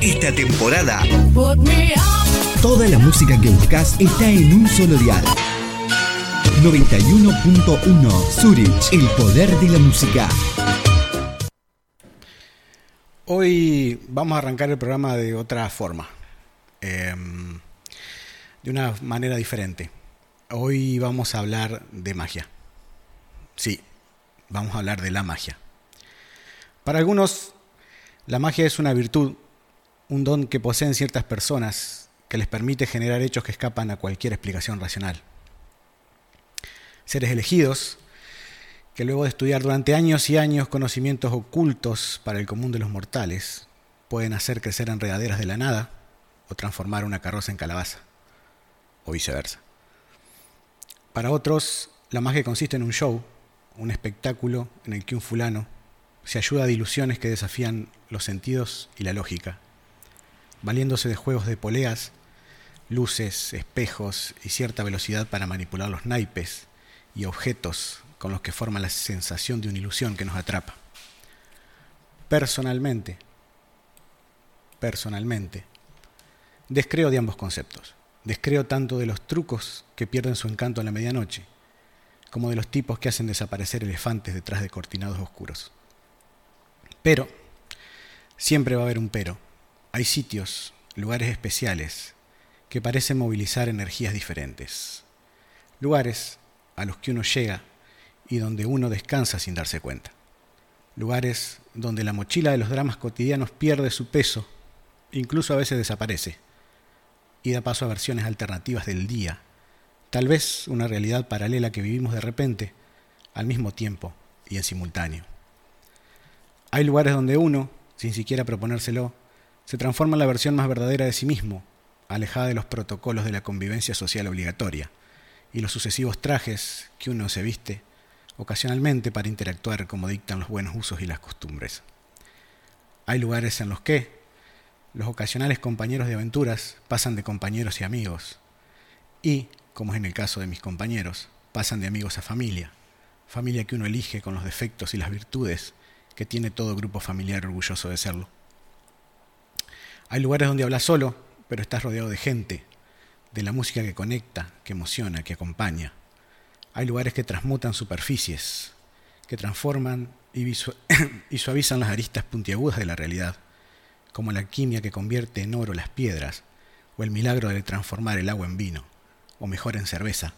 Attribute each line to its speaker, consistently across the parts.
Speaker 1: quinta temporada.
Speaker 2: Put me up,
Speaker 1: Toda la música que buscas está en un solo dial. 91.1 Zurich, el poder de la música.
Speaker 3: Hoy vamos a arrancar el programa de otra forma, em, de una manera diferente. Hoy vamos a hablar de magia. Sí, vamos a hablar de la magia. Para algunos, la magia es una virtud, un don que poseen ciertas personas que les permite generar hechos que escapan a cualquier explicación racional. Seres elegidos que luego de estudiar durante años y años conocimientos ocultos para el común de los mortales, pueden hacer crecer enredaderas de la nada o transformar una carroza en calabaza, o viceversa. Para otros, la magia consiste en un show, un espectáculo en el que un fulano se ayuda de ilusiones que desafían los sentidos y la lógica, valiéndose de juegos de poleas, luces, espejos y cierta velocidad para manipular los naipes y objetos con los que forma la sensación de una ilusión que nos atrapa. Personalmente, personalmente, descreo de ambos conceptos. Descreo tanto de los trucos que pierden su encanto a la medianoche, como de los tipos que hacen desaparecer elefantes detrás de cortinados oscuros. Pero, siempre va a haber un pero. Hay sitios, lugares especiales, que parecen movilizar energías diferentes. Lugares a los que uno llega y donde uno descansa sin darse cuenta. Lugares donde la mochila de los dramas cotidianos pierde su peso, incluso a veces desaparece, y da paso a versiones alternativas del día, tal vez una realidad paralela que vivimos de repente, al mismo tiempo y en simultáneo. Hay lugares donde uno, sin siquiera proponérselo, se transforma en la versión más verdadera de sí mismo, alejada de los protocolos de la convivencia social obligatoria y los sucesivos trajes que uno se viste ocasionalmente para interactuar como dictan los buenos usos y las costumbres. Hay lugares en los que los ocasionales compañeros de aventuras pasan de compañeros y amigos, y, como es en el caso de mis compañeros, pasan de amigos a familia, familia que uno elige con los defectos y las virtudes que tiene todo grupo familiar orgulloso de serlo. Hay lugares donde hablas solo, pero estás rodeado de gente, de la música que conecta, que emociona, que acompaña. Hay lugares que transmutan superficies, que transforman y, visu- y suavizan las aristas puntiagudas de la realidad, como la alquimia que convierte en oro las piedras, o el milagro de transformar el agua en vino, o mejor en cerveza,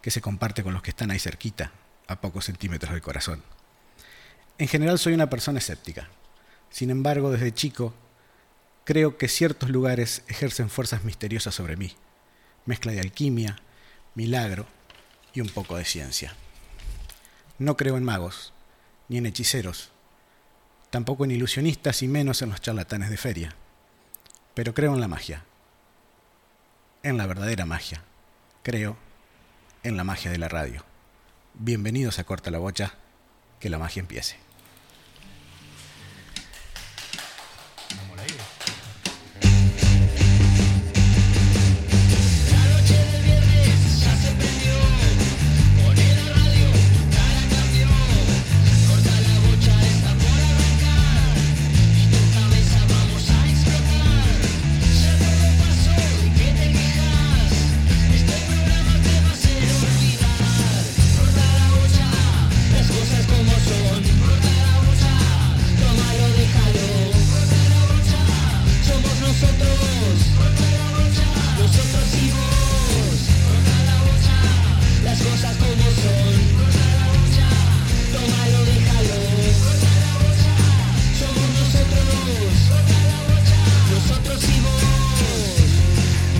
Speaker 3: que se comparte con los que están ahí cerquita, a pocos centímetros del corazón. En general soy una persona escéptica. Sin embargo, desde chico Creo que ciertos lugares ejercen fuerzas misteriosas sobre mí, mezcla de alquimia, milagro y un poco de ciencia. No creo en magos, ni en hechiceros, tampoco en ilusionistas y menos en los charlatanes de feria, pero creo en la magia, en la verdadera magia, creo en la magia de la radio. Bienvenidos a Corta la Bocha, que la magia empiece.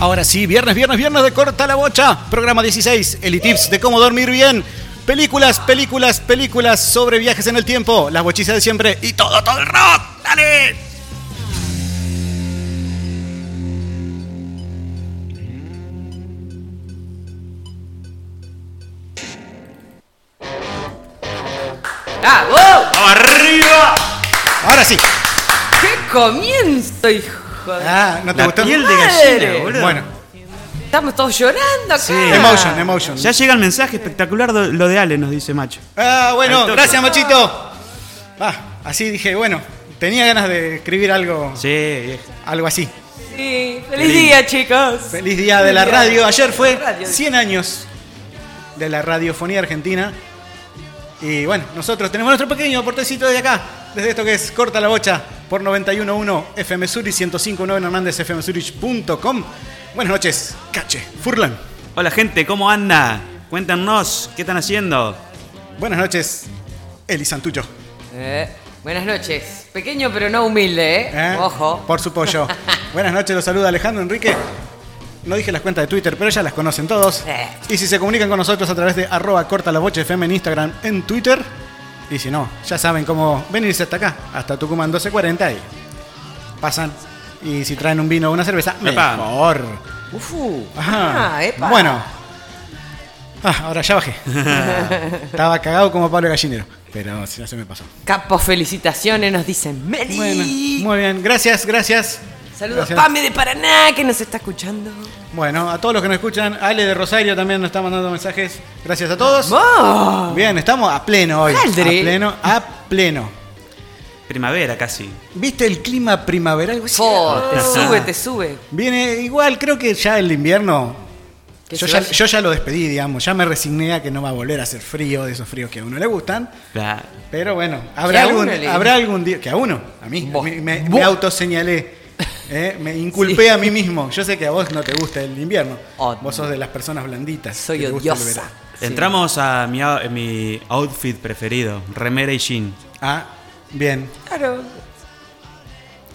Speaker 4: Ahora sí, viernes, viernes, viernes de Corta la Bocha, programa 16, el tips de cómo dormir bien, películas, películas, películas sobre viajes en el tiempo, las bochizas de siempre y todo, todo el rock, dale.
Speaker 5: ¡Ah,
Speaker 4: ¡Vamos arriba! Ahora sí.
Speaker 5: wow! ¡Qué comienzo, hijo! de-
Speaker 3: Ah, ¿no te
Speaker 4: La
Speaker 3: gustó?
Speaker 4: piel de
Speaker 5: Madre.
Speaker 4: gallina, boludo. Ah.
Speaker 3: Bueno,
Speaker 5: Estamos todos llorando acá.
Speaker 3: emotion, emotion.
Speaker 6: Ya llega el mensaje espectacular do- lo de Ale, nos dice Macho.
Speaker 3: Ah,
Speaker 4: Al
Speaker 3: bueno,
Speaker 4: toque.
Speaker 3: gracias, Machito. Ah, así dije, bueno, Tenía ganas de escribir algo,
Speaker 6: Sí, viejo.
Speaker 3: algo así.
Speaker 5: Sí, feliz día, chicos.
Speaker 3: Feliz día de la
Speaker 5: Feliz día.
Speaker 3: radio. Ayer fue
Speaker 5: Radio.
Speaker 3: 100 años de la radiofonía argentina. Y bueno, nosotros tenemos nuestro pequeño aportecito desde acá, desde esto que es Corta la Bocha por 911 FM Zurich 1059 en Hernández fmsurich.com. Buenas noches, Cache, Furlan.
Speaker 6: Hola, gente, ¿cómo anda? Cuéntanos, ¿qué están haciendo?
Speaker 3: Buenas noches, Eli Santucho.
Speaker 5: Eh, buenas noches. Pequeño pero no humilde, ¿eh?
Speaker 3: ¿eh?
Speaker 5: Ojo.
Speaker 3: Por su pollo. Buenas noches, los saluda Alejandro Enrique. No dije las cuentas de Twitter, pero ya las conocen todos.
Speaker 5: Eh.
Speaker 3: Y si se comunican con nosotros a través de arroba corta la bocha FM en Instagram, en Twitter. Y si no, ya saben cómo venirse hasta acá, hasta Tucumán 1240 y pasan. Y si traen un vino o una cerveza,
Speaker 6: Epa.
Speaker 3: mejor.
Speaker 5: Ufu.
Speaker 3: Ajá.
Speaker 5: Ah, epa.
Speaker 3: Bueno. Ah, ahora ya bajé. Estaba cagado como Pablo Gallinero, pero ya se me pasó.
Speaker 5: Capos, felicitaciones, nos dicen Meli.
Speaker 3: Bueno, muy bien. Gracias, gracias.
Speaker 5: Saludos,
Speaker 3: Gracias.
Speaker 5: Pame de Paraná, que nos está escuchando.
Speaker 3: Bueno, a todos los que nos escuchan, Ale de Rosario también nos está mandando mensajes. Gracias a todos.
Speaker 5: ¡Vamos!
Speaker 3: Bien, estamos a pleno hoy.
Speaker 5: Aldre.
Speaker 3: A pleno, a pleno.
Speaker 6: Primavera casi.
Speaker 3: ¿Viste el clima primaveral? Uy,
Speaker 5: Oh, te sube, te sube.
Speaker 3: Viene igual, creo que ya el invierno.
Speaker 5: Que
Speaker 3: Yo
Speaker 5: se
Speaker 3: ya,
Speaker 5: vaya.
Speaker 3: yo ya lo despedí, digamos. Ya me resigné a que no va a volver a hacer frío, de esos fríos que a uno le gustan.
Speaker 6: La-
Speaker 3: Pero bueno, habrá
Speaker 5: Que a
Speaker 3: algún,
Speaker 5: uno le-
Speaker 3: habrá algún día. Que a uno, a mí.
Speaker 5: Vos.
Speaker 3: Me, me-
Speaker 5: Vos.
Speaker 3: me autoseñalé. eh, me inculpé
Speaker 5: Sí.
Speaker 3: a mí mismo. Yo sé que a vos no te gusta el invierno.
Speaker 5: Oh,
Speaker 3: vos sos de las personas blanditas.
Speaker 5: Soy
Speaker 3: que te gusta el
Speaker 5: odiosa.
Speaker 3: verano.
Speaker 5: Sí.
Speaker 6: Entramos a mi, au- mi outfit preferido, remera y jean.
Speaker 3: Ah, bien.
Speaker 5: Claro.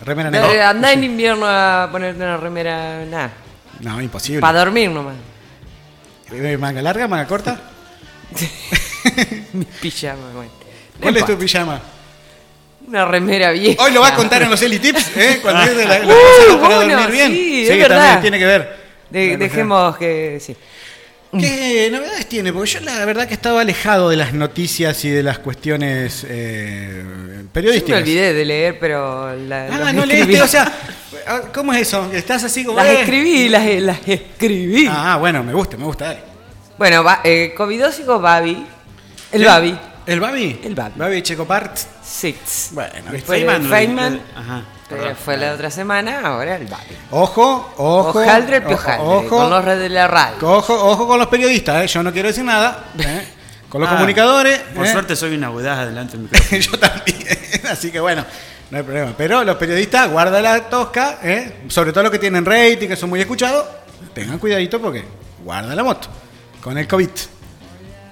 Speaker 3: Remera
Speaker 5: Eh,
Speaker 3: negra.
Speaker 5: Andá en invierno a ponerte una remera, nada.
Speaker 3: No, imposible.
Speaker 5: Para dormir nomás.
Speaker 3: Eh, ¿Manga larga, manga corta?
Speaker 5: Mi pijama, bueno. No
Speaker 3: ¿Cuál es
Speaker 5: importa.
Speaker 3: tu pijama?
Speaker 5: Una remera vieja.
Speaker 3: Hoy lo va a contar en los Eli Tips, ¿eh? Cuando es de la, la
Speaker 5: Uh,
Speaker 3: cosa para
Speaker 5: bueno,
Speaker 3: dormir bien.
Speaker 5: sí, es
Speaker 3: que
Speaker 5: verdad.
Speaker 3: también tiene que ver.
Speaker 5: De-
Speaker 3: Bueno,
Speaker 5: dejemos que. Sí.
Speaker 3: ¿Qué novedades tiene? Porque yo la verdad que estaba alejado de las noticias y de las cuestiones eh,
Speaker 5: Yo me
Speaker 3: periodísticas.
Speaker 5: olvidé de leer, pero. la-
Speaker 3: Ah,
Speaker 5: las
Speaker 3: no
Speaker 5: escribí.
Speaker 3: leíste, o sea, ah, ¿cómo es eso? Estás así como...
Speaker 5: Las
Speaker 3: eh.
Speaker 5: escribí, las, las escribí.
Speaker 3: Ah, bueno, me gusta, me gusta, dale.
Speaker 5: Bueno, va, eh, covidósico Babi. El
Speaker 3: ¿Sí?
Speaker 5: Babi.
Speaker 3: ¿El Babi?
Speaker 5: El Babi.
Speaker 3: Babi Checopart.
Speaker 5: Six.
Speaker 3: Bueno,
Speaker 5: Fue
Speaker 3: ¿viste?
Speaker 6: lo-
Speaker 5: Feynman.
Speaker 6: lo- Ajá.
Speaker 5: pero
Speaker 6: perdón.
Speaker 5: fue la otra semana, ahora el Babi.
Speaker 3: Ojo, ojo.
Speaker 5: Ojaldre,
Speaker 3: ojo,
Speaker 5: piojaldre.
Speaker 3: Ojo,
Speaker 5: Con los redes de la radio.
Speaker 3: Ojo, ojo con los periodistas, ¿eh? yo no quiero decir nada. ¿eh? Con los
Speaker 6: Ah,
Speaker 3: comunicadores.
Speaker 6: Por
Speaker 3: ¿eh?
Speaker 6: suerte soy una budaz adelante del micrófono.
Speaker 3: yo también. Así que bueno, no hay problema. Pero los periodistas, guarda la tosca, ¿eh? sobre todo los que tienen rating, que son muy escuchados, tengan cuidadito porque guarda la moto. Con el COVID.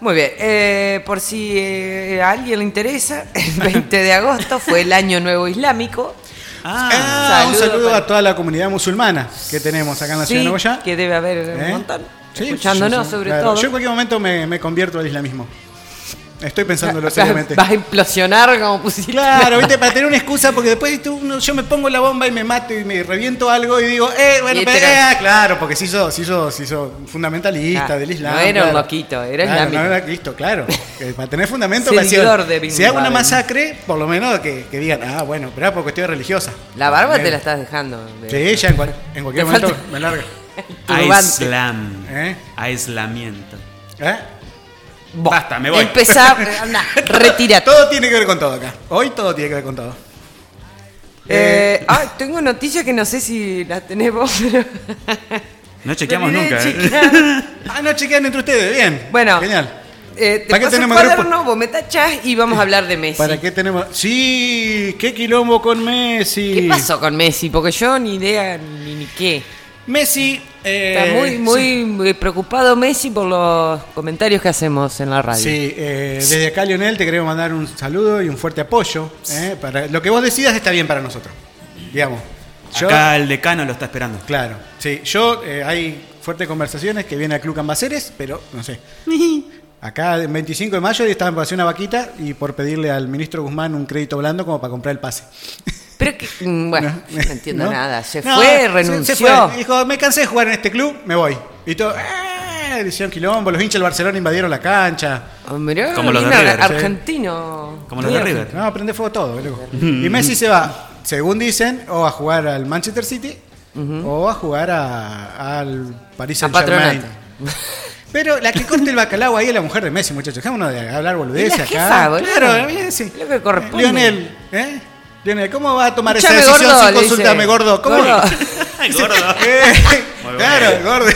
Speaker 5: Muy bien, eh, por si eh, a alguien le interesa, el 20 de agosto fue el Año Nuevo Islámico.
Speaker 6: Ah,
Speaker 3: Ah, un
Speaker 5: saludo
Speaker 3: saludo
Speaker 5: para-
Speaker 3: a toda la comunidad musulmana que tenemos acá en la ciudad de
Speaker 5: Sí,
Speaker 3: Nogoyá.
Speaker 5: que debe haber un
Speaker 3: ¿Eh?
Speaker 5: montón.
Speaker 3: Sí,
Speaker 5: escuchándonos,
Speaker 3: sí, sí,
Speaker 5: sobre
Speaker 3: claro.
Speaker 5: todo.
Speaker 3: Yo en cualquier momento me, me convierto al islamismo. Estoy pensándolo
Speaker 5: Vas-
Speaker 3: seriamente.
Speaker 5: Vas a implosionar como pusiste.
Speaker 3: Claro, viste, para tener una excusa, porque después tú, uno- yo me pongo la bomba y me mato y me reviento algo y digo, eh, bueno,
Speaker 5: Y
Speaker 3: pero,
Speaker 5: este
Speaker 3: eh,
Speaker 5: era-
Speaker 3: claro, porque se hizo, se hizo, se hizo fundamentalista
Speaker 5: Ah,
Speaker 3: del Islam.
Speaker 5: no era un
Speaker 3: claro.
Speaker 5: loquito, era
Speaker 3: Claro,
Speaker 5: islámico.
Speaker 3: no era listo, claro. Que para tener fundamento, para decir,
Speaker 5: Seguidor de Bin
Speaker 3: si hago una
Speaker 5: Laden.
Speaker 3: masacre, por lo menos que, que digan, ah, bueno, pero era por cuestión religiosa.
Speaker 5: La barba te
Speaker 3: Bien.
Speaker 5: la estás dejando. de-
Speaker 3: Sí, ya en, cual- en cualquier
Speaker 5: Te
Speaker 3: momento
Speaker 5: falta-
Speaker 3: me larga.
Speaker 5: Eh, Turbante.
Speaker 6: Islam.
Speaker 3: ¿Eh?
Speaker 6: Aislamiento.
Speaker 3: ¿Eh?
Speaker 5: Bo-
Speaker 6: Basta, me voy.
Speaker 5: Empezá, eh, anda, retírate.
Speaker 3: Todo tiene que ver con todo acá. Hoy todo tiene que ver con todo.
Speaker 5: Eh, ah, tengo noticias que no sé si las tenés vos, pero.
Speaker 6: No chequeamos
Speaker 5: Me
Speaker 6: nunca.
Speaker 5: olvidé de
Speaker 6: ¿eh?
Speaker 5: chequear.
Speaker 3: Ah, no chequean entre ustedes, bien.
Speaker 5: Bueno.
Speaker 3: Genial.
Speaker 5: Eh, te
Speaker 3: ¿Para
Speaker 5: paso
Speaker 3: qué
Speaker 5: el
Speaker 3: tenemos grupo?
Speaker 5: cuaderno, vos me tachás y vamos a hablar de Messi.
Speaker 3: ¿Para qué tenemos? Sí, qué quilombo con Messi.
Speaker 5: ¿Qué pasó con Messi? Porque yo ni idea ni, ni qué.
Speaker 3: Messi. eh,
Speaker 5: Está muy, muy,
Speaker 3: Sí,
Speaker 5: muy preocupado Messi por los comentarios que hacemos en la radio.
Speaker 3: Sí, eh, desde acá, Lionel, te queremos mandar un saludo y un fuerte apoyo. eh, para, lo que vos decidas está bien para nosotros. Digamos. Yo-
Speaker 6: Acá el decano lo está esperando.
Speaker 3: Claro, sí. Yo, eh, hay fuertes conversaciones que viene al Club Cambaceres, pero no sé. Acá, el 25 de mayo, estaba en pasión una vaquita y por pedirle al ministro Guzmán un crédito blando como para comprar el pase.
Speaker 5: Pero que, mm, bueno, no, entiendo
Speaker 3: ¿No?
Speaker 5: nada. Se
Speaker 3: No,
Speaker 5: fue, renunció.
Speaker 3: Se fue. Dijo, me cansé de jugar en este club, me voy. Y todo, ¡eh! Hicieron quilombo, los hinchas del Barcelona invadieron la cancha.
Speaker 5: Oh, mirá,
Speaker 6: Como los de
Speaker 5: mira,
Speaker 6: River, sí.
Speaker 5: argentino.
Speaker 6: Como los de
Speaker 5: Mira,
Speaker 6: River.
Speaker 3: No, prende fuego todo. loco. Y Messi se va, según dicen, o a jugar al Manchester City o a jugar a- al Paris
Speaker 5: A
Speaker 3: Saint Germain.
Speaker 5: Patronato.
Speaker 3: Pero la que corta el bacalao ahí es la mujer de Messi, muchachos. Dejémonos de hablar
Speaker 5: Y
Speaker 3: boludeces
Speaker 5: la
Speaker 3: acá.
Speaker 5: jefa, boludo.
Speaker 3: Claro, eh, sí.
Speaker 5: Lo que corresponde.
Speaker 3: Lionel, ¿eh? Viene, ¿cómo vas a tomar
Speaker 5: Escuchame,
Speaker 3: esa decisión
Speaker 5: gordo,
Speaker 3: sin
Speaker 5: le dice.
Speaker 3: consultarme, gordo? ¿Cómo?
Speaker 5: Gordo.
Speaker 6: Ay, gordo.
Speaker 3: Eh,
Speaker 6: Muy
Speaker 3: claro,
Speaker 6: bueno.
Speaker 3: gordo.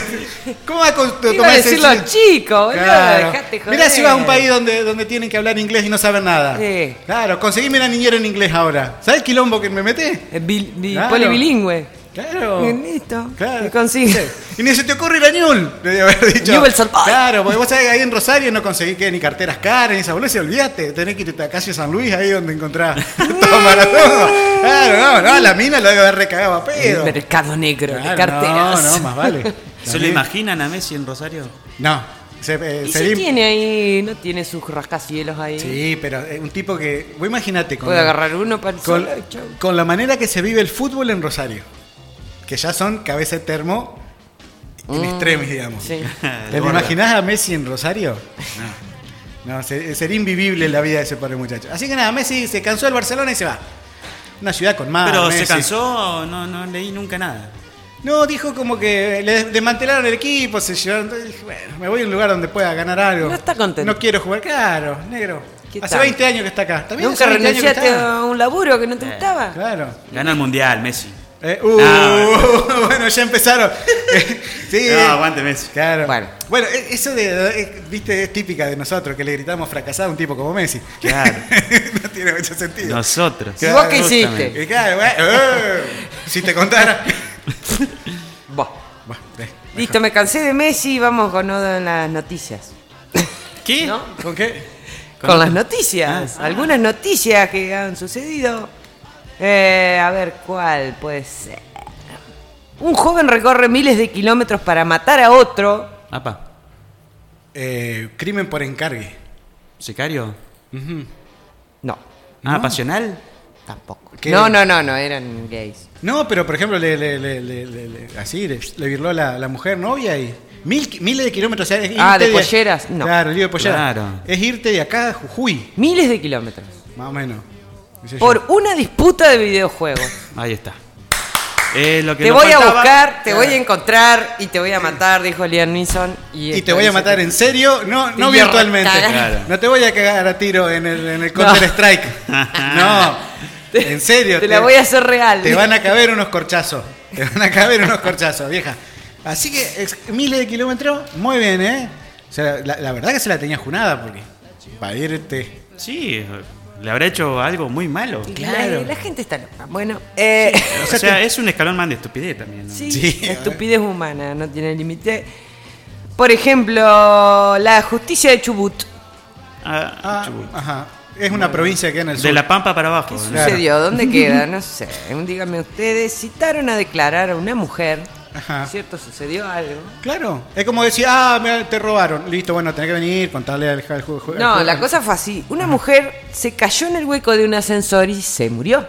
Speaker 3: ¿Cómo vas a con-
Speaker 5: Iba a
Speaker 3: tomar esa
Speaker 5: decirlo
Speaker 3: decisión?
Speaker 5: al chico, boludo.
Speaker 3: Claro.
Speaker 5: Dejate joder.
Speaker 3: Mirá si vas a un país donde, donde tienen que hablar inglés y no saben nada.
Speaker 5: Sí.
Speaker 3: Claro, conseguime una niñera en inglés ahora. ¿Sabes el quilombo que me metes?
Speaker 5: Eh, bil- bi-
Speaker 3: Claro.
Speaker 5: Polibilingüe.
Speaker 3: Claro.
Speaker 5: Bien, listo.
Speaker 3: Claro.
Speaker 5: Y consigue.
Speaker 3: Y ni se te ocurre ir a Ñul, le debe haber dicho.
Speaker 5: Newell's Old Boys.
Speaker 3: Claro, porque vos sabés que ahí en Rosario no conseguí que ni carteras caras, ni sabores, olvídate, tenés que irte a Casio San Luis, ahí donde encontrás todo para todo. Claro, no, no, la mina lo debe haber recagado a pedo.
Speaker 5: Mercado negro de
Speaker 3: Claro,
Speaker 5: carteras.
Speaker 3: No, no, más vale.
Speaker 6: ¿Se lo imaginan a Messi en Rosario?
Speaker 3: No, se, eh,
Speaker 5: Y
Speaker 3: se
Speaker 5: si
Speaker 3: lim-
Speaker 5: tiene ahí, no tiene sus rascacielos ahí.
Speaker 3: Sí, pero eh, un tipo que, vos imagínate con,
Speaker 5: Puede agarrar uno para el
Speaker 3: con,
Speaker 5: solo y chau.
Speaker 3: con la manera que se vive el fútbol en Rosario, que ya son cabeza de termo en extremis, digamos.
Speaker 5: Mm, Sí.
Speaker 3: ¿Te
Speaker 6: Gordo.
Speaker 3: imaginás a Messi en Rosario? No. No, se- sería invivible la vida de ese pobre muchacho. Así que nada, Messi se cansó del Barcelona y se va. Una ciudad con más.
Speaker 6: Pero
Speaker 3: Ah, Messi.
Speaker 6: se cansó, no, no leí nunca nada.
Speaker 3: No, dijo como que le desmantelaron el equipo, se llevaron. Dije, bueno, me voy a un lugar donde pueda ganar algo.
Speaker 5: No está contento.
Speaker 3: No quiero jugar caro, negro.
Speaker 5: ¿Qué
Speaker 3: Hace
Speaker 5: tal?
Speaker 3: 20 años que está acá. También
Speaker 5: Nunca
Speaker 3: hace 20 años que
Speaker 5: renunciaste
Speaker 3: está.
Speaker 5: a un laburo que no te gustaba.
Speaker 3: Claro.
Speaker 6: Gana el mundial, Messi.
Speaker 3: Eh,
Speaker 5: Ah,
Speaker 3: uh,
Speaker 6: No.
Speaker 3: bueno, ya empezaron. sí.
Speaker 6: No, aguante Messi.
Speaker 3: Claro.
Speaker 5: Bueno.
Speaker 3: Bueno, e- eso de, eh, viste, es típica de nosotros, que le gritamos fracasado a un tipo como Messi.
Speaker 6: Claro.
Speaker 3: no tiene mucho sentido.
Speaker 6: Nosotros.
Speaker 5: ¿Y vos qué
Speaker 6: Justamente.
Speaker 5: hiciste?
Speaker 3: Y claro, bueno, eh, si te contara.
Speaker 5: Buah.
Speaker 3: Bueno, eh,
Speaker 5: Listo, me cansé de Messi y vamos con otra de las noticias.
Speaker 6: ¿Qué?
Speaker 5: ¿No?
Speaker 3: ¿Con Ah. qué?
Speaker 5: Con las noticias. Algunas noticias que han sucedido. Eh, a ver, ¿cuál puede ser? Un joven recorre miles de kilómetros para matar a otro.
Speaker 6: Apa,
Speaker 3: Eh, crimen por encargue.
Speaker 6: ¿sicario?
Speaker 5: No,
Speaker 6: Ah, ¿pasional?
Speaker 5: tampoco.
Speaker 3: ¿Qué?
Speaker 5: No, no, no, no, eran gays.
Speaker 3: No, pero por ejemplo, le, le- le- le- le- le- así le, le virló la, la mujer novia y mil, qui- miles de kilómetros. o sea, es
Speaker 5: Ah,
Speaker 3: irte
Speaker 5: de polleras, no.
Speaker 3: Claro, el lío de polleras.
Speaker 6: Claro.
Speaker 3: Es irte de acá a Jujuy,
Speaker 5: Miles de kilómetros.
Speaker 3: más o menos. Qué sé yo.
Speaker 5: Por una disputa de videojuegos.
Speaker 6: Ahí está. Eh, lo que
Speaker 5: Te
Speaker 6: nos
Speaker 5: voy a
Speaker 6: faltaba-
Speaker 5: buscar, te voy a encontrar y te voy a matar, dijo Liam Neeson. Y,
Speaker 3: Y
Speaker 5: esto
Speaker 3: te voy a
Speaker 5: dice
Speaker 3: matar
Speaker 5: que-
Speaker 3: en serio, no, no
Speaker 5: Y
Speaker 3: virtualmente.
Speaker 5: derrotar.
Speaker 6: Claro.
Speaker 3: No te voy a cagar a tiro en el, en el Counter Strike. No, en serio.
Speaker 5: Te la voy a hacer real.
Speaker 3: Te van a caber unos corchazos. Te van a caber unos corchazos, vieja. Así que ex- miles de kilómetros, muy bien, ¿eh? O sea, la, la verdad que se la tenía junada porque para irte.
Speaker 6: Sí, le habrá hecho algo muy malo.
Speaker 5: Claro. La, gente está loca. Bueno, eh,
Speaker 6: O sea, es un escalón más de estupidez también. ¿no?
Speaker 5: sí,
Speaker 3: Sí,
Speaker 5: la
Speaker 3: a ver.
Speaker 5: estupidez humana no tiene límite. Por ejemplo, la justicia de Chubut
Speaker 6: Ah,
Speaker 3: Ah,
Speaker 6: chubut.
Speaker 3: ajá. Es una provincia que queda en el
Speaker 6: de
Speaker 3: sur.
Speaker 6: la pampa para abajo. ¿no?
Speaker 3: Claro.
Speaker 5: sucedió. ¿Dónde queda? No sé. Díganme ustedes. Citaron a declarar a una mujer.
Speaker 3: Ajá.
Speaker 5: ¿Cierto? Sucedió algo.
Speaker 3: Claro. Es como decir, ah, me- te robaron. Listo, bueno, tenés que venir, contarle al, al, ju- ju- al
Speaker 5: No,
Speaker 3: ju-
Speaker 5: la cosa fue así. Una mujer se cayó en el hueco de un ascensor y se murió.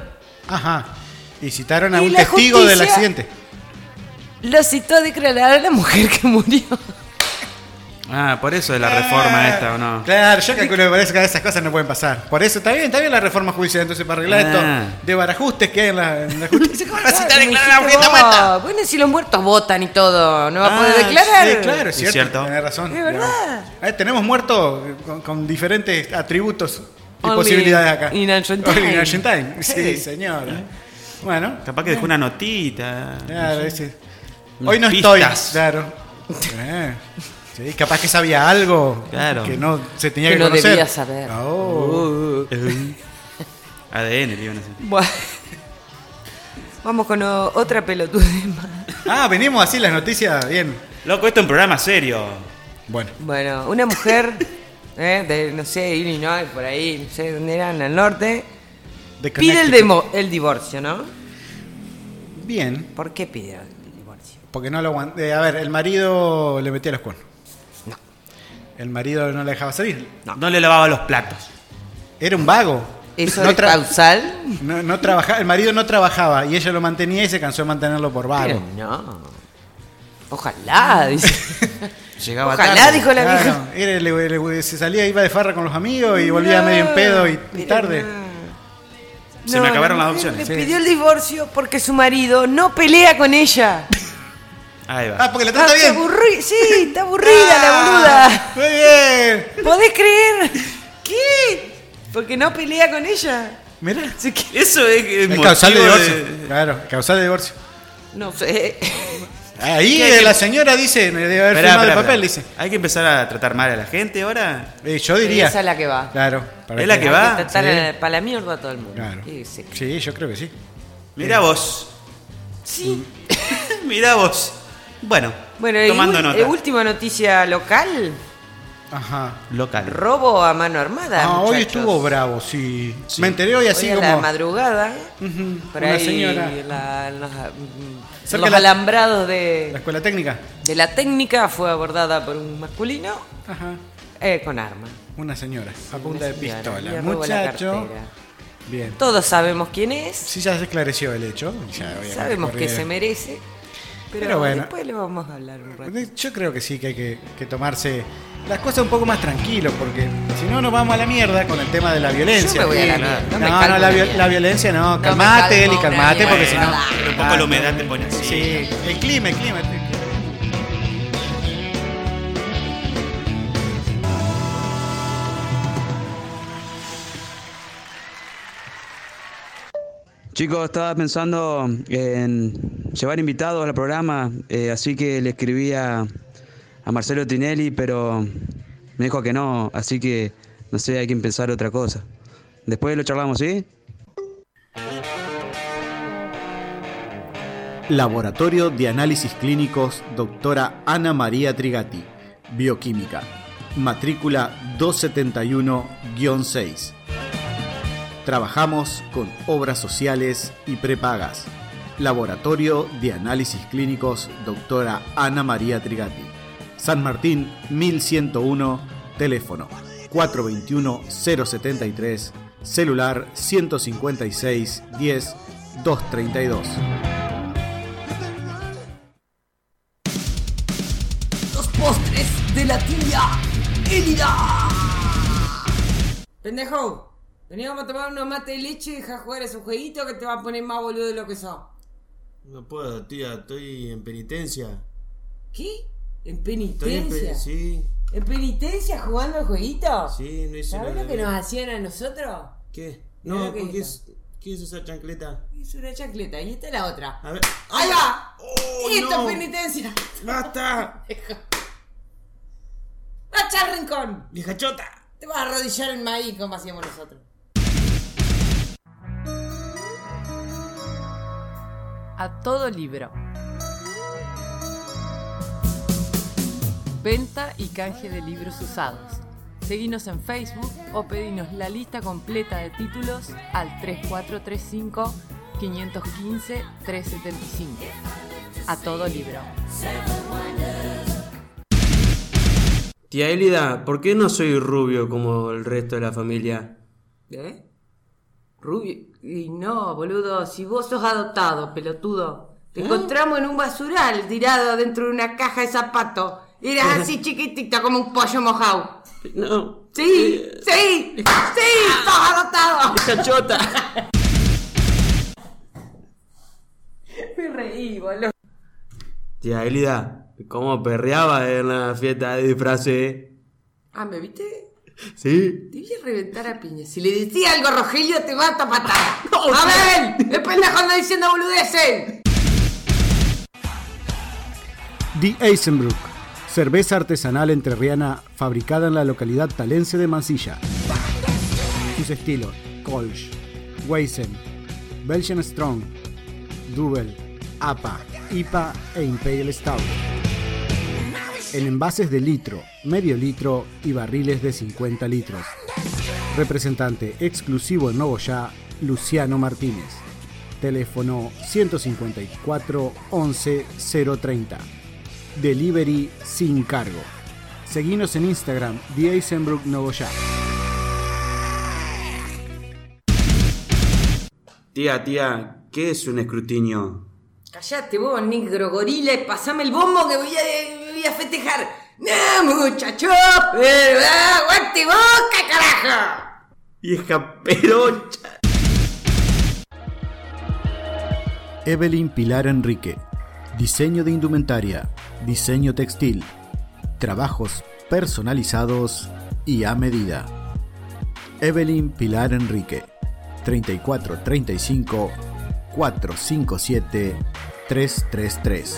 Speaker 3: Ajá. Y citaron a
Speaker 5: Y
Speaker 3: un
Speaker 5: la
Speaker 3: testigo del
Speaker 5: justicia-
Speaker 3: accidente.
Speaker 5: Lo citó a declarar a la mujer que murió.
Speaker 6: Ah, por eso de la reforma esta, ¿o no?
Speaker 3: Eh, Claro, yo calculo que por eso que esas cosas no pueden pasar. Por eso está bien, está bien la reforma judicial, entonces para arreglar
Speaker 6: Ah.
Speaker 3: esto de barajustes que hay en la, en la justicia. ¿Cómo vas a citar
Speaker 5: Claro,
Speaker 3: a declarar a
Speaker 5: me dijiste
Speaker 3: Julieta muerta?
Speaker 5: vos. "Oh, Bueno, si los muertos votan y todo, no va a poder
Speaker 6: Ah,
Speaker 5: declarar.
Speaker 3: Sí, claro, es
Speaker 6: Es
Speaker 3: cierto,
Speaker 6: cierto.
Speaker 3: tenés razón.
Speaker 5: Es verdad.
Speaker 3: Eh, tenemos muertos con, con diferentes atributos y
Speaker 5: Only
Speaker 3: posibilidades acá.
Speaker 5: in Argentine.
Speaker 3: Only in Argentine. Sí,
Speaker 5: Sí.
Speaker 3: señora. Bueno,
Speaker 6: Capaz que dejó una notita.
Speaker 3: claro, ese-
Speaker 6: Unas
Speaker 3: hoy no
Speaker 6: pistas.
Speaker 3: estoy. Claro. Eh, sí, capaz que sabía algo
Speaker 6: Claro.
Speaker 3: que no se tenía
Speaker 5: Que
Speaker 3: que,
Speaker 5: no
Speaker 3: conocer.
Speaker 5: debía saber. Uh.
Speaker 3: Oh.
Speaker 6: ADN, le iban a decir.
Speaker 5: Bueno. Vamos con o- otra pelotudez más.
Speaker 3: Ah, venimos así las noticias, bien.
Speaker 6: Loco, esto es un programa serio.
Speaker 3: Bueno.
Speaker 5: Bueno, una mujer eh, de, no sé, Illinois, por ahí, no sé dónde era, en el norte,
Speaker 3: de
Speaker 5: pide el,
Speaker 3: Connecticut.
Speaker 5: demo- el divorcio, ¿no?
Speaker 3: Bien,
Speaker 5: ¿Por qué pide el divorcio?
Speaker 3: porque no lo aguanté. a ver, el marido le metía los cuernos.
Speaker 5: No.
Speaker 3: El marido no la dejaba salir.
Speaker 5: No.
Speaker 6: No. le lavaba los platos.
Speaker 3: Era un vago.
Speaker 5: ¿Eso
Speaker 3: no
Speaker 5: es
Speaker 3: tra-
Speaker 5: causal?
Speaker 3: No, no trabajaba, el marido no trabajaba y ella lo mantenía y se cansó de mantenerlo por vago.
Speaker 5: Pero no. Ojalá, dice.
Speaker 6: Llegaba
Speaker 5: Ojalá,
Speaker 6: tarde.
Speaker 5: dijo la
Speaker 3: Claro,
Speaker 5: vieja.
Speaker 3: era- le- le- se salía, iba de farra con los amigos y volvía
Speaker 5: No,
Speaker 3: medio en pedo y
Speaker 5: pero
Speaker 3: tarde.
Speaker 5: no.
Speaker 6: Se me acabaron
Speaker 5: la
Speaker 6: las
Speaker 5: mujer
Speaker 6: opciones.
Speaker 5: Le pidió el divorcio porque su marido no pelea con ella.
Speaker 6: Ahí va.
Speaker 3: Ah, porque la trata
Speaker 5: Está
Speaker 3: bien.
Speaker 5: aburri- Sí, está aburrida
Speaker 3: Ah,
Speaker 5: la
Speaker 3: Muy bien.
Speaker 5: boluda. ¿Podés creer? ¿Qué? Porque no pelea con ella.
Speaker 6: Mirá.
Speaker 5: Así que-
Speaker 6: Eso es.
Speaker 7: Es
Speaker 6: motivo
Speaker 7: causal de divorcio.
Speaker 6: de-
Speaker 7: Claro, causal de divorcio.
Speaker 5: No sé.
Speaker 7: Ahí
Speaker 6: ¿Qué hay que-
Speaker 7: la señora dice, me debe haber
Speaker 6: Esperá,
Speaker 7: firmado el
Speaker 6: esperá,
Speaker 7: papel,
Speaker 6: esperá. Hay que empezar a tratar mal a la gente ahora.
Speaker 7: dice. Eh, yo diría.
Speaker 5: Esa es la que va.
Speaker 7: Claro. para
Speaker 6: Es la que va.
Speaker 5: Hay que tratar
Speaker 7: Sí.
Speaker 5: a- para la mierda a todo el mundo.
Speaker 7: Claro.
Speaker 5: Y sí.
Speaker 7: Sí, yo creo que sí.
Speaker 6: Mirá vos.
Speaker 5: Sí.
Speaker 6: Mirá vos. Bueno,
Speaker 5: Bueno, y
Speaker 6: tomando
Speaker 5: ul-
Speaker 6: nota.
Speaker 5: eh, última noticia local.
Speaker 7: Ajá.
Speaker 6: Local.
Speaker 5: Robo a mano armada.
Speaker 7: Ah, hoy
Speaker 5: muchachos.
Speaker 7: estuvo bravo, sí. Me enteré hoy
Speaker 5: Hoy
Speaker 7: así
Speaker 5: a la
Speaker 7: como.
Speaker 5: madrugada. por
Speaker 7: una
Speaker 5: ahí
Speaker 7: señora.
Speaker 5: la- los, mm,
Speaker 7: Cerca
Speaker 5: los
Speaker 7: la-
Speaker 5: alambrados
Speaker 7: La
Speaker 5: de,
Speaker 7: escuela técnica.
Speaker 5: de la técnica fue abordada por un masculino
Speaker 7: Ajá.
Speaker 5: eh, con arma.
Speaker 7: Una señora. A punta
Speaker 5: Una
Speaker 7: de
Speaker 5: señora, le
Speaker 7: pistola.
Speaker 5: robó la
Speaker 7: Muchacho.
Speaker 5: cartera.
Speaker 7: Bien.
Speaker 5: Todos sabemos quién es,
Speaker 7: Sí, ya se esclareció el hecho. Ya, obviamente,
Speaker 5: sabemos que
Speaker 7: corrieron.
Speaker 5: se merece, pero,
Speaker 7: Pero bueno. Pues
Speaker 5: después lo vamos a hablar un rato.
Speaker 7: Yo creo que sí, que hay que, que tomarse las cosas un poco más tranquilos, porque si no nos vamos a la mierda con el tema de la violencia.
Speaker 5: Yo me voy a la
Speaker 7: Sí,
Speaker 5: mierda,
Speaker 7: No,
Speaker 5: no me
Speaker 7: no,
Speaker 5: calmo
Speaker 7: la,
Speaker 5: una
Speaker 7: vi-
Speaker 5: mierda.
Speaker 7: la violencia no,
Speaker 5: me
Speaker 7: calmate,
Speaker 5: calmo
Speaker 7: Eli,
Speaker 5: una
Speaker 7: calmate, porque si no...
Speaker 5: mierda.
Speaker 6: Pero un poco la humedad te pone así.
Speaker 7: Sí, el clima, el clima. el clima.
Speaker 8: Chicos, estaba pensando en llevar invitados al programa, eh, así que le escribí a, a Marcelo Tinelli, pero me dijo que no, así que no sé, hay que pensar otra cosa. Después lo charlamos, ¿sí?
Speaker 3: Laboratorio de Análisis Clínicos, doctora Ana María Trigati, Bioquímica, matrícula 271-6. Trabajamos con obras sociales y prepagas. Laboratorio de Análisis Clínicos, doctora Ana María Trigati, San Martín 1101, teléfono 421-073, celular 156 10 232.
Speaker 9: Los postres de la tía Elida.
Speaker 5: Pendejo, veníamos a tomar unos mate de leche y deja jugar esos jueguitos que te va a poner más boludo de lo que sos.
Speaker 10: No puedo, tía, estoy en penitencia.
Speaker 5: ¿Qué? ¿En
Speaker 10: Estoy en
Speaker 5: penitencia?
Speaker 10: pe- sí,
Speaker 5: ¿En penitencia jugando al jueguito?
Speaker 10: sí, no hice
Speaker 5: ¿Sabés
Speaker 10: nada.
Speaker 5: lo que nos hacían a nosotros?
Speaker 10: ¿Qué?
Speaker 5: Mirá
Speaker 10: No,
Speaker 5: lo que
Speaker 10: ¿por qué
Speaker 5: hizo.
Speaker 10: es, ¿qué es esa chancleta?
Speaker 5: Es una chancleta y esta es la otra.
Speaker 10: A ver.
Speaker 5: ¡Ahí va!
Speaker 10: ¡Oh,
Speaker 5: ¡Esto
Speaker 10: no!
Speaker 5: es penitencia!
Speaker 10: ¡Basta!
Speaker 5: ¡Macha al rincón!
Speaker 10: ¡Vieja chota!
Speaker 5: Te vas a arrodillar en maíz como hacíamos nosotros.
Speaker 9: A todo libro. Venta y canje de libros usados. Seguinos en Facebook o pedinos la lista completa de títulos al 3435 515 375. A todo libro.
Speaker 11: Tía Elida, ¿por qué no soy rubio como el resto de la familia?
Speaker 5: ¿Eh? Rubio. Y no, boludo, si vos sos adoptado, pelotudo. Te encontramos en un basural tirado dentro de una caja de zapatos. Eras así chiquitita como un pollo mojado.
Speaker 11: No.
Speaker 5: ¡Sí! ¡Sí! ¡Sí! ¡Sos adoptado!
Speaker 11: ¡Cachota!
Speaker 5: Me reí, boludo.
Speaker 11: Tía Elida, ¿cómo perreaba en la fiesta de disfraces?
Speaker 5: Ah, ¿me viste?
Speaker 11: ¿Sí?
Speaker 5: Te voy a reventar a piña. Si le decía algo a Rogelio, te mato a patada. ¡A ver! ¡El pendejo anda diciendo boludeces!
Speaker 3: The Eisenbrook, cerveza artesanal entrerriana fabricada en la localidad talense de Mansilla. Sus estilos: Kolsch, Weizen, Belgian Strong, Double, APA, IPA e Imperial Stout. En envases de litro, medio litro y barriles de 50 litros. Representante exclusivo en Nogoyá, Luciano Martínez. Teléfono 154 11 030. Delivery sin cargo. Seguinos en Instagram, The Eisenbrook Nogoyá.
Speaker 11: Tía, tía, ¿qué es un escrutinio?
Speaker 5: Callate vos, negro gorila, y pasame el bombo que voy a, voy a festejar. ¡No, muchacho! pero, ah, ¡Aguante boca, carajo!
Speaker 11: ¡Vieja peroncha!
Speaker 3: Evelyn Pilar Enrique. Diseño de indumentaria, diseño textil, trabajos personalizados y a medida. Evelyn Pilar Enrique. 3435 457 333.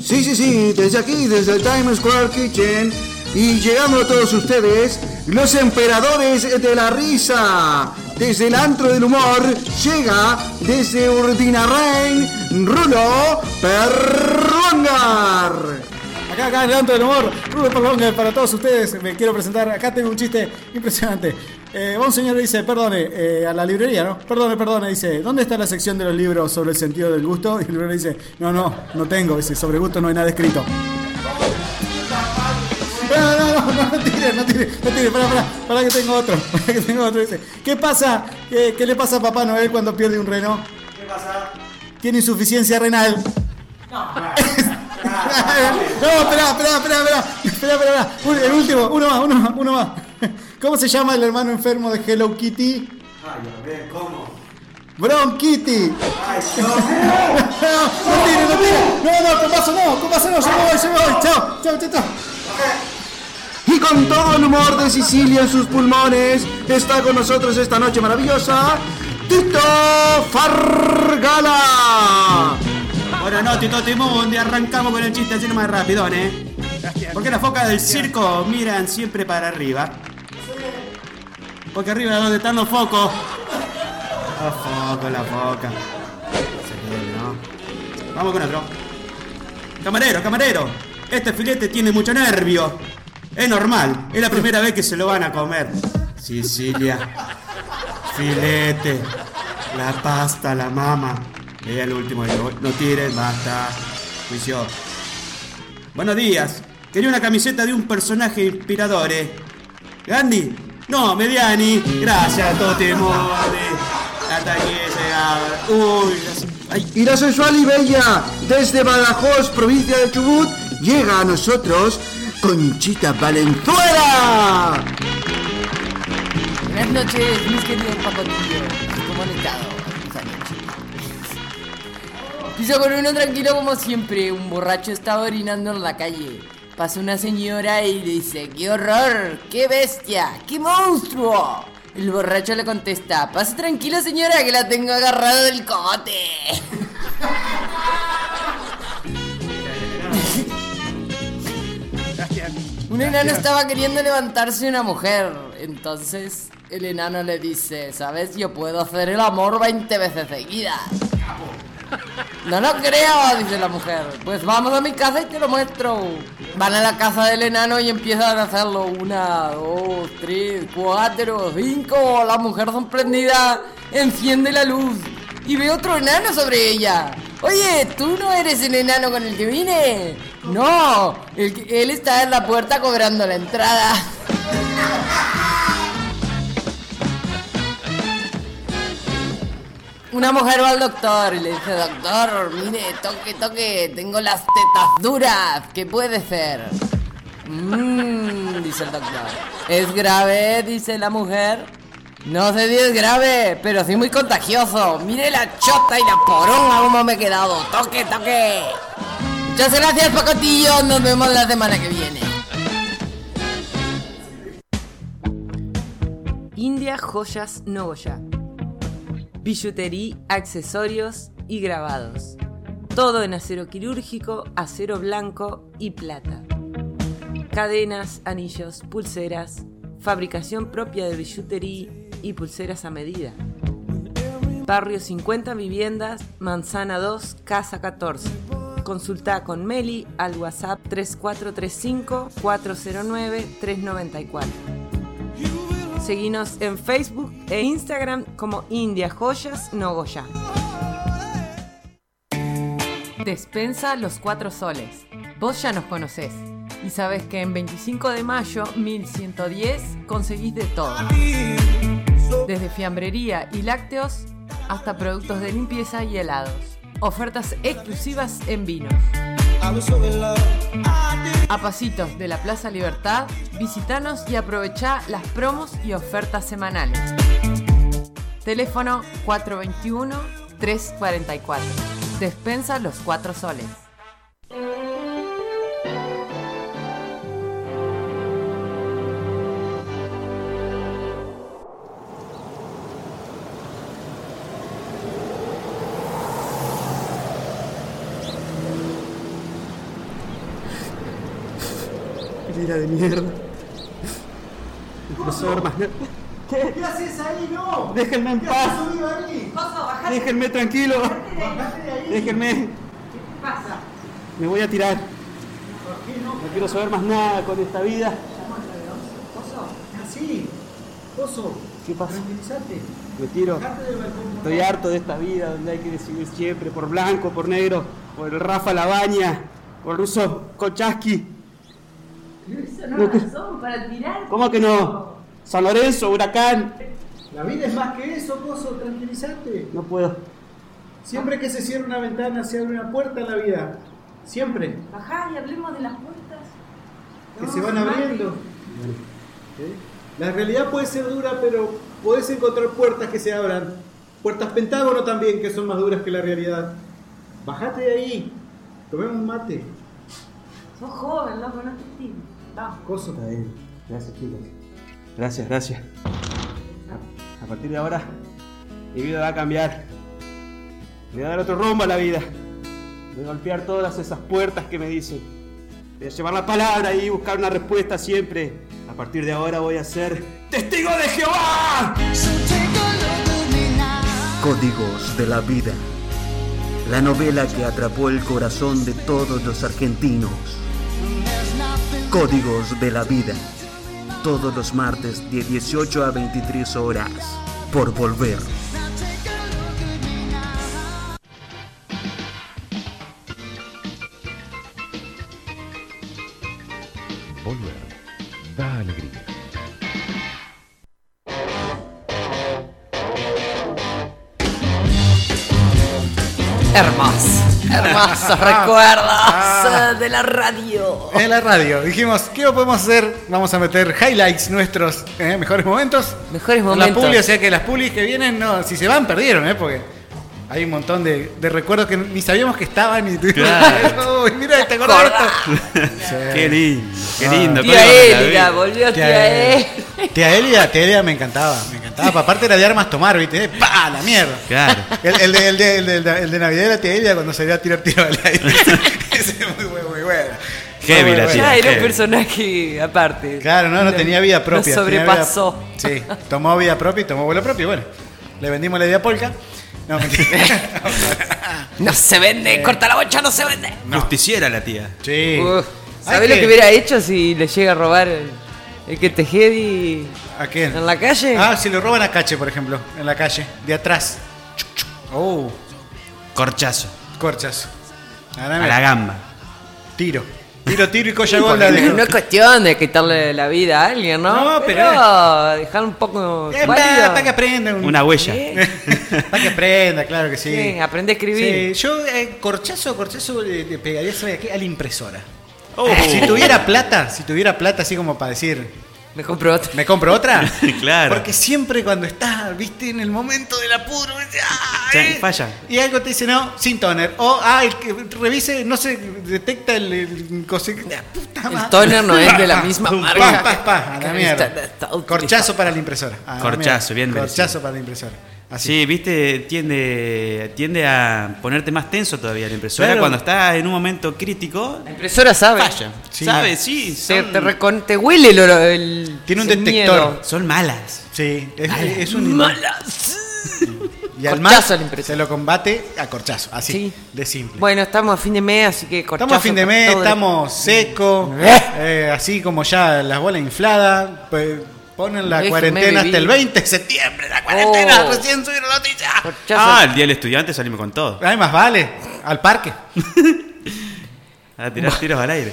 Speaker 11: Sí, sí, sí, desde aquí, desde el Times Square Kitchen. Y llegamos a todos ustedes, los emperadores de la risa. Desde el antro del humor, llega desde Urdinarrain, Rulo Perrongar.
Speaker 3: Acá, acá, el antro del humor, Rulo Perlonga, para todos ustedes, me quiero presentar. Acá tengo un chiste impresionante. Eh, va un señor y dice, perdone, eh, a la librería, ¿no? Perdone, perdone, dice, ¿dónde está la sección de los libros sobre el sentido del gusto? Y el librero dice, no, no, no tengo, dice, sobre gusto no hay nada escrito. No, no, no, no, no tire, no tire, no tire, para, para, para que tengo otro, para que tengo otro, dice, ¿qué pasa? eh, ¿Qué, qué le pasa a Papá Noel cuando pierde un reno?
Speaker 12: ¿Qué pasa?
Speaker 3: Tiene insuficiencia renal.
Speaker 12: No,
Speaker 3: No, espera, espera, espera, espera, espera, espera, un- el último, uno más, uno más, uno más. ¿Cómo se llama el hermano enfermo de Hello Kitty?
Speaker 12: Ay, a ver, ¿cómo?
Speaker 3: Bronquiti.
Speaker 12: Ay,
Speaker 3: No, no tire, no tire. No, no, compaso no, compaso no, yo me voy, yo me voy. Chao, chao, chao, chao.
Speaker 11: Y con todo el humor de Sicilia en sus pulmones, está con nosotros esta noche maravillosa, Tito Fargala.
Speaker 6: Buenas noches, Toti Mundi. Arrancamos con el chiste así nomás rapidón, ¿eh? Porque las focas del circo miran siempre para arriba. Porque arriba es donde están los focos. Los focos, la foca. Se quede, ¿no? Vamos con otro. Camarero, camarero. Este filete tiene mucho nervio. Es normal. Es la primera vez que se lo van a comer. Sicilia. Filete. La pasta, la mama. Leía el último y luego, no tires, basta. Juicio. Buenos días. Quería una camiseta de un personaje inspirador, eh. Gandhi. No, Mediani. Gracias, Tote Mori. Hasta aquí llegaba. Uy,
Speaker 11: Y la sensual y bella, desde Badajoz, provincia de Chubut, llega a nosotros Conchita Valenzuela.
Speaker 13: Buenas noches, mis queridos papotillos. ¿Cómo han estado? Esta noche. Y yo con uno tranquilo como siempre, un borracho estaba orinando en la calle. Pasa una señora y le dice, ¡qué horror! ¡Qué bestia! ¡Qué monstruo! El borracho le contesta, pase tranquilo señora que la tengo agarrado del cogote. Un enano estaba queriendo levantarse una mujer. Entonces el enano le dice, ¿sabes? Yo puedo hacer el amor 20 veces seguidas. No lo creo, dice la mujer. Pues vamos a mi casa y te lo muestro. Van a la casa del enano y empiezan a hacerlo. Una, dos, tres, cuatro, cinco. La mujer sorprendida enciende la luz y ve otro enano sobre ella. Oye, ¿tú no eres el enano con el que vine? No, el que- él está en la puerta cobrando la entrada. Una mujer va al doctor y le dice, doctor, mire, toque, toque, tengo las tetas duras, ¿qué puede ser? Mmm, dice el doctor. ¿Es grave? dice la mujer. No sé si es grave, pero sí muy contagioso. Mire la chota y la poronga cómo me he quedado. Toque, toque. Muchas gracias, Pacotillo. Nos vemos la semana que viene. India Joyas Nogoya. Billutería, accesorios y grabados. Todo en acero quirúrgico, acero blanco y plata. Cadenas, anillos, pulseras, fabricación propia de billutería y pulseras a medida. Barrio 50 Viviendas, Manzana 2, Casa 14. Consulta con Meli al WhatsApp 3435 409 394. Seguinos en Facebook e Instagram como India Joyas Nogoya. Despensa Los Cuatro Soles. Vos ya nos conocés. Y sabes que en 25 de mayo 1110 conseguís de todo. Desde fiambrería y lácteos hasta productos de limpieza y helados. Ofertas exclusivas en vinos. A pasitos de la Plaza Libertad, visitanos y aprovecha las promos y ofertas semanales. Teléfono 421-344. Despensa los 4 soles.
Speaker 11: Mira de mierda. El profesor Magna-
Speaker 14: ¿Qué? ¿Qué haces ahí, no?
Speaker 11: Déjenme en
Speaker 14: ¿Qué
Speaker 11: paz.
Speaker 14: haces subido ahí? Pasa, bajate.
Speaker 11: Déjenme tranquilo.
Speaker 14: Bajate de ahí.
Speaker 11: Déjenme.
Speaker 14: ¿Qué pasa?
Speaker 11: Me voy a tirar.
Speaker 14: ¿Por qué no?
Speaker 11: No quiero saber más nada con esta vida.
Speaker 14: ¿Coso? Así. Coso.
Speaker 11: ¿Qué pasa?
Speaker 14: Tranquilizate.
Speaker 11: Me tiro.
Speaker 14: Bajate del balcón.
Speaker 11: Estoy harto de esta vida donde hay que decidir siempre por blanco, por negro, por el Rafa Labaña, por ruso Kochaski.
Speaker 14: Esa
Speaker 11: no es
Speaker 14: razón para tirar.
Speaker 11: ¿Cómo que no? San Lorenzo, Huracán.
Speaker 14: La vida es más que eso, Coso. Tranquilizate.
Speaker 11: No puedo.
Speaker 14: Siempre que se cierra una ventana, se abre una puerta en la vida. Siempre. Bajá y hablemos de las puertas. Que se van abriendo.
Speaker 15: ¿Eh? La realidad puede ser dura, pero podés encontrar puertas que se abran. Puertas Pentágono también, que son más duras que la realidad. Bajate de ahí. Tomemos un mate.
Speaker 14: Sos joven, loco, no te tibio. Vamos.
Speaker 11: Coso. Está bien. Gracias, chicos. Gracias, gracias. A, a partir de ahora, mi vida va a cambiar. Le voy a dar otro rumbo a la vida. Voy a golpear todas esas puertas que me dicen. Voy a llevar la palabra y buscar una respuesta siempre. A partir de ahora voy a ser testigo de Jehová.
Speaker 16: Códigos de la Vida. La novela que atrapó el corazón de todos los argentinos. Códigos de la Vida. Todos los martes de 18 a 23 horas. Por volver.
Speaker 17: Volver da alegría.
Speaker 5: Hermoso, hermosos recuerdos de la radio.
Speaker 3: En la radio dijimos, ¿qué podemos hacer? Vamos a meter highlights nuestros eh, mejores momentos.
Speaker 5: Mejores
Speaker 3: Las
Speaker 5: momentos.
Speaker 3: publi, o sea que las publis que vienen, no, si se van, perdieron, ¿eh? Porque hay un montón de, de recuerdos que ni sabíamos que estaban. Y
Speaker 6: Claro.
Speaker 3: Uy, mira, te acordás de esto.
Speaker 6: Qué lindo, qué
Speaker 3: Ah.
Speaker 6: lindo.
Speaker 3: Tía
Speaker 6: cómo la
Speaker 3: Elida,
Speaker 6: vi.
Speaker 5: volvió
Speaker 3: Tía
Speaker 5: tía
Speaker 3: Elida. Tía Elida, tía Elida me encantaba, me encantaba. Aparte era de armas tomar, ¿viste? Eh, ¡Pa! La mierda.
Speaker 6: Claro.
Speaker 3: El, el de, el, de, el, de, el de- el de Navidad era tía Elida cuando salía a tirar tiro al aire.
Speaker 6: Heavy la
Speaker 5: Ya
Speaker 6: tía.
Speaker 5: era un
Speaker 6: heavy.
Speaker 5: personaje aparte.
Speaker 3: Claro, no, no tenía vida propia.
Speaker 5: Lo
Speaker 3: tenía
Speaker 5: sobrepasó.
Speaker 3: vida- sí, tomó vida propia y tomó vuelo propio. Bueno, le vendimos la idea a Polka. No, mentira.
Speaker 5: No se vende,
Speaker 3: Eh.
Speaker 5: corta la bocha, no se vende.
Speaker 6: Justiciera la tía.
Speaker 3: Sí.
Speaker 5: Uf,
Speaker 3: Hay
Speaker 5: ¿Sabés lo
Speaker 3: que-
Speaker 5: que hubiera hecho si le llega a robar el, el que te heavy?
Speaker 3: ¿A quién?
Speaker 5: ¿En la calle?
Speaker 3: Ah, si le roban a Cache, por ejemplo, en la calle, de atrás. Chuc, chuc. Oh,
Speaker 6: Corchazo.
Speaker 3: corchas.
Speaker 6: A la gamba.
Speaker 3: Tiro. Tiro, tiro y colla
Speaker 5: Porque
Speaker 3: gol la
Speaker 5: no,
Speaker 3: dejó.
Speaker 5: no es cuestión de quitarle la vida a alguien, ¿no?
Speaker 3: No, pero-
Speaker 5: dejar un poco.
Speaker 3: Eh,
Speaker 5: válido.
Speaker 3: Hasta que aprenda. un-
Speaker 6: Una huella.
Speaker 3: Hasta que aprenda, claro que sí.
Speaker 5: Sí, aprende a escribir.
Speaker 3: Sí, yo eh, corchazo, corchazo le, le pegaría ¿sabe a qué? a la impresora.
Speaker 6: Oh.
Speaker 3: Ah, Si tuviera plata, si tuviera plata así como para decir,
Speaker 5: me compro otra.
Speaker 3: ¿Me compro otra?
Speaker 6: claro.
Speaker 3: Porque siempre cuando estás, viste, en el momento del apuro, dices, "Ah,
Speaker 6: Che,
Speaker 3: eh",
Speaker 6: falla.
Speaker 3: y algo te dice, no, sin toner. O, ah, el que revise, no se detecta el, el cosi- la puta madre.
Speaker 5: toner no es de la misma
Speaker 3: Pum,
Speaker 5: marca
Speaker 3: Pa, pa, pa, a
Speaker 5: que está-
Speaker 3: la mierda.
Speaker 5: está
Speaker 3: Corchazo para la impresora. A la
Speaker 6: Corchazo,
Speaker 3: mierda.
Speaker 6: bien merecido.
Speaker 3: Corchazo para la impresora.
Speaker 6: Sí, viste, tiende, tiende a ponerte más tenso todavía la impresora
Speaker 5: Claro.
Speaker 6: cuando estás en un momento crítico. La
Speaker 5: impresora sabe.
Speaker 6: Falla.
Speaker 5: Sí.
Speaker 6: Sabe, sí.
Speaker 5: Te,
Speaker 6: son-
Speaker 5: te recon- te huele el, oro- el-
Speaker 3: Mm. Tiene un
Speaker 5: el
Speaker 3: detector.
Speaker 5: miedo.
Speaker 6: Son malas.
Speaker 3: Sí, es,
Speaker 5: Malas.
Speaker 3: es un Y al más
Speaker 5: Corchazo
Speaker 3: se lo combate a corchazo, así, de simple.
Speaker 5: Bueno, estamos a fin de mes, así que corchazo.
Speaker 3: Estamos a fin de mes,
Speaker 5: todo el-
Speaker 3: estamos seco, eh, así como ya las bolas infladas. pues, ponen la
Speaker 5: Déjenme
Speaker 3: cuarentena hasta el
Speaker 5: vivir.
Speaker 3: 20 de septiembre, la cuarentena.
Speaker 5: Oh.
Speaker 3: Recién subieron la noticia.
Speaker 6: Ah, el día del estudiante salimos con todo.
Speaker 3: Ay, más vale, al parque.
Speaker 6: A tirar tiros al aire.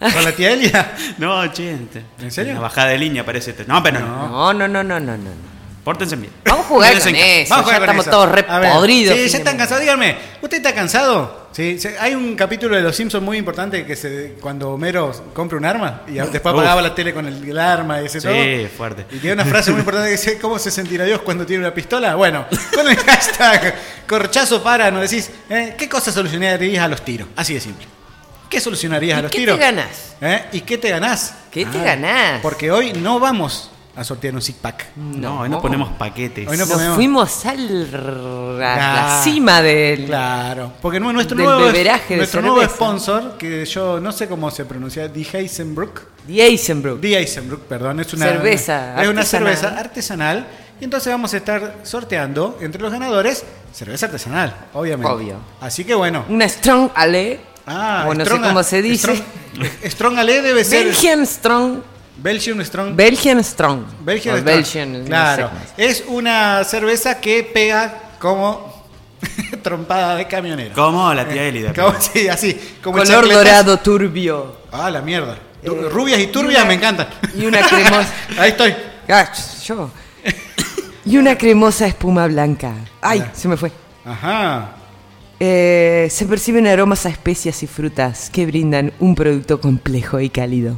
Speaker 3: ¿Con la tía Elia?
Speaker 6: no, che. ¿En serio? Una bajada de línea parece. este. No, pero no.
Speaker 5: No, no, no, no, no. no.
Speaker 6: Pórtense bien.
Speaker 5: Vamos a jugar con eso, ya estamos todos re
Speaker 3: A ver,
Speaker 5: podridos,
Speaker 3: Sí, ya
Speaker 5: fin de
Speaker 3: están cansados. Díganme, ¿usted está cansado? Sí, sí, hay un capítulo de Los Simpsons muy importante que se, cuando Homero compra un arma y a- después
Speaker 6: Uf.
Speaker 3: apagaba la tele con el, el arma y ese
Speaker 6: Sí,
Speaker 3: todo.
Speaker 6: fuerte.
Speaker 3: Y tiene una frase muy importante que dice, ¿cómo se sentirá Dios cuando tiene una pistola? Bueno, con el hashtag corchazo para, nos decís, eh, ¿qué cosa solucionarías a los tiros? Así de simple. ¿Qué solucionarías a los
Speaker 5: ¿Qué
Speaker 3: tiros?
Speaker 5: te ganás?
Speaker 3: ¿Eh? ¿Y qué te ganás?
Speaker 5: ¿Qué te ganás?
Speaker 3: Ah, Porque hoy no vamos a sortear un zig pack.
Speaker 6: No, hoy no ponemos paquetes.
Speaker 3: Hoy no
Speaker 5: Nos
Speaker 3: ponemos-
Speaker 5: fuimos al, a la
Speaker 3: Ah,
Speaker 5: cima del.
Speaker 3: Claro. Porque nu- nuestro
Speaker 5: del
Speaker 3: nuevo,
Speaker 5: beberaje de
Speaker 3: nuestro
Speaker 5: cerveza.
Speaker 3: nuevo sponsor, que yo no sé cómo se pronuncia, D. Heisenbrook.
Speaker 5: D. Heisenbrook.
Speaker 3: D. Heisenbrook, perdón. Es una
Speaker 5: Cerveza
Speaker 3: Es una
Speaker 5: artesanal.
Speaker 3: cerveza artesanal. Y entonces vamos a estar sorteando entre los ganadores cerveza artesanal, obviamente.
Speaker 5: Obvio. Mm.
Speaker 3: Así que bueno.
Speaker 5: Una Strong Ale.
Speaker 3: Ah,
Speaker 5: o no
Speaker 3: Strong
Speaker 5: sé cómo se
Speaker 3: Ale-
Speaker 5: dice.
Speaker 3: Strong, Strong Ale debe ser.
Speaker 5: Belgian Strong.
Speaker 3: Belgian Strong.
Speaker 5: Belgian Strong.
Speaker 3: Belgian
Speaker 5: O
Speaker 3: Strong.
Speaker 5: Belgian, no
Speaker 3: Claro.
Speaker 5: sé cómo es.
Speaker 3: es una cerveza que pega como trompada de camionero.
Speaker 6: Como la tía Elida.
Speaker 3: Como- sí, así. Como
Speaker 5: Color
Speaker 3: chancletas.
Speaker 5: dorado turbio.
Speaker 3: Ah, la mierda. Du- Rubias y turbias
Speaker 5: una-
Speaker 3: me encantan.
Speaker 5: Y una cremosa.
Speaker 3: Ahí estoy.
Speaker 5: Gach, Ah, yo. Y una cremosa espuma blanca. Ay, se me fue.
Speaker 3: Ajá.
Speaker 5: Eh, se perciben aromas a especias y frutas que brindan un producto complejo y cálido,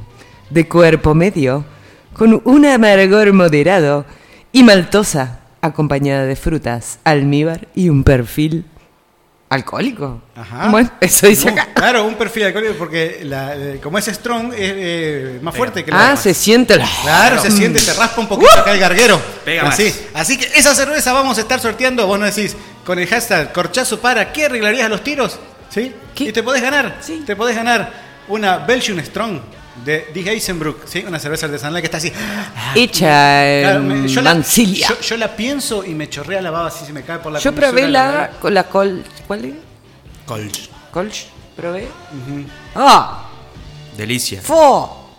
Speaker 5: de cuerpo medio, con un amargor moderado y maltosa, acompañada de frutas, almíbar y un perfil alcohólico.
Speaker 3: Ajá. Uh,
Speaker 5: Bueno, eso dice
Speaker 3: No,
Speaker 5: acá.
Speaker 3: Claro, un perfil alcohólico porque la- eh, como es strong es eh, más fuerte que la
Speaker 5: Ah,
Speaker 3: demás.
Speaker 5: se siente la...
Speaker 3: Claro, se
Speaker 5: Mm.
Speaker 3: siente, se raspa un poquito acá el garguero.
Speaker 6: Pega más.
Speaker 3: así. así que esa cerveza vamos a estar sorteando, vos nos decís, con el hashtag corchazo para, ¿qué arreglarías a los tiros? ¿Sí? Y te podés ganar, te podés ganar una Belgian Strong de D. Heisenbrook, ¿sí? Una cerveza artesanal que está así.
Speaker 5: Hecha Ah, en
Speaker 3: Claro, me- yo, la,
Speaker 5: Mancilia.
Speaker 3: yo- yo la pienso y me chorrea la baba así se me cae por la
Speaker 5: Yo
Speaker 3: comisura
Speaker 5: probé
Speaker 3: de
Speaker 5: la,
Speaker 3: garganta.
Speaker 5: la col... ¿Cuál es?
Speaker 6: Colch.
Speaker 5: Colch, probé. ¡Ah!
Speaker 6: Delicia.
Speaker 5: ¡Fo!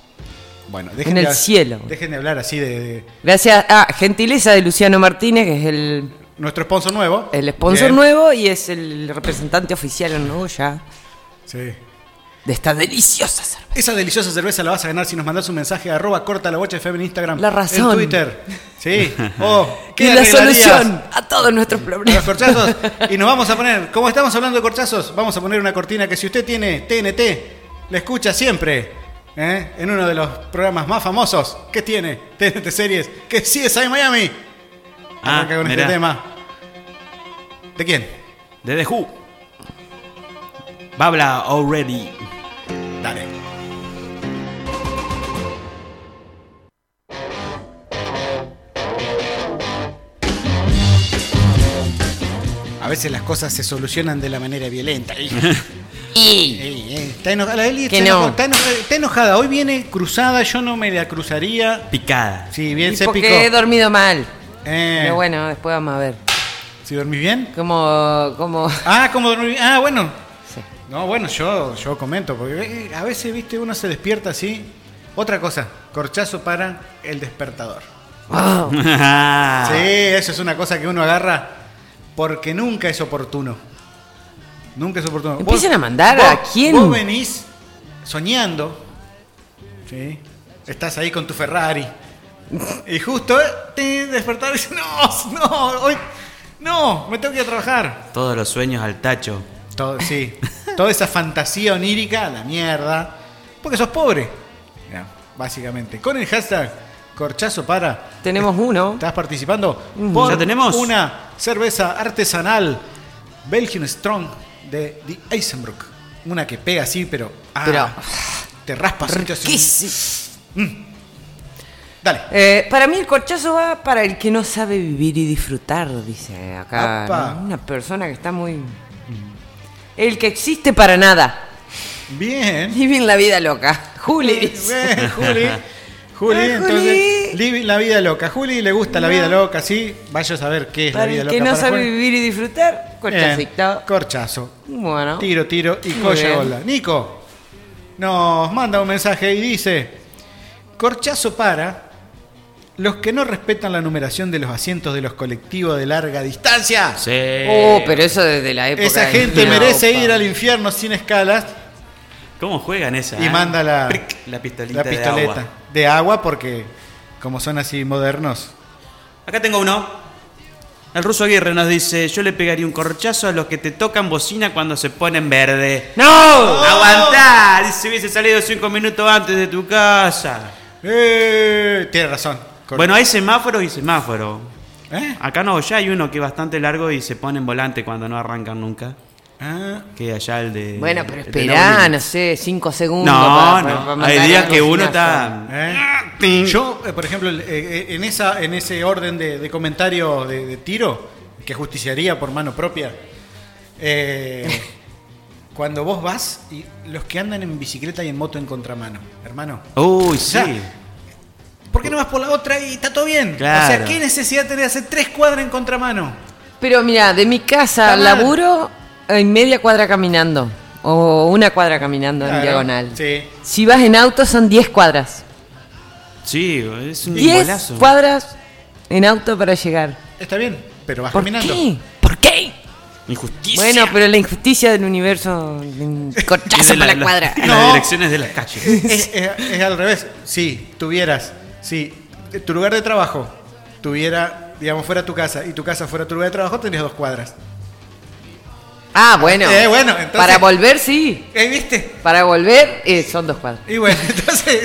Speaker 3: Bueno,
Speaker 5: En el
Speaker 3: de-
Speaker 5: cielo.
Speaker 3: Dejen de hablar así de, de-
Speaker 5: Gracias. Ah, gentileza de Luciano Martínez, que es el
Speaker 3: nuestro sponsor nuevo.
Speaker 5: El sponsor
Speaker 3: Bien.
Speaker 5: nuevo y es el representante oficial en Nuya
Speaker 3: Sí.
Speaker 5: de esta deliciosa cerveza.
Speaker 3: Esa deliciosa cerveza la vas a ganar si nos mandás un mensaje a arroba corta la bocha FM en Instagram. La
Speaker 5: razón.
Speaker 3: En Twitter. Sí. O,
Speaker 5: Y la
Speaker 3: arreglarías?
Speaker 5: solución a todos nuestros problemas.
Speaker 3: Los corchazos. Y nos vamos a poner, como estamos hablando de corchazos, vamos a poner una cortina que si usted tiene TNT, la escucha siempre. ¿eh? En uno de los programas más famosos que tiene TNT Series, que sí es ahí Miami.
Speaker 6: Ah,
Speaker 3: Arranca con
Speaker 6: mirá.
Speaker 3: este tema. ¿De quién?
Speaker 6: De The Who. Babla already.
Speaker 3: Dale. A veces las cosas se solucionan de la manera violenta. Y- Ey, ey, Está enojada, la Eli
Speaker 5: Que
Speaker 3: está,
Speaker 5: no.
Speaker 3: enojada, está enojada, está enojada. Hoy viene cruzada, yo no me la cruzaría.
Speaker 6: Picada.
Speaker 3: Si bien
Speaker 5: Y
Speaker 3: se
Speaker 5: porque
Speaker 3: picó.
Speaker 5: he dormido mal.
Speaker 3: Eh.
Speaker 5: Pero bueno, después vamos a ver.
Speaker 3: ¿Si dormís bien?
Speaker 5: Como, como.
Speaker 3: Ah, como dormí. Ah, bueno. No, bueno, yo, yo comento, porque eh, a veces, viste, uno se despierta así. Otra cosa, corchazo para el despertador.
Speaker 5: Ah.
Speaker 3: Sí, eso es una cosa que uno agarra porque nunca es oportuno. Nunca es oportuno.
Speaker 5: Empiecen a mandar, ¿a quién?
Speaker 3: Vos venís soñando. Sí. Estás ahí con tu Ferrari. Y justo eh, te despertar y dices, no, no, hoy, no, me tengo que ir a trabajar.
Speaker 6: Todos los sueños al tacho.
Speaker 3: Todo, sí. Toda esa fantasía onírica, a la mierda. Porque sos pobre. Ya, Básicamente. Con el hashtag Corchazo para.
Speaker 5: Tenemos uno.
Speaker 3: ¿Estás participando?
Speaker 5: Ujú.
Speaker 3: Por
Speaker 5: Mm, ¿Ya tenemos?
Speaker 3: Una cerveza artesanal Belgian Strong de The Eisenbrook. Una que pega así, pero. ah,
Speaker 5: Pero-
Speaker 3: te raspa así, así. Mm. Dale.
Speaker 5: Eh, para mí el corchazo va para el que no sabe vivir y disfrutar, dice acá.
Speaker 3: Apa.
Speaker 5: ¿no? Una persona que está muy. El que existe para nada.
Speaker 3: Bien.
Speaker 5: Living la vida loca. Juli dice.
Speaker 3: Bien, Juli. Juli,
Speaker 5: Ah,
Speaker 3: entonces, living la vida loca. Juli le gusta la vida
Speaker 5: No.
Speaker 3: loca, sí. Vaya a saber qué es
Speaker 5: Para
Speaker 3: la vida
Speaker 5: el
Speaker 3: loca.
Speaker 5: que no
Speaker 3: para
Speaker 5: sabe
Speaker 3: Juli.
Speaker 5: vivir y disfrutar,
Speaker 3: Bien,
Speaker 5: corchacito.
Speaker 3: Corchazo.
Speaker 5: Bueno.
Speaker 3: Tiro, tiro y
Speaker 5: Muy
Speaker 3: colla
Speaker 5: bien.
Speaker 3: gola. Nico nos manda un mensaje y dice: Corchazo para los que no respetan la numeración de los asientos de los colectivos de larga distancia.
Speaker 6: Sí.
Speaker 5: Oh, pero eso desde la época.
Speaker 3: eh, Esa
Speaker 5: de
Speaker 3: gente
Speaker 5: Mira,
Speaker 3: merece
Speaker 5: opa.
Speaker 3: ir al infierno sin escalas.
Speaker 6: ¿Cómo juegan esa?
Speaker 3: Y
Speaker 6: eh?
Speaker 3: manda la,
Speaker 6: Pric, la pistolita.
Speaker 3: la pistoleta
Speaker 6: De agua.
Speaker 3: de agua porque como son así modernos.
Speaker 6: Acá tengo uno. El ruso Aguirre nos dice: Yo le pegaría un corchazo a los que te tocan bocina cuando se ponen verde.
Speaker 5: ¡No!
Speaker 6: ¡Aguantá! Dice: hubiese salido cinco minutos antes de tu casa.
Speaker 3: Eh, tiene razón. ¿Eh? Correcto.
Speaker 6: Bueno, hay semáforos y semáforos. Acá no, ya hay uno que es bastante largo y se pone en volante cuando no arrancan nunca.
Speaker 3: ¿Ah?
Speaker 6: Que allá el de.
Speaker 5: Bueno, pero
Speaker 6: el de
Speaker 5: esperá,
Speaker 6: Naumann.
Speaker 5: Ah, no sé, cinco segundos.
Speaker 6: No,
Speaker 5: para- para- para
Speaker 6: no.
Speaker 5: mandar
Speaker 6: Hay días
Speaker 5: un
Speaker 6: que uno
Speaker 5: bocinazo.
Speaker 6: está. Mm.
Speaker 3: Eh, Yo, eh, por ejemplo, el- eh, eh, en, esa, en ese orden de, de comentarios de, de tiro, que justiciaría por mano propia, eh, cuando vos vas y los que andan en bicicleta y en moto en contramano, hermano. O
Speaker 6: Uy,
Speaker 3: sea,
Speaker 6: sí.
Speaker 3: ¿Por qué no vas por la otra y está todo bien? O sea,
Speaker 6: Claro.
Speaker 3: ¿qué necesidad tenés de hacer tres cuadras en contramano?
Speaker 5: Pero mira, de mi casa al
Speaker 3: Está mal.
Speaker 5: laburo, en media cuadra caminando. O una cuadra caminando en
Speaker 3: Claro,
Speaker 5: diagonal.
Speaker 3: sí.
Speaker 5: Si vas en auto, son 10 cuadras.
Speaker 6: Sí, es un
Speaker 5: 10
Speaker 6: golazo.
Speaker 5: cuadras en auto para llegar.
Speaker 3: Está bien, pero vas
Speaker 5: ¿Por
Speaker 3: caminando.
Speaker 5: qué? ¿Por qué?
Speaker 6: Injusticia.
Speaker 5: Bueno, pero la injusticia del universo. un
Speaker 6: Es
Speaker 5: Corchazo
Speaker 6: de
Speaker 5: para la
Speaker 6: la-
Speaker 5: cuadra.
Speaker 6: la- las direcciones de las calles.
Speaker 3: es, es- es al revés. Si tuvieras, si tu lugar de trabajo tuviera, digamos, fuera tu casa y tu casa fuera tu lugar de trabajo, tendrías dos cuadras.
Speaker 5: Ah, bueno.
Speaker 3: Eh, bueno, entonces-
Speaker 5: Para volver, sí.
Speaker 3: Eh, ¿Viste?
Speaker 5: Para volver, eh, son dos cuadras.
Speaker 3: Y bueno, entonces.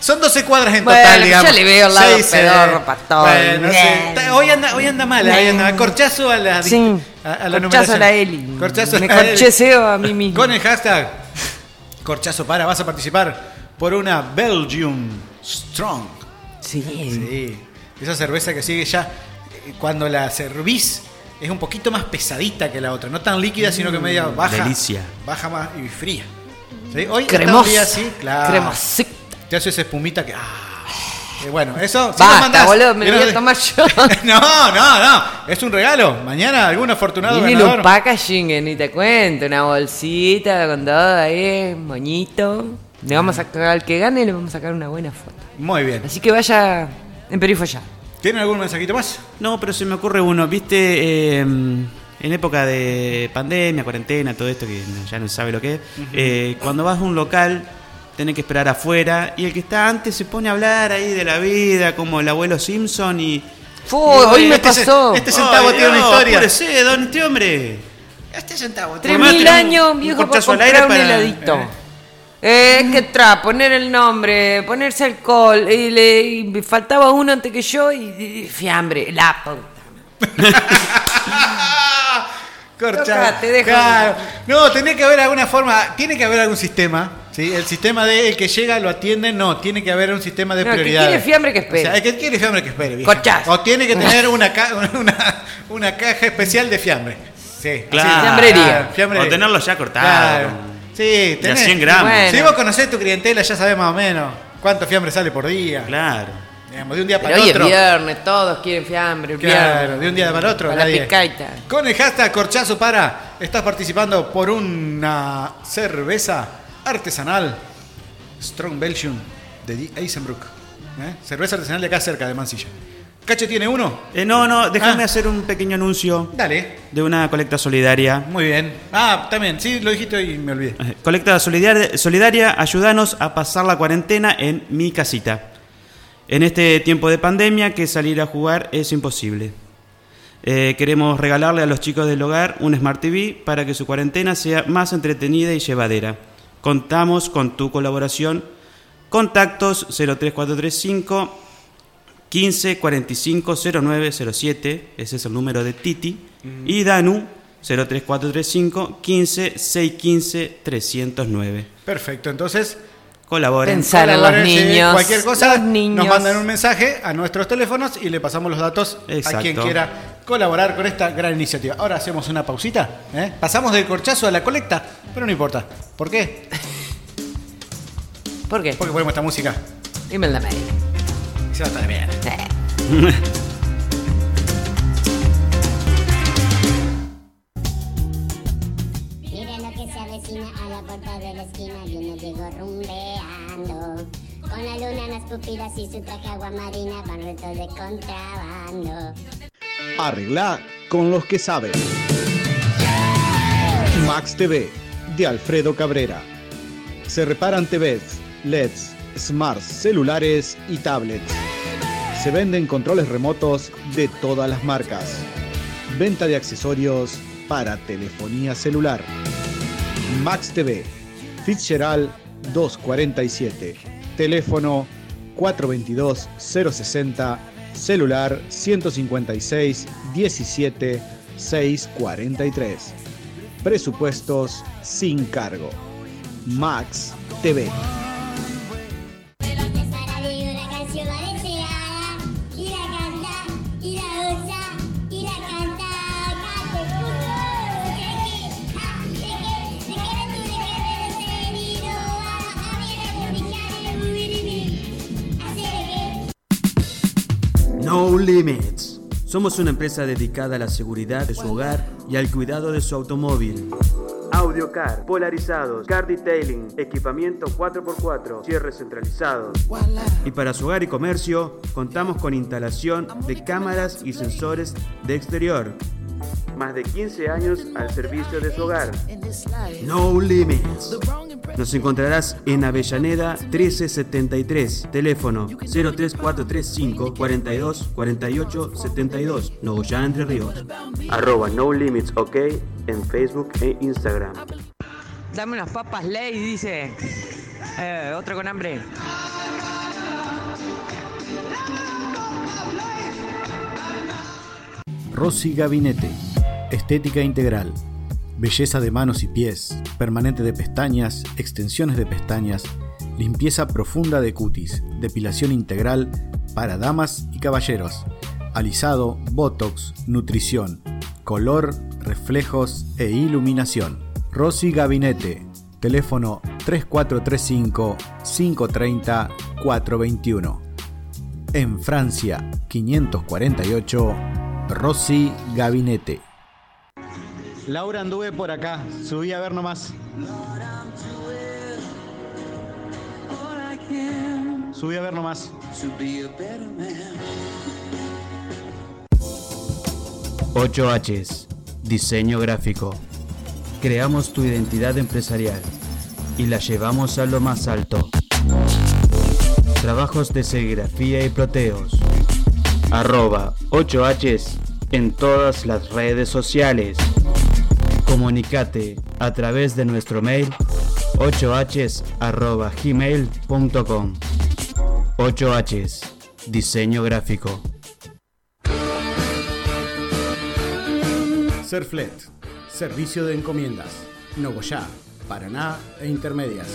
Speaker 3: son 12 cuadras en
Speaker 5: Bueno,
Speaker 3: total,
Speaker 5: yo
Speaker 3: digamos.
Speaker 5: le veo el lado
Speaker 3: Seis,
Speaker 5: pedorro,
Speaker 3: eh,
Speaker 5: patón.
Speaker 3: bueno, sí.
Speaker 5: Bien.
Speaker 3: Está- hoy, anda, hoy anda mal, hoy anda corchazo a la. di-
Speaker 5: Sí.
Speaker 3: A, a
Speaker 5: Corchazo a
Speaker 3: la numeración.
Speaker 5: la Eli.
Speaker 3: Corchazo
Speaker 5: Me
Speaker 3: a la Eli.
Speaker 5: corcheseo a mí mismo.
Speaker 3: Con el hashtag Corchazo para, vas a participar por una Belgium Strong.
Speaker 5: Sí.
Speaker 3: Esa cerveza que sigue ya, eh, cuando la servís, es un poquito más pesadita que la otra. No tan líquida, sino que media baja.
Speaker 6: Delicia.
Speaker 3: Baja más y fría. Sí, Hoy está
Speaker 5: Cremosa.
Speaker 3: un día así,
Speaker 5: Ah.
Speaker 3: claro.
Speaker 5: Cremosita.
Speaker 3: Te hace esa espumita que... ah. Eh, bueno, eso... si
Speaker 5: Basta,
Speaker 3: nos mandás-
Speaker 5: boludo, me lo
Speaker 3: Mira,
Speaker 5: voy a tomar yo.
Speaker 3: No, no, no. Es un regalo. Mañana algún afortunado
Speaker 5: Viene
Speaker 3: ganador.
Speaker 5: un packaging, que ni te cuento, una bolsita con todo ahí, moñito. Le vamos a sacar al que gane, le vamos a sacar una buena foto.
Speaker 3: Muy bien.
Speaker 5: Así que vaya en perifollar.
Speaker 3: ¿Tienen algún mensajito más?
Speaker 6: No, pero se me ocurre uno, viste, eh, en época de pandemia, cuarentena, todo esto que no- ya no se sabe lo que es, eh, cuando vas a un local tenés que esperar afuera y el que está antes se pone a hablar ahí de la vida, como el abuelo Simpson y...
Speaker 5: Fu,
Speaker 6: y,
Speaker 5: hoy
Speaker 6: "Oye,
Speaker 5: me
Speaker 6: este se-
Speaker 5: pasó.
Speaker 6: este centavo tiene una historia. Apúrese, don, este hombre.
Speaker 3: Este centavo.
Speaker 5: Tres
Speaker 6: Por más
Speaker 5: mil
Speaker 6: tenés un-
Speaker 5: años,
Speaker 6: un
Speaker 5: viejo, por
Speaker 6: corchazo al
Speaker 5: comprar un
Speaker 6: aire para-
Speaker 5: heladito. Eh, que tra, poner el nombre, ponerse alcohol, y le y me faltaba uno antes que yo y, y- fiambre, la puta.
Speaker 3: Corcha.
Speaker 5: Toca, te dejo.
Speaker 3: Claro. No, tiene que haber alguna forma, tiene que haber algún sistema. ¿sí? El sistema de el que llega lo atiende, no, tiene que haber un sistema de
Speaker 5: No, el que
Speaker 3: prioridades.
Speaker 5: quiere fiambre, que espere.
Speaker 3: O sea, el que quiere fiambre que espere. vieja.
Speaker 5: Corchás.
Speaker 3: O tiene que tener una, ca- una, una caja especial de fiambre. Sí,
Speaker 6: Claro.
Speaker 3: así.
Speaker 6: Fiambrería.
Speaker 3: fiambrería.
Speaker 6: O tenerlo ya cortado.
Speaker 3: Sí,
Speaker 6: De a 100 gramos. Bueno.
Speaker 3: Si vos conocés tu clientela, ya sabés más o menos cuánto fiambre sale por día.
Speaker 6: Claro.
Speaker 3: Digamos, de un día para
Speaker 5: Pero hoy es
Speaker 3: otro.
Speaker 5: viernes, todos quieren fiambre, el
Speaker 3: Claro,
Speaker 5: viernes.
Speaker 3: de un día para otro.
Speaker 5: Con la
Speaker 3: nadie.
Speaker 5: picaita.
Speaker 3: Con el hashtag Corchazo para, estás participando por una cerveza artesanal Strong Belgium de D. Eisenbrook. ¿Eh? Cerveza artesanal de acá cerca, de Mansilla. ¿Cacho tiene uno?
Speaker 6: Eh, no, no, déjame hacer un pequeño anuncio
Speaker 3: Dale.
Speaker 6: de una colecta solidaria. Eh,
Speaker 3: Muy bien. Ah, también, sí, lo dijiste y me olvidé.
Speaker 6: Colecta solidaria, solidaria, ayúdanos a pasar la cuarentena en mi casita. En este tiempo de pandemia que salir a jugar es imposible. Eh, queremos regalarle a los chicos del hogar un Smart TV para que su cuarentena sea más entretenida y llevadera. Contamos con tu colaboración. Contactos 03435 15 45 0907, ese es el número de Titi, y Danu 03435 15 615 309.
Speaker 3: Perfecto, entonces.
Speaker 6: Colaboren.
Speaker 5: Pensar en los
Speaker 3: colaboren, sí,
Speaker 5: niños,
Speaker 3: Cualquier cosa,
Speaker 5: los niños.
Speaker 3: nos mandan un mensaje a nuestros teléfonos y le pasamos los datos a
Speaker 6: Exacto.
Speaker 3: quien quiera colaborar con esta gran iniciativa. Ahora hacemos una pausita. ¿eh? Pasamos del corchazo a la colecta, pero no importa. ¿Por qué?
Speaker 5: ¿Por qué?
Speaker 3: Porque ponemos esta música.
Speaker 5: Dime el nombre.
Speaker 3: Y se va a estar bien.
Speaker 5: Eh.
Speaker 18: Mira lo que se avecina a la puerta de la esquina y uno llegó rumbeando. Con la luna en las pupilas y su traje aguamarina van retos de contrabando.
Speaker 19: Arregla con los que saben. Max TV, de Alfredo Cabrera.
Speaker 11: Se reparan TVs,
Speaker 19: E
Speaker 11: LEDs, smarts, celulares y tablets. Se venden controles remotos de todas las marcas. Venta de accesorios para telefonía celular. Max TV, Fitzgerald 247. Teléfono 422-060, celular 156-17-643. Presupuestos sin cargo. Max TV.
Speaker 18: Para vivir una canción la deseada, ir a cantar, ir a gozar, ir a cantar, cante puto, llegué, ah, llegué, me quedé tú, me quedé detenido, a ver, a publicar el movimiento, hacer que
Speaker 20: No Limits.
Speaker 6: Somos una empresa dedicada a la seguridad de su hogar y al cuidado de su automóvil. Audiocar, polarizados, car detailing, equipamiento 4x4, cierre centralizado. Y para su hogar y comercio, contamos con instalación de cámaras y sensores de exterior. Más de 15 años al servicio de su hogar.
Speaker 20: No Limits.
Speaker 6: Nos encontrarás en Avellaneda 1373, teléfono 03435 42 48 72, Nogoyá Entre Ríos. Arroba No Limits OK en Facebook e Instagram.
Speaker 21: Dame unas papas ley, dice. Eh, otro con hambre.
Speaker 3: Rosy Gabinete. Estética integral. Belleza de manos y pies, permanente de pestañas, extensiones de pestañas, limpieza profunda de cutis, depilación integral para damas y caballeros, alisado, botox, nutrición, color, reflejos e iluminación. Rosy Gabinete. Teléfono 3435 530 421. En Francia 548 Rosy Gabinete.
Speaker 11: Laura anduve por acá, subí a ver nomás. Subí a ver nomás.
Speaker 22: Hola,
Speaker 6: 8Hs. Diseño gráfico. Creamos tu identidad empresarial y la llevamos a lo más alto. Trabajos de serigrafía y proteos. Arroba 8Hs en todas las redes sociales. Comunicate a través de nuestro mail 8Hs arroba gmail.com. 8Hs. Diseño gráfico.
Speaker 3: Serflet, servicio de encomiendas. Nogoyá, Paraná e intermedias.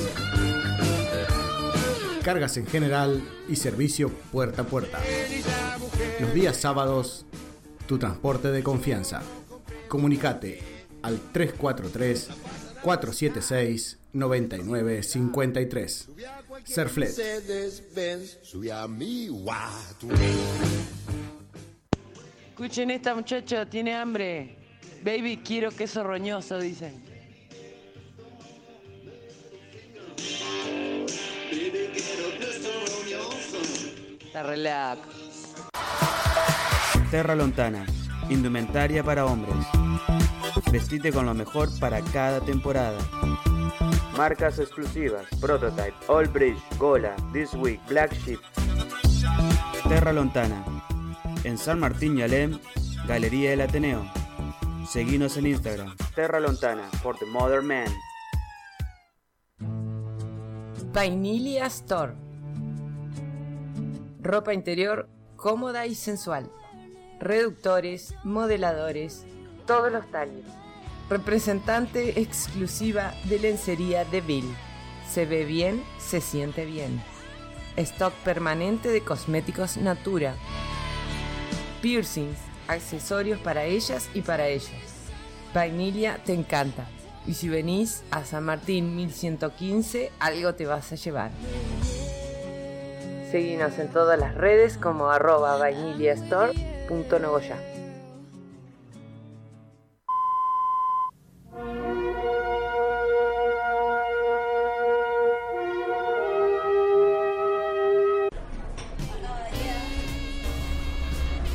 Speaker 3: Cargas en general y servicio puerta a puerta. Los días sábados, tu transporte de confianza. Comunicate al 343 476 9953. Serflet.
Speaker 23: Escuchen esta muchacha, tiene hambre. Baby, quiero queso roñoso, dicen. Está relax.
Speaker 6: Terra Lontana, indumentaria para hombres. Vestite con lo mejor para cada temporada. Marcas exclusivas, Prototype, All Bridge, Gola, This Week, Black Sheep. Terra Lontana, en San Martín y Alem, Galería del Ateneo. Seguinos en Instagram. Terra Lontana, for the Modern Man.
Speaker 5: Vainilia Store. Ropa interior cómoda y sensual. Reductores, modeladores, todos los talles. Representante exclusiva de lencería de Bill. Se ve bien, se siente bien. Stock permanente de cosméticos Natura. Piercings, accesorios para ellas y para ellos. Vainilia te encanta. Y si venís a San Martín 1115, algo te vas a llevar. Seguinos en todas las redes como arroba vainiliastore.nogoya.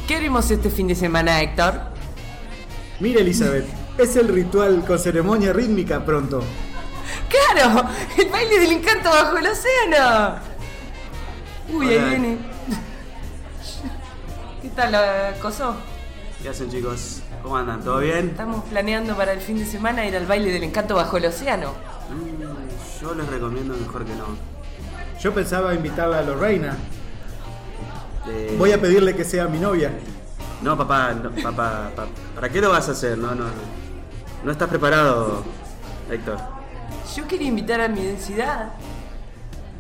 Speaker 21: ¿Qué haremos este fin de semana, Héctor?
Speaker 24: Mira, Elizabeth, es el ritual con ceremonia rítmica pronto.
Speaker 5: ¡Claro! ¡El baile del encanto bajo el océano! Uy, ahí
Speaker 25: Hola.
Speaker 5: viene. ¿Qué tal la coso?
Speaker 6: ¿Qué hacen chicos? ¿Cómo andan? ¿Todo bien?
Speaker 5: Estamos planeando para el fin de semana ir al baile del encanto bajo el océano.
Speaker 6: Mm, Yo les recomiendo mejor que no.
Speaker 14: Yo pensaba invitarla a Lorraina.
Speaker 6: Eh,
Speaker 14: Voy a pedirle que sea mi novia.
Speaker 6: No, papá, no, papá, papá, ¿para qué lo vas a hacer? No, no, no. No estás preparado, Héctor.
Speaker 5: Yo quería invitar a mi densidad.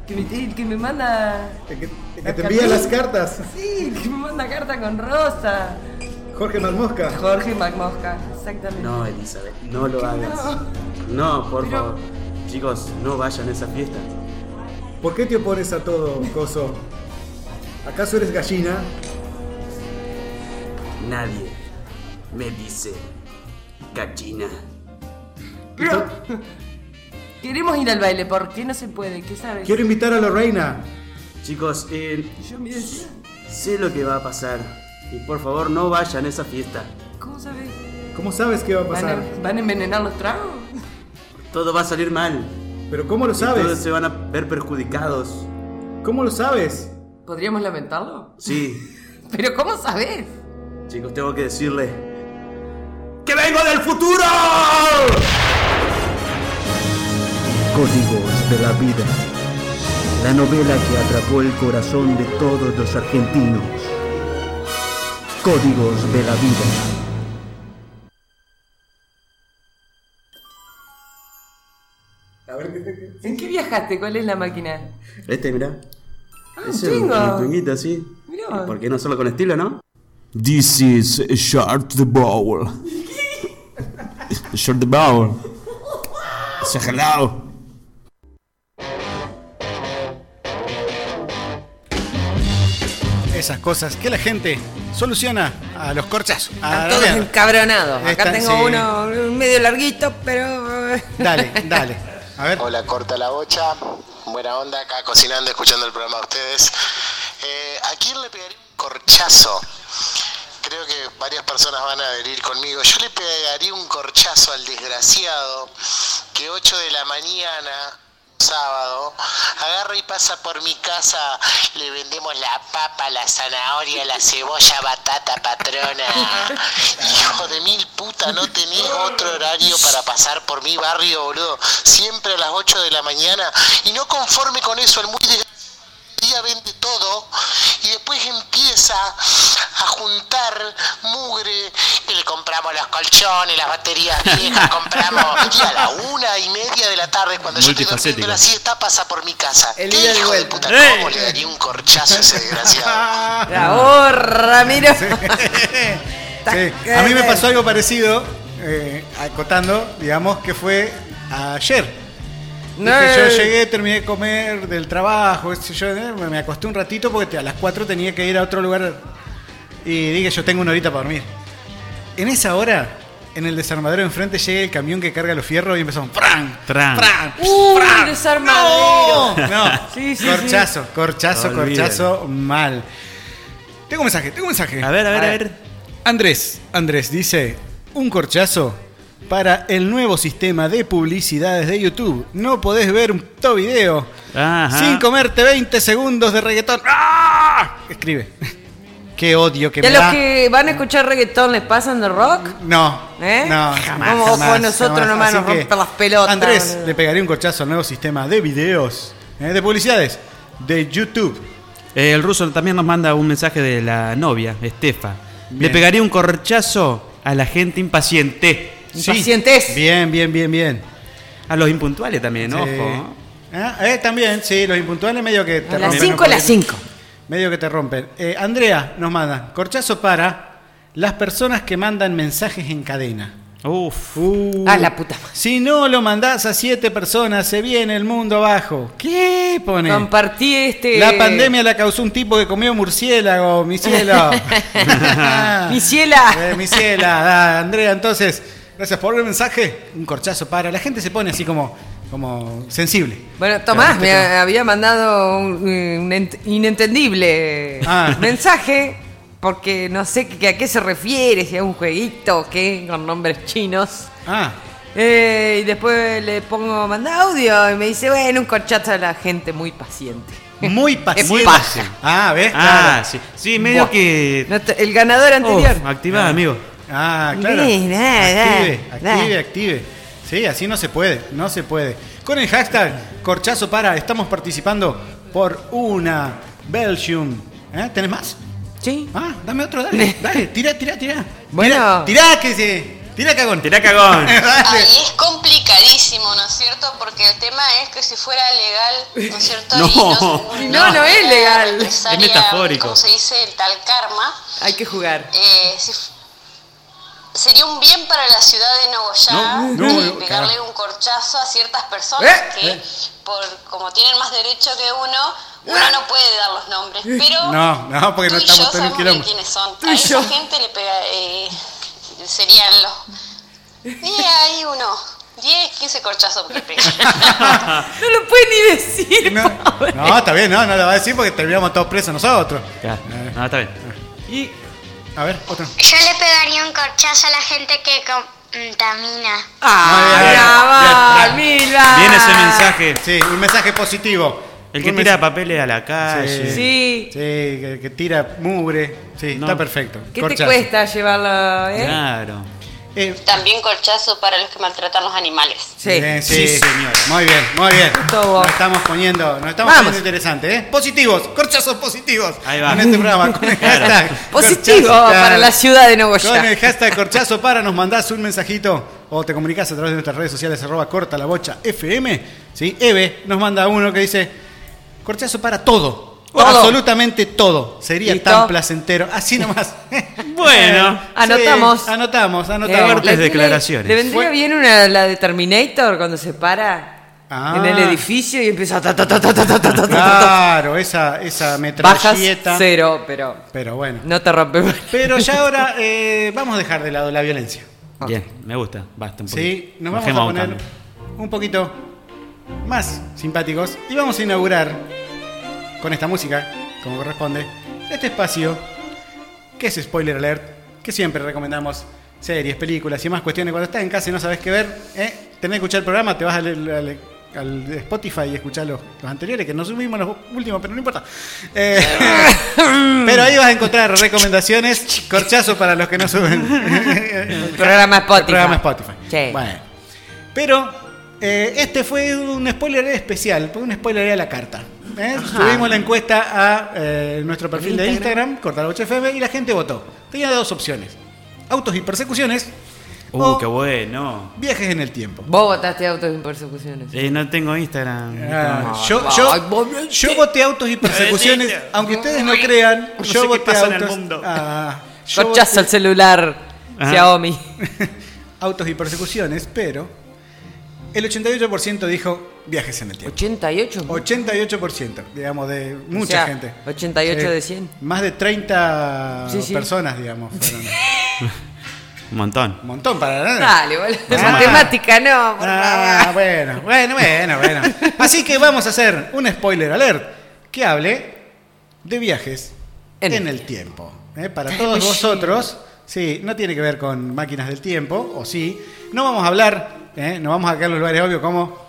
Speaker 5: Que me, el que me manda.
Speaker 14: Que te envía las cartas.
Speaker 5: Sí, que me manda carta con rosa.
Speaker 14: Jorge Malmosca.
Speaker 5: Jorge Macmosca, exactamente.
Speaker 6: No, Elizabeth, no lo
Speaker 5: No.
Speaker 6: hagas. No, por favor. Chicos, no vayan a esa fiesta.
Speaker 14: ¿Por qué te opones a todo, Coso? ¿Acaso eres gallina?
Speaker 6: Nadie me dice gallina.
Speaker 5: Pero- Queremos ir al baile, ¿por qué no se puede? ¿Qué sabes?
Speaker 14: invitar a Lorraina.
Speaker 6: Chicos, eh,
Speaker 5: Yo mi densidad.
Speaker 6: sé lo que va a pasar. Y por favor, no vayan a esa fiesta.
Speaker 5: ¿Cómo sabes?
Speaker 14: ¿Cómo sabes qué va a
Speaker 5: ¿Van
Speaker 14: pasar?
Speaker 5: a, van a envenenar los tragos?
Speaker 6: Todo va a salir mal.
Speaker 14: ¿Pero cómo lo
Speaker 6: Y
Speaker 14: sabes?
Speaker 6: todos se van a ver perjudicados.
Speaker 14: ¿Cómo lo sabes?
Speaker 5: ¿Podríamos lamentarlo?
Speaker 6: Sí,
Speaker 5: ¿Pero cómo sabes?
Speaker 6: chicos, tengo que decirle. ¡Que vengo del futuro!
Speaker 16: Códigos de la vida. La novela que atrapó el corazón de todos los argentinos. Códigos de la vida.
Speaker 14: A ver, ¿qué
Speaker 5: ¿En qué viajaste? ¿Cuál es la máquina?
Speaker 6: Este, mirá.
Speaker 5: Ah,
Speaker 6: Es el, el
Speaker 5: chingo.
Speaker 6: twinguito, sí.
Speaker 5: Mirá.
Speaker 6: ¿Por qué no solo con estilo, no?
Speaker 25: This is Short the Bowl. Short the Bowl. Se gelado.
Speaker 3: Esas cosas que la gente soluciona a los corchazos. A la
Speaker 5: Todos
Speaker 3: verga.
Speaker 5: encabronados. Acá
Speaker 3: Ah, Están-
Speaker 5: tengo
Speaker 3: sí.
Speaker 5: uno medio larguito, pero.
Speaker 3: Dale, dale. A ver.
Speaker 26: Hola, corta la bocha. Buena onda, acá cocinando, escuchando el programa de ustedes. Eh, ¿A quién le pegaría un corchazo? Creo que varias personas van a venir conmigo. Yo le pegaría un corchazo al desgraciado que 8 de la mañana, sábado, agarra y pasa por mi casa. Le vendemos la papa, la zanahoria, la cebolla, batata, patrona. Hijo de mil puta, no tenés otro horario para pasar por mi barrio, boludo. Siempre a las 8 de la mañana. Y no conforme con eso, el muy desgraciado día vende todo y después empieza a juntar mugre y le compramos los colchones, las baterías viejas, compramos y a la una y media de la tarde cuando yo estoy durmiendo
Speaker 6: Multifacético.
Speaker 26: la siesta pasa por mi casa. El
Speaker 5: día del
Speaker 26: hijo de
Speaker 5: vuelta.
Speaker 26: puta, ¿cómo le daría un corchazo a ese desgraciado?
Speaker 5: ¡Bravo, Ramiro!
Speaker 3: Sí, A mí me pasó algo parecido, eh, acotando, digamos, que fue ayer.
Speaker 5: No.
Speaker 3: Dije, yo llegué, terminé de comer del trabajo, qué sé yo, eh, me me acosté un ratito porque te- a las 4 tenía que ir a otro lugar y dije, yo tengo una horita para dormir. En esa hora, en el desarmadero enfrente llega el camión que carga los fierros y empezó ¡Fran!
Speaker 6: Tran.
Speaker 3: ¡Fran!
Speaker 5: ¡Uh, desarmadero!
Speaker 3: No,
Speaker 5: Sí, sí,
Speaker 3: corchazo, corchazo,
Speaker 6: No olviden.
Speaker 3: corchazo, mal. Tengo un mensaje, tengo un mensaje.
Speaker 6: A ver, a ver, a ver.
Speaker 3: Andrés, Andrés dice, un corchazo para el nuevo sistema de publicidades de YouTube. No podés ver un puto video sin comerte 20 segundos de reggaetón. ¡Ah! Escribe. Qué odio que
Speaker 5: ¿Y a
Speaker 3: me
Speaker 5: los
Speaker 3: da.
Speaker 5: que van a escuchar reggaetón les pasan de rock?
Speaker 3: No.
Speaker 5: ¿Eh?
Speaker 3: No, jamás.
Speaker 5: Vamos, ojo,
Speaker 3: jamás,
Speaker 5: nosotros
Speaker 3: jamás.
Speaker 5: nomás
Speaker 3: Así
Speaker 5: nos
Speaker 3: que,
Speaker 5: rompen las pelotas.
Speaker 3: Andrés,
Speaker 5: boludo.
Speaker 3: le pegaría un corchazo al nuevo sistema de videos, eh, de publicidades, de YouTube.
Speaker 6: Eh, el ruso también nos manda un mensaje de la novia, Estefa. Le
Speaker 3: Bien.
Speaker 6: pegaría un corchazo a la gente impaciente.
Speaker 5: Impacientes.
Speaker 3: Bien, bien, bien, bien.
Speaker 6: A los impuntuales también,
Speaker 3: Sí.
Speaker 6: ojo. ¿no?
Speaker 3: Ah, eh, también, sí, los impuntuales medio que te
Speaker 5: A las
Speaker 3: rompen,
Speaker 5: cinco,
Speaker 3: ¿no?
Speaker 5: a las cinco.
Speaker 3: Medio que te rompen. Eh, Andrea nos manda, corchazo para las personas que mandan mensajes en cadena.
Speaker 6: Uf.
Speaker 3: Uh.
Speaker 5: Ah, la puta madre.
Speaker 3: Si no lo mandás a siete personas, se viene el mundo abajo. ¿Qué pone?
Speaker 5: Compartí este.
Speaker 3: La pandemia la causó un tipo que comió murciélago, mi cielo.
Speaker 5: Mi ciela.
Speaker 3: Eh, mi ciela, da, Andrea, entonces, gracias por el mensaje. Un corchazo para. La gente se pone así como, como sensible.
Speaker 5: Bueno, Tomás
Speaker 3: Claro,
Speaker 5: me
Speaker 3: te-
Speaker 5: había mandado un, un ent- inentendible
Speaker 3: Ah.
Speaker 5: mensaje porque no sé que- a qué se refiere, si a un jueguito o qué, con nombres chinos.
Speaker 3: Ah,
Speaker 5: Eh, y después le pongo, manda audio. Y me dice, bueno, un corchazo a la gente muy paciente.
Speaker 6: Muy
Speaker 5: Es
Speaker 6: paciente.
Speaker 5: paja.
Speaker 6: Ah, ¿ves? Ah,
Speaker 5: Claro.
Speaker 6: sí. Sí, medio
Speaker 5: Buah.
Speaker 6: que.
Speaker 5: No te- el ganador anterior.
Speaker 6: Eh. Uf, activada, amigo.
Speaker 3: Ah, claro.
Speaker 5: Sí, nada, nada,
Speaker 3: active,
Speaker 5: nada.
Speaker 3: active, active. Sí, así no se puede, no se puede. Con el hashtag Corchazo para, estamos participando por una Belgium. ¿Eh? ¿Tenés más?
Speaker 5: Sí.
Speaker 3: Ah, dame otro, dale, dale, tira, tira, tira.
Speaker 5: Bueno.
Speaker 3: Tira, tira que se. Tira cagón.
Speaker 6: Tira cagón.
Speaker 3: Dale.
Speaker 27: Ahí es complicadísimo, ¿no es cierto? Porque el tema es que si fuera legal, ¿no es cierto?
Speaker 6: No.
Speaker 27: Y
Speaker 6: Y no, no es
Speaker 5: legal.
Speaker 27: una represalia,
Speaker 6: Es metafórico.
Speaker 27: ¿Cómo se dice? El tal karma.
Speaker 5: Hay que jugar.
Speaker 27: eh, si f- sería un bien para la ciudad de Nogoyá
Speaker 5: No, no,
Speaker 27: eh,
Speaker 5: no,
Speaker 27: pegarle
Speaker 5: claro.
Speaker 27: un corchazo a ciertas personas
Speaker 5: Eh,
Speaker 27: que,
Speaker 5: eh.
Speaker 27: por como tienen más derecho que uno, uno no puede dar los nombres.
Speaker 5: Eh.
Speaker 27: Pero
Speaker 3: No, no, porque no
Speaker 27: tú y yo
Speaker 3: estamos todo en un
Speaker 27: sabemos bien
Speaker 3: quilombo.
Speaker 27: quiénes son.
Speaker 3: Tú
Speaker 27: a
Speaker 3: y
Speaker 27: esa
Speaker 3: yo.
Speaker 27: gente le pega, eh, serían los. Y ahí uno. 10, 15 corchazos que pega.
Speaker 5: No lo puede ni decir.
Speaker 3: No, no, está bien, no, no lo va a decir porque terminamos todos presos nosotros.
Speaker 6: No, está bien.
Speaker 3: Y. A ver, otro.
Speaker 28: Yo le pegaría un corchazo a la gente que contamina.
Speaker 5: Ah, brava, Mila.
Speaker 6: Viene ese mensaje.
Speaker 3: Sí, un mensaje positivo.
Speaker 6: El que
Speaker 3: Ah. Un
Speaker 6: tira
Speaker 3: mensaje-
Speaker 6: papeles a la calle.
Speaker 3: Ah, Sí, que, que tira mugre. Sí, está perfecto.
Speaker 5: ¿Qué
Speaker 3: Corchazo.
Speaker 5: te cuesta llevarlo, eh?
Speaker 6: Claro.
Speaker 3: Eh,
Speaker 27: También corchazo para los que maltratan los animales.
Speaker 3: Bien, eh, sí,
Speaker 6: Sí, señor.
Speaker 3: Muy bien, muy bien. Nos estamos poniendo, nos estamos poniendo interesante, ¿eh? Positivos, corchazos positivos. Ahí
Speaker 6: va.
Speaker 3: En este programa, con el
Speaker 6: Claro.
Speaker 3: hashtag.
Speaker 5: Positivo
Speaker 3: corchazo,
Speaker 5: para la ciudad de Nogoyá.
Speaker 3: Con el hashtag corchazo para, nos mandás un mensajito o te comunicás a través de nuestras redes sociales, arroba corta la bocha FM. ¿sí? Eve nos manda uno que dice, corchazo para todo.
Speaker 5: Todo.
Speaker 3: Absolutamente todo. Sería
Speaker 5: Listo.
Speaker 3: tan placentero. Así nomás.
Speaker 6: Bueno.
Speaker 3: Sí,
Speaker 5: Anotamos.
Speaker 3: anotamos,
Speaker 5: Eh,
Speaker 3: anotamos.
Speaker 5: le tiene- Le vendría bien una la de Terminator cuando se para
Speaker 3: Ah.
Speaker 5: en el edificio y empieza a ta, ta, ta, ta, ta, ta, ta, ta, ta.
Speaker 3: Claro, esa, esa
Speaker 5: Bajas
Speaker 3: metralleta.
Speaker 5: cero, pero
Speaker 3: Pero bueno.
Speaker 5: no te rompe.
Speaker 3: Pero ya ahora eh, vamos a dejar de lado la violencia.
Speaker 6: Bien, me gusta. Basta un poquito.
Speaker 3: Ah. Sí, nos vamos
Speaker 6: Bajemos
Speaker 3: a
Speaker 6: un
Speaker 3: poner
Speaker 6: cambio.
Speaker 3: un poquito más simpáticos y vamos a inaugurar con esta música, como corresponde, este espacio que es Spoiler Alert, que siempre recomendamos series, películas y más cuestiones. Cuando estás en casa y no sabes qué ver, ¿eh? tenés que escuchar el programa, te vas al, al- al Spotify y escuchar los, los anteriores, que no subimos los últimos, pero no importa. Eh, pero ahí vas a encontrar recomendaciones, corchazo para los que no suben. El
Speaker 5: programa Spotify.
Speaker 3: programa Spotify.
Speaker 5: Sí.
Speaker 3: Bueno. Pero eh, este fue un spoiler especial, fue un spoiler a la carta. ¿eh?
Speaker 5: Ajá.
Speaker 3: Subimos la encuesta a eh, nuestro perfil de
Speaker 5: Instagram.
Speaker 3: Instagram, Cortar y la gente votó. Tenía dos opciones: autos y persecuciones,
Speaker 6: Uh, qué bueno.
Speaker 3: viajes en el tiempo.
Speaker 5: Vos votaste autos en persecuciones.
Speaker 6: Eh, no tengo Instagram.
Speaker 3: Ah,
Speaker 6: No.
Speaker 3: yo, yo, yo voté autos y persecuciones, aunque ustedes no crean,
Speaker 6: No sé
Speaker 3: yo
Speaker 6: qué
Speaker 3: voté
Speaker 6: pasa en el
Speaker 3: autos.
Speaker 6: mundo.
Speaker 3: Ah, yo
Speaker 5: Corchazo al
Speaker 3: voté
Speaker 5: celular,
Speaker 3: Ajá.
Speaker 5: Xiaomi.
Speaker 3: autos y persecuciones, pero el 88% dijo viajes en el tiempo.
Speaker 5: 88.
Speaker 3: 88%, digamos, de mucha
Speaker 5: O sea,
Speaker 3: gente.
Speaker 5: 88
Speaker 3: Sí.
Speaker 5: de 100.
Speaker 3: Más de 30
Speaker 5: Sí, sí.
Speaker 3: personas, digamos, fueron.
Speaker 6: Un montón.
Speaker 3: Un montón para nada.
Speaker 5: Dale, boludo. Matemática, no, por
Speaker 3: Ah,
Speaker 5: favor.
Speaker 3: bueno, bueno, bueno, bueno. Así que vamos a hacer un spoiler alert que hable de viajes en, el tiempo. ¿eh? Para
Speaker 5: Time
Speaker 3: todos
Speaker 5: machine.
Speaker 3: vosotros, sí, no tiene que ver con máquinas del tiempo, o sí. No vamos a hablar, ¿eh? no vamos a quedar en los lugares obvios como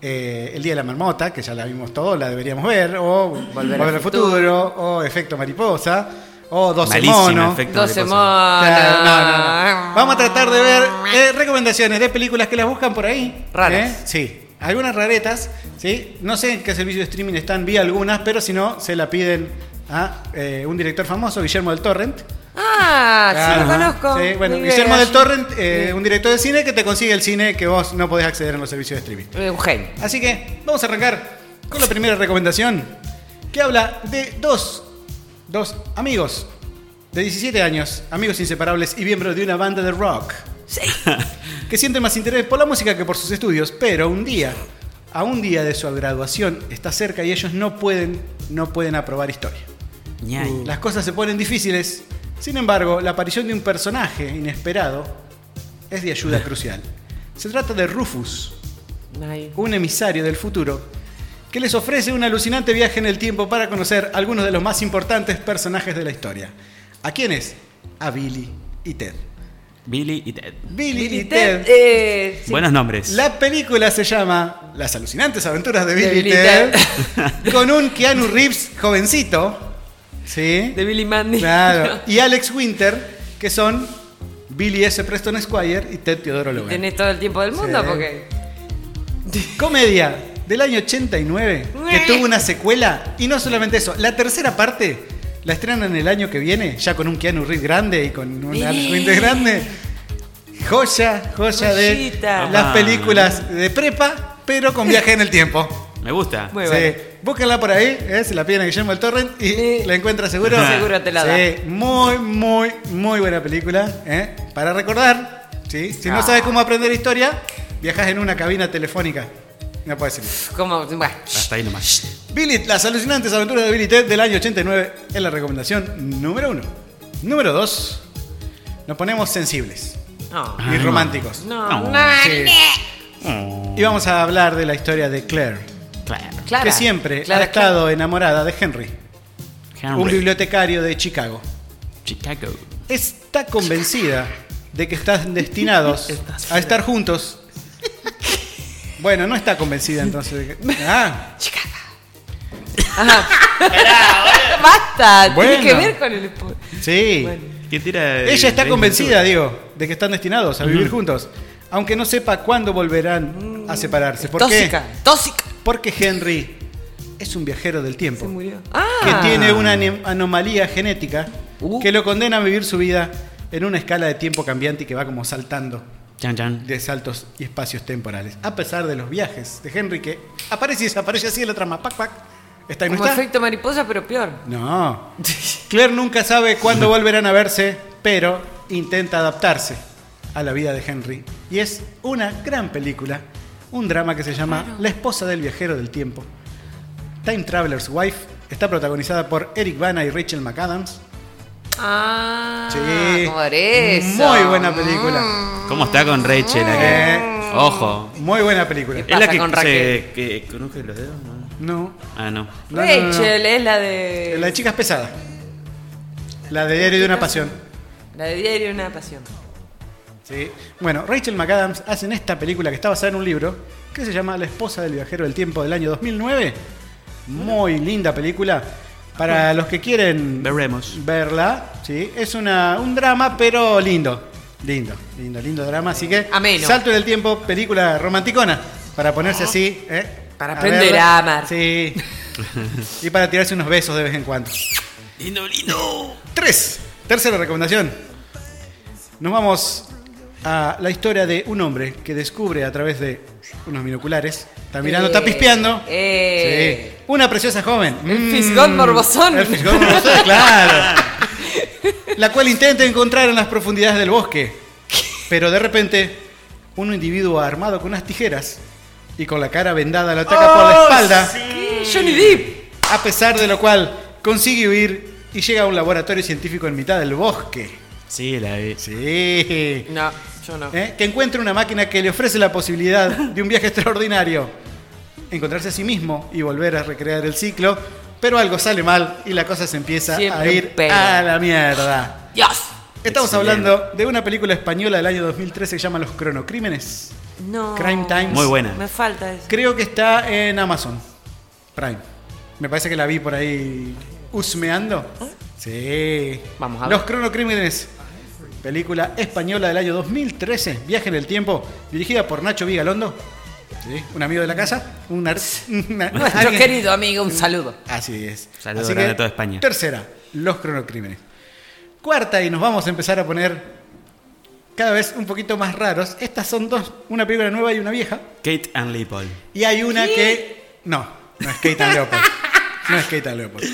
Speaker 3: eh, El Día de la Marmota, que ya la vimos todos, la deberíamos ver, o Volver, al futuro, o Efecto Mariposa, o 12
Speaker 6: Malísimo,
Speaker 3: Monos.
Speaker 6: Efecto Mariposa. 12
Speaker 5: monos.
Speaker 3: Claro, Ah, no, no, no. Vamos a tratar de ver eh, recomendaciones de películas que las buscan por ahí.
Speaker 5: Raras.
Speaker 3: ¿eh? Sí. Algunas raretas, ¿sí? No sé en qué servicio de streaming están, vi algunas, pero si no, se la piden a eh, un director famoso, Guillermo del Torrent.
Speaker 5: Ah, sí, lo
Speaker 3: Ajá.
Speaker 5: conozco.
Speaker 3: Sí, bueno,
Speaker 5: Vive
Speaker 3: Guillermo del
Speaker 5: allí.
Speaker 3: Torrent, eh,
Speaker 5: Sí.
Speaker 3: un director de cine que te consigue el cine que vos no podés acceder en los servicios de streaming.
Speaker 5: Eh, Un genio.
Speaker 3: Así que vamos a arrancar con la primera recomendación, que habla de dos, dos amigos de 17 años, amigos inseparables y miembros de una banda de rock, que sienten más interés por la música que por sus estudios, pero un día, a un día de su graduación, está cerca y ellos no pueden, no pueden aprobar historia.
Speaker 8: Uh.
Speaker 6: Ñay.
Speaker 3: Las cosas se ponen difíciles, sin embargo, la aparición de un personaje inesperado es de ayuda crucial. Se trata de Rufus, un emisario del futuro que les ofrece un alucinante viaje en el tiempo para conocer algunos de los más importantes personajes de la historia. ¿A quiénes? A Billy y Ted.
Speaker 6: Billy y Ted.
Speaker 3: Billy,
Speaker 5: Billy
Speaker 3: y
Speaker 5: Ted,
Speaker 3: Ted.
Speaker 5: eh, sí.
Speaker 6: Buenos nombres.
Speaker 3: La película se llama Las alucinantes aventuras de Billy,
Speaker 5: Billy
Speaker 3: y Ted, con un Keanu Reeves jovencito, ¿sí? De
Speaker 5: Billy Mandy.
Speaker 3: Claro. Y Alex Winter, que son Billy S. Preston Squire y Ted Teodoro Logan.
Speaker 5: Tenés todo el tiempo del mundo
Speaker 3: Sí.
Speaker 5: porque.
Speaker 3: Comedia del año 89 que tuvo una secuela y no solamente eso, la tercera parte la estrenan el año que viene ya con un Keanu Reeves grande y con un
Speaker 5: Mirá.
Speaker 3: Alex Winter grande. Joya, joya de
Speaker 5: Joyita.
Speaker 3: las películas de prepa, pero con viaje en el tiempo.
Speaker 6: Me gusta.
Speaker 3: Sí. Búscala por ahí, eh, se la piden a Guillermo del Torrent y la encuentras seguro.
Speaker 5: Seguro te la da.
Speaker 3: Sí, muy, muy, muy buena película. eh, Para recordar, ¿sí? si no
Speaker 5: Ah.
Speaker 3: sabes cómo aprender historia, viajas en una cabina telefónica. No puedes decir.
Speaker 5: Como,
Speaker 6: Hasta ahí nomás.
Speaker 3: Billy, las alucinantes aventuras de Billy Ted del año 89 es la recomendación número uno. Número dos, nos ponemos sensibles
Speaker 5: No.
Speaker 3: y románticos.
Speaker 5: No, no.
Speaker 3: Sí. Y vamos a hablar de la historia de Claire,
Speaker 5: Clara.
Speaker 3: que siempre
Speaker 5: Clara,
Speaker 3: ha estado enamorada de Henry, un bibliotecario de Chicago.
Speaker 6: Ah, Chicago.
Speaker 3: Está convencida de que están destinados a estar juntos. Bueno, no está convencida entonces. de que- Ah,
Speaker 5: Basta, tiene
Speaker 3: Bueno.
Speaker 5: que ver con el. spo-
Speaker 3: sí.
Speaker 6: ¿Qué tira? el-
Speaker 3: Ella está
Speaker 6: el-
Speaker 3: convencida, digo, de que están destinados a vivir
Speaker 6: Ujú.
Speaker 3: juntos. Aunque no sepa cuándo volverán a separarse. ¿Por
Speaker 5: Mm, tóxica,
Speaker 3: qué?
Speaker 5: tóxica.
Speaker 3: Porque Henry es un viajero del tiempo.
Speaker 5: Ah. Uh.
Speaker 3: Que tiene una anem- anomalía genética que lo condena a vivir su vida en una escala de tiempo cambiante y que va como saltando
Speaker 6: Chan, chan.
Speaker 3: de saltos y espacios temporales. A pesar de los viajes de Henry que aparece y desaparece así en la trama. Pac, pac. Está y no
Speaker 5: Como
Speaker 3: está.
Speaker 5: efecto mariposa, pero peor.
Speaker 3: No. Claire nunca sabe cuándo volverán a verse, pero intenta adaptarse a la vida de Henry. Y es una gran película, un drama que se llama La esposa del viajero del tiempo. Time Traveler's Wife está protagonizada por Eric Bana y Rachel McAdams.
Speaker 5: Ah,
Speaker 3: Sí.
Speaker 5: por eso. Mm.
Speaker 3: Muy buena película.
Speaker 6: ¿Cómo está con Rachel
Speaker 3: Eh.
Speaker 6: acá? Ojo.
Speaker 3: Muy buena película.
Speaker 6: ¿Es la que se que cruje los dedos?
Speaker 3: No.
Speaker 6: Ah, no.
Speaker 3: No, no, no, no.
Speaker 5: Rachel es la de.
Speaker 3: Eh, La de chicas pesadas. La de Diario de una pasión.
Speaker 5: La de Diario de una Pasión.
Speaker 3: Sí. Bueno, Rachel McAdams hace en esta película que está basada en un libro que se llama La esposa del viajero del tiempo del año 2009. Muy linda película. Para los que quieren verla, sí, es una, un drama, pero lindo. Lindo, lindo, lindo drama. Así que
Speaker 5: Ameno.
Speaker 3: salto del tiempo, película romanticona. Para ponerse así, ¿eh? Para
Speaker 5: aprender a amar.
Speaker 3: Sí. y para tirarse unos besos de vez en cuando.
Speaker 6: Lindo, lindo.
Speaker 3: Tres. Tercera recomendación. Nos vamos a la historia de un hombre que descubre a través de unos binoculares. Está mirando, está
Speaker 5: Eh,
Speaker 3: pispeando.
Speaker 5: eh.
Speaker 3: Sí. Una preciosa joven. Mm.
Speaker 5: El fisgón morbosón.
Speaker 3: El fisgón morbosón, claro. La cual intenta encontrar en las profundidades del bosque. Pero de repente, un individuo armado con unas tijeras y con la cara vendada lo ataca por la
Speaker 5: Oh,
Speaker 3: espalda.
Speaker 5: sí. Johnny Depp.
Speaker 3: A pesar de lo cual, consigue huir y llega a un laboratorio científico en mitad del bosque.
Speaker 6: Sí, la vi.
Speaker 3: Sí.
Speaker 5: No, yo no.
Speaker 3: ¿Eh? que encuentra una máquina que le ofrece la posibilidad de un viaje extraordinario, encontrarse a sí mismo y volver a recrear el ciclo, pero algo sale mal y la cosa se empieza
Speaker 5: Siempre
Speaker 3: a
Speaker 5: un
Speaker 3: ir
Speaker 5: pero.
Speaker 3: a la mierda.
Speaker 5: Dios.
Speaker 3: Estamos
Speaker 6: Excelente.
Speaker 3: hablando de una película española del año 2013 que se llama Los Cronocrímenes.
Speaker 5: No.
Speaker 3: Crime Times.
Speaker 6: Muy buena.
Speaker 5: Me falta eso.
Speaker 3: Creo que está en Amazon Prime. Me parece que la vi por ahí husmeando. Sí. Vamos
Speaker 5: ¿Ah? a ver.
Speaker 3: Los Cronocrímenes. Película española del año 2013, Viaje en el Tiempo, dirigida por Nacho Vigalondo, ¿sí? un amigo de la casa, un ar- una-
Speaker 5: Nuestro
Speaker 3: alguien-
Speaker 5: querido amigo, un saludo.
Speaker 3: Así es.
Speaker 6: Saludos
Speaker 3: Así
Speaker 6: grande
Speaker 3: que,
Speaker 6: a toda España.
Speaker 3: Tercera, los cronocrímenes. Cuarta, y nos vamos a empezar a poner cada vez un poquito más raros. Estas son dos, una película nueva y una vieja.
Speaker 6: Kate and Leopold.
Speaker 3: Y hay una que. No, no es Kate and Leopold. No es Kate and Leopold.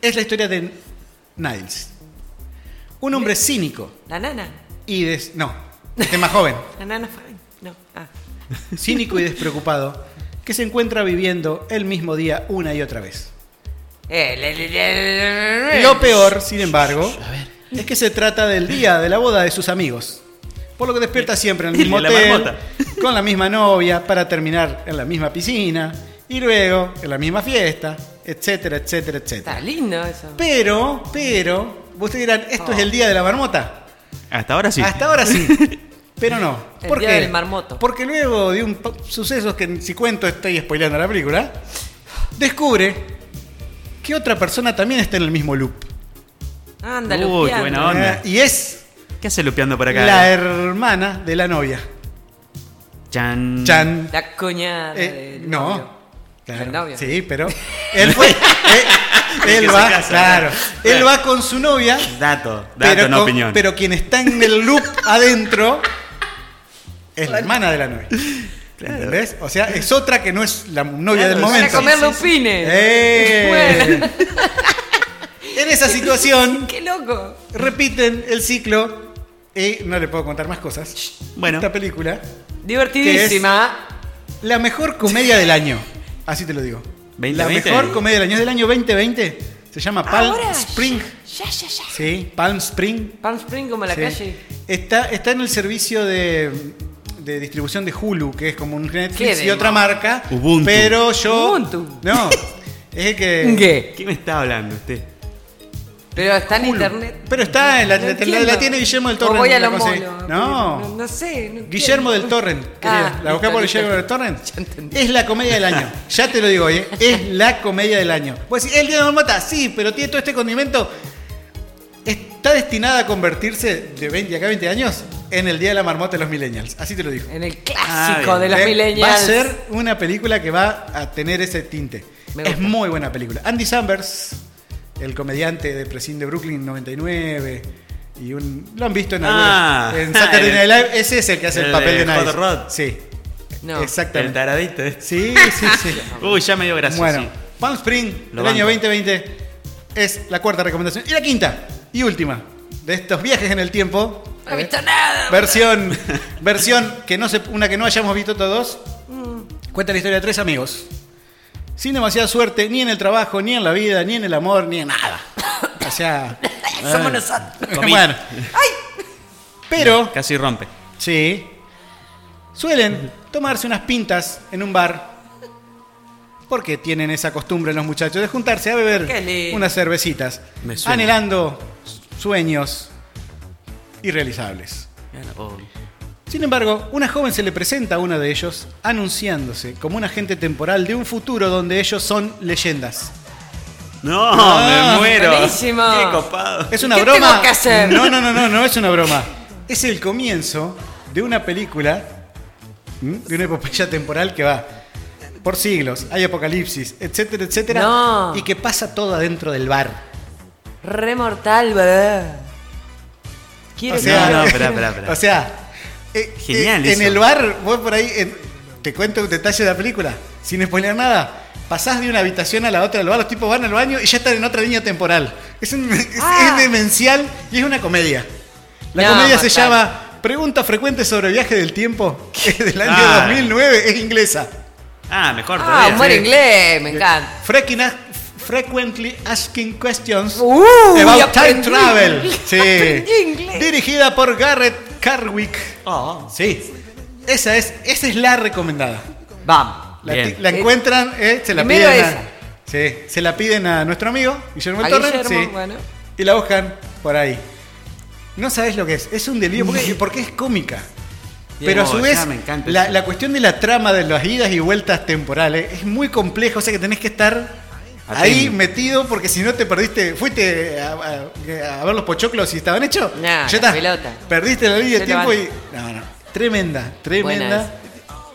Speaker 3: Es la historia de Niles. Un hombre cínico
Speaker 5: La nana.
Speaker 3: y des. No, este más joven.
Speaker 5: La nana Fine. No. Ah.
Speaker 3: Cínico y despreocupado. Que se encuentra viviendo el mismo día una y otra vez.
Speaker 5: Eh, le- le- le-
Speaker 6: Eh.
Speaker 5: le-
Speaker 3: Lo peor, sin embargo, es que se trata del día de la boda de sus amigos. Por lo que despierta siempre en el
Speaker 6: Eh, Y
Speaker 3: mismo
Speaker 6: de la
Speaker 3: hotel,
Speaker 6: marmota.
Speaker 3: con la misma novia, para terminar en la misma piscina, y luego en la misma fiesta, etcétera, etcétera, etcétera.
Speaker 5: Está lindo eso.
Speaker 3: Pero, pero, ustedes dirán, ¿esto es el día de la marmota?
Speaker 6: Hasta ahora sí.
Speaker 3: Hasta ahora sí. Pero no.
Speaker 5: El
Speaker 3: ¿Por
Speaker 5: día
Speaker 3: qué?
Speaker 5: del marmoto.
Speaker 3: Porque luego de un po- sucesos que si cuento estoy spoileando la película, descubre que otra persona también está en el mismo loop.
Speaker 5: Anda,
Speaker 6: Uy, qué buena onda.
Speaker 3: Eh, Y es
Speaker 6: ¿Qué hace lupeando por acá?
Speaker 3: la hermana de la novia.
Speaker 6: Chan.
Speaker 3: Chan.
Speaker 5: La coñada.
Speaker 3: Eh, no. Claro.
Speaker 5: Del novio.
Speaker 3: Sí, pero él fue. eh,
Speaker 6: que
Speaker 3: él
Speaker 6: se
Speaker 3: va,
Speaker 6: casa,
Speaker 3: claro.
Speaker 6: ¿no?
Speaker 3: Él va con su novia.
Speaker 6: Dato, dato,
Speaker 3: pero
Speaker 6: no
Speaker 3: con-
Speaker 6: opinión.
Speaker 3: Pero quien está en el loop adentro es la hermana de la novia. ¿Entendés? O sea, es otra que no es la novia del
Speaker 5: Van a
Speaker 3: momento.
Speaker 5: comer los
Speaker 3: ¡Eh!
Speaker 5: Bueno.
Speaker 3: En esa situación
Speaker 5: ¡Qué loco!
Speaker 3: repiten el ciclo y no le puedo contar más cosas.
Speaker 6: Bueno.
Speaker 3: Esta película
Speaker 5: Divertidísima.
Speaker 3: la mejor comedia del año. Así te lo digo.
Speaker 6: 20,
Speaker 3: la
Speaker 6: 20.
Speaker 3: mejor comedia del año es del año 2020. Se llama Palm
Speaker 5: Ahora,
Speaker 3: Spring.
Speaker 5: Ya, ya, ya.
Speaker 3: Sí, Palm Spring.
Speaker 5: Palm Spring como la
Speaker 3: Sí.
Speaker 5: calle.
Speaker 3: Está, está en el servicio de, de distribución de Hulu, que es como un
Speaker 5: Qué
Speaker 3: Netflix y
Speaker 5: demás.
Speaker 3: otra marca.
Speaker 6: Ubuntu.
Speaker 3: Pero yo. No. Es que.
Speaker 6: ¿Qué? me está hablando usted?
Speaker 5: Pero está en internet.
Speaker 3: Pero está, en Eh, la,
Speaker 5: No
Speaker 3: la-
Speaker 5: entiendo.
Speaker 3: la tiene Guillermo del
Speaker 5: O
Speaker 3: Torrent.
Speaker 5: voy a
Speaker 3: la
Speaker 5: lo
Speaker 3: conseguí.
Speaker 5: mono,
Speaker 3: No.
Speaker 5: pero no- no sé. no
Speaker 3: Guillermo del
Speaker 5: entiendo.
Speaker 3: Torrent,
Speaker 5: Ah,
Speaker 3: querida. ¿La buscás
Speaker 5: listo,
Speaker 3: por
Speaker 5: listo.
Speaker 3: Guillermo del Torrent? Es la comedia del año. Ya te lo digo, ¿eh? es la comedia del año. Pues el día de Marmota, sí, pero tiene todo este condimento. Está destinada a convertirse de 20 acá a 20 años en el Día de la Marmota de los Millennials. Así te lo digo.
Speaker 5: En el clásico de los
Speaker 3: Va-
Speaker 5: millennials.
Speaker 3: ¿Eh? Va a ser una película que va a tener ese tinte.
Speaker 5: Me
Speaker 3: Es
Speaker 5: gusta.
Speaker 3: muy buena película. Andy Samberg, el comediante de Presin de Brooklyn 99 y un lo han visto en
Speaker 6: Ah,
Speaker 3: alguna- en Saturday Night
Speaker 6: el-
Speaker 3: Live, ese es el que hace el,
Speaker 6: el
Speaker 3: papel
Speaker 6: de
Speaker 3: de Nice.
Speaker 6: Hot Rod.
Speaker 3: Sí.
Speaker 5: No.
Speaker 6: El
Speaker 3: Exactamente.
Speaker 6: taradito. ¿eh?
Speaker 3: Sí, sí, sí.
Speaker 6: Uy, ya me dio gracia.
Speaker 3: bueno,
Speaker 6: sí.
Speaker 3: Palm Spring
Speaker 6: Lo
Speaker 3: del año
Speaker 6: banco.
Speaker 3: 2020 es la cuarta recomendación y la quinta y última de estos viajes en el tiempo. Eh,
Speaker 5: No he visto nada.
Speaker 3: Versión versión que no se, una que no hayamos visto todos.
Speaker 5: Mm.
Speaker 3: Cuenta la historia de tres amigos. Sin demasiada suerte, ni en el trabajo, ni en la vida, ni en el amor, ni en nada. O sea.
Speaker 5: Somos
Speaker 3: eh,
Speaker 5: nosotros.
Speaker 6: Comí.
Speaker 3: Bueno. Pero,
Speaker 6: Casi rompe.
Speaker 3: sí. Suelen tomarse unas pintas en un bar. Porque tienen esa costumbre los muchachos de juntarse a
Speaker 5: Qué
Speaker 3: beber
Speaker 5: lindo.
Speaker 3: unas cervecitas.
Speaker 6: Me suena.
Speaker 3: Anhelando sueños irrealizables.
Speaker 6: Oh.
Speaker 3: Sin embargo, una joven se le presenta a uno de ellos anunciándose como un agente temporal de un futuro donde ellos son leyendas.
Speaker 6: No,
Speaker 3: Ah,
Speaker 6: me muero.
Speaker 5: buenísimo.
Speaker 6: Qué copado.
Speaker 3: Es una
Speaker 5: ¿Qué
Speaker 3: broma.
Speaker 5: tengo que hacer?
Speaker 3: No, no, no, no, no es una broma. Es el comienzo de una película, ¿m? de una epopeya temporal que va por siglos, hay apocalipsis, etcétera, etcétera,
Speaker 5: No.
Speaker 3: y que pasa todo adentro del bar.
Speaker 5: Remortal, ¿verdad? Quiero
Speaker 3: O sea,
Speaker 5: que-
Speaker 6: no, no, espera, espera, espera.
Speaker 3: O sea, eh,
Speaker 6: Genial
Speaker 3: eh, en
Speaker 6: eso.
Speaker 3: el bar, vos por ahí, en- te cuento un detalle de la película, sin spoiler nada. Pasás de una habitación a la otra del bar, los tipos van al baño y ya están en otra línea temporal. Es, un- es-
Speaker 5: Ah.
Speaker 3: es demencial y es una comedia. La
Speaker 5: No,
Speaker 3: comedia se
Speaker 5: matar.
Speaker 3: llama Preguntas frecuentes sobre viaje del tiempo, que es del año
Speaker 6: Ah.
Speaker 3: 2009, es inglesa.
Speaker 6: Ah, mejor
Speaker 5: Ah,
Speaker 6: todavía.
Speaker 5: un buen inglés, me encanta.
Speaker 3: Freaking as- frequently asking questions
Speaker 5: Uh, y
Speaker 3: about time
Speaker 5: aprendí
Speaker 3: travel.
Speaker 5: inglés,
Speaker 3: Sí.
Speaker 5: aprendí inglés.
Speaker 3: Dirigida por Garrett Carwick.
Speaker 6: Oh.
Speaker 3: Sí. Esa es, esa es la recomendada.
Speaker 5: Vamos.
Speaker 3: La,
Speaker 6: Bien.
Speaker 3: la encuentran, eh, se la
Speaker 5: Primero
Speaker 3: piden.
Speaker 5: esa.
Speaker 3: A, sí, se la piden a nuestro amigo, Guillermo
Speaker 5: A
Speaker 3: Torres.
Speaker 5: Guillermo,
Speaker 3: sí,
Speaker 5: bueno.
Speaker 3: Y la buscan por ahí. No sabes lo que es. Es un delirio porque, porque es cómica.
Speaker 6: Bien.
Speaker 3: Pero a su
Speaker 6: Oh,
Speaker 3: vez,
Speaker 6: ya me encanta
Speaker 3: la,
Speaker 6: eso.
Speaker 3: la cuestión de la trama de las idas y vueltas temporales es muy compleja, o sea que tenés que estar ahí
Speaker 6: Atento.
Speaker 3: metido porque si no te perdiste, fuiste a, a- a ver los pochoclos y estaban hechos.
Speaker 5: Nah, la pelota.
Speaker 3: Perdiste la línea de
Speaker 5: Se
Speaker 3: tiempo y...
Speaker 5: levanta.
Speaker 3: No, no. Tremenda, tremenda.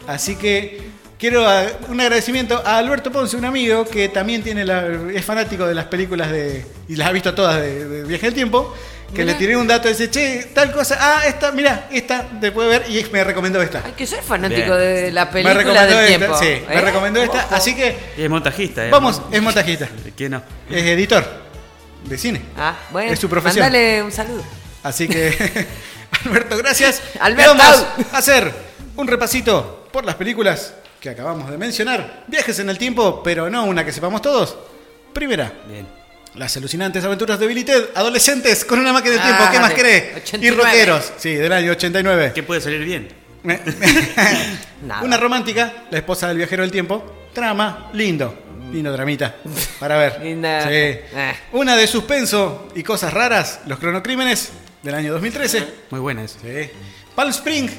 Speaker 3: Así que quiero ah, un agradecimiento a Alberto Ponce, un amigo que también tiene la- es fanático de las películas de y las ha visto todas de, de Viaje al Tiempo, que
Speaker 5: Mirá.
Speaker 3: le tiré un dato y dice, che, tal cosa, ah, esta, mirá, esta te puede ver y me recomendó esta.
Speaker 5: Hay que ser fanático
Speaker 6: Bien.
Speaker 5: de la
Speaker 3: Me
Speaker 5: película
Speaker 3: recomendó
Speaker 5: del
Speaker 3: esta,
Speaker 5: tiempo.
Speaker 3: sí, me
Speaker 5: ¿eh?
Speaker 3: recomendó esta,
Speaker 5: Ojo.
Speaker 3: así que
Speaker 6: Y es montajista, eh.
Speaker 3: vamos, es montajista,
Speaker 6: ¿Qué no?
Speaker 3: es editor de cine,
Speaker 5: Ah, bueno.
Speaker 3: es su profesión.
Speaker 5: Mandale un saludo.
Speaker 3: Así que, Alberto, gracias.
Speaker 5: Alberto.
Speaker 3: Y Vamos a hacer un repasito por las películas que acabamos de mencionar. Viajes en el tiempo, pero no una que sepamos todos. Primera,
Speaker 6: Bien.
Speaker 3: las alucinantes aventuras de Billy Ted, adolescentes con una máquina del
Speaker 5: Ah,
Speaker 3: tiempo, ¿qué más
Speaker 5: de
Speaker 3: cree?
Speaker 5: 89.
Speaker 3: Y rockeros, sí, del año 89.
Speaker 6: ¿Qué puede salir bien?
Speaker 5: Nada.
Speaker 3: Una romántica, la esposa del viajero del tiempo. Trama, lindo. Lindo dramita. Para ver.
Speaker 5: Linda.
Speaker 3: Sí.
Speaker 5: Eh.
Speaker 3: Una de suspenso y cosas raras, los cronocrímenes
Speaker 29: del año 2013.
Speaker 6: Muy buena esa.
Speaker 29: Sí. Palm Spring,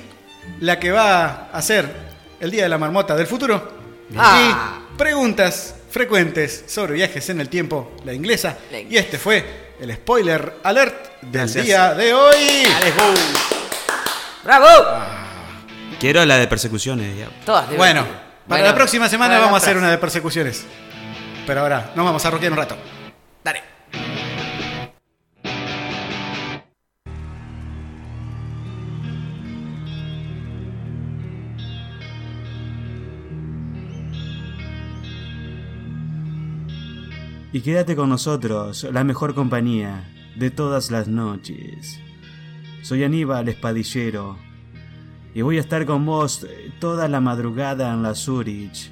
Speaker 29: la que va a ser el Día de la Marmota del futuro.
Speaker 30: Ah.
Speaker 29: Y preguntas frecuentes sobre viajes en el tiempo, la inglesa. Y este fue el spoiler alert del
Speaker 6: Gracias.
Speaker 29: día de hoy.
Speaker 30: ¡Bravo!
Speaker 6: Quiero la de persecuciones. ya.
Speaker 30: Todas de
Speaker 29: Bueno,
Speaker 30: una.
Speaker 29: para la próxima semana
Speaker 30: para la
Speaker 29: vamos a hacer
Speaker 30: próxima.
Speaker 29: una de persecuciones. Pero ahora, nos vamos a roquear un rato.
Speaker 6: Y quédate con nosotros, la mejor compañía de todas las noches. Soy Aníbal Espadillero y voy a estar con vos eh, toda la madrugada en la Zurich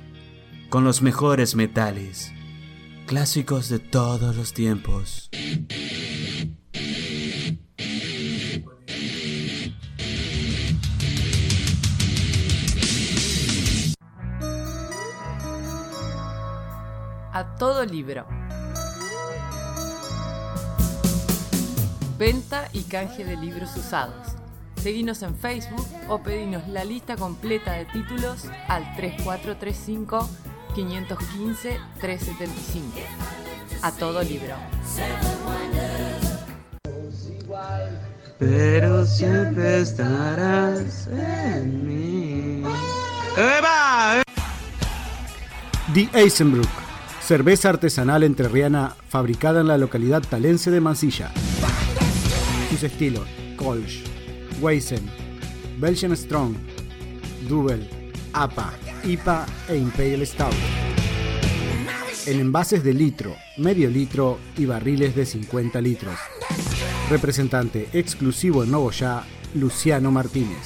Speaker 6: con los mejores metales, clásicos de todos los tiempos.
Speaker 13: A todo libro. Venta y canje de libros usados. Seguinos en Facebook o pedinos la lista completa de títulos al 3435 515 375. A todo libro.
Speaker 8: Pero siempre estarás en mí. ¡Eva!
Speaker 3: The Eisenbrook, cerveza artesanal entrerriana fabricada en la localidad talense de Mansilla. Sus estilos: Kolsch, Weizen, Belgian Strong, Double, APA, IPA e Imperial Stout. En envases de litro, medio litro y barriles de 50 litros. Representante exclusivo en Nogoyá, Luciano Martínez.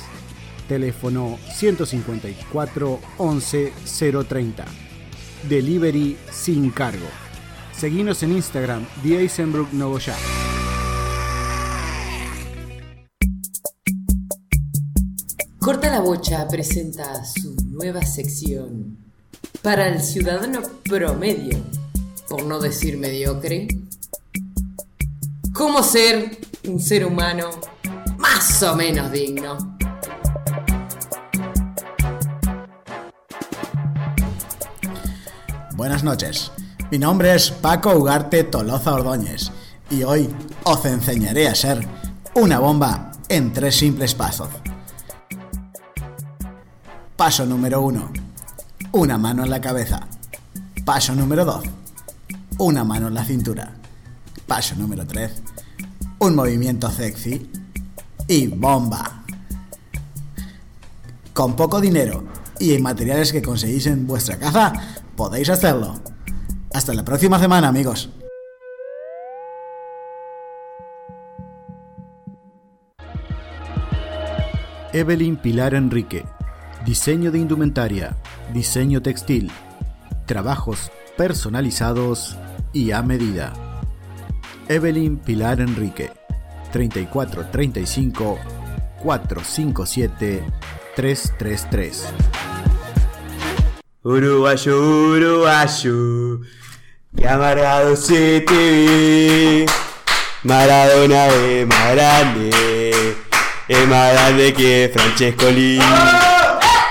Speaker 3: Teléfono 154 11 030. Delivery sin cargo. Seguinos en Instagram, The Eisenbrook Nogoyá.
Speaker 13: Corta la Bocha presenta su nueva sección para el ciudadano promedio, por no decir mediocre. ¿Cómo ser un ser humano más o menos digno?
Speaker 1: Buenas noches. Mi nombre es Paco Ugarte Toloza Ordóñez y hoy os enseñaré a ser una bomba en tres simples pasos. Paso número 1. Una mano en la cabeza. Paso número 2. Una mano en la cintura. Paso número 3. Un movimiento sexy. Y bomba. Con poco dinero y en materiales que conseguís en vuestra casa, podéis hacerlo. Hasta la próxima semana, amigos.
Speaker 3: Evelyn Pilar Enrique. Diseño de indumentaria, diseño textil, trabajos personalizados y a medida. Evelyn Pilar Enrique. 3435 457 333.
Speaker 31: Uruguayo, uruguayo, que amargado se te ve. Maradona es más grande, es más grande que Francesco Lee.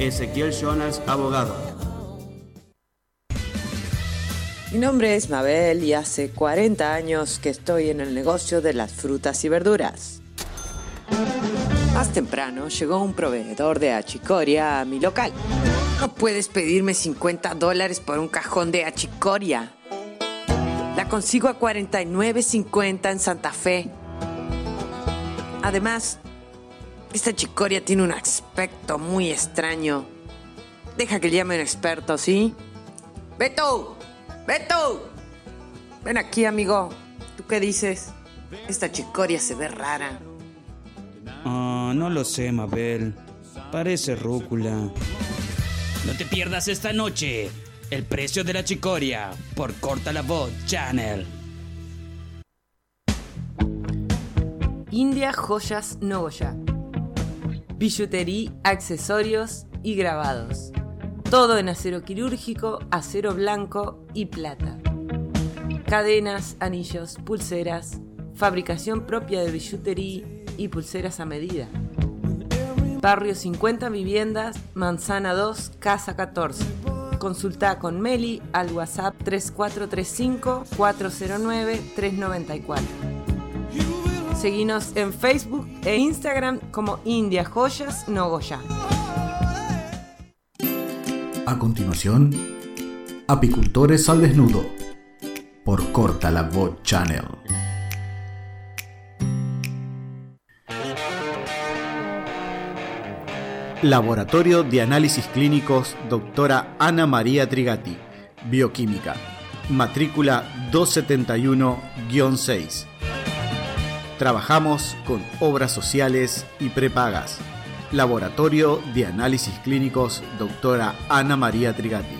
Speaker 6: Ezequiel Jonas, abogado.
Speaker 5: Mi nombre es Mabel y hace 40 años que estoy en el negocio de las frutas y verduras. Más temprano llegó un proveedor de achicoria a mi local.
Speaker 30: No puedes pedirme 50 dólares por un cajón de achicoria.
Speaker 5: La consigo a 49.50 en Santa Fe. Además, esta chicoria tiene un aspecto muy extraño. Deja que llame un experto, ¿sí? ¡Beto! ¡Beto! Ven aquí, amigo. ¿Tú qué dices? Esta chicoria se ve rara.
Speaker 6: Ah,
Speaker 32: no lo sé, Mabel. Parece rúcula.
Speaker 8: No te pierdas esta noche. El precio de la chicoria por Corta la Voz Channel.
Speaker 5: India Joyas Nogoya. Billutería, accesorios y grabados. Todo en acero quirúrgico, acero blanco y plata. Cadenas, anillos, pulseras, fabricación propia de billutería y pulseras a medida. Barrio 50 Viviendas, Manzana 2, Casa 14. Consulta con Meli al WhatsApp 3435-409-394. Seguinos en Facebook e Instagram como India Joyas Nogoya.
Speaker 1: A continuación, Apicultores al Desnudo, por Corta la Voz Channel.
Speaker 6: Laboratorio de Análisis Clínicos, doctora Ana María Trigati, Bioquímica, matrícula 271-6. Trabajamos con obras sociales y prepagas. Laboratorio de Análisis Clínicos, doctora Ana María Trigati,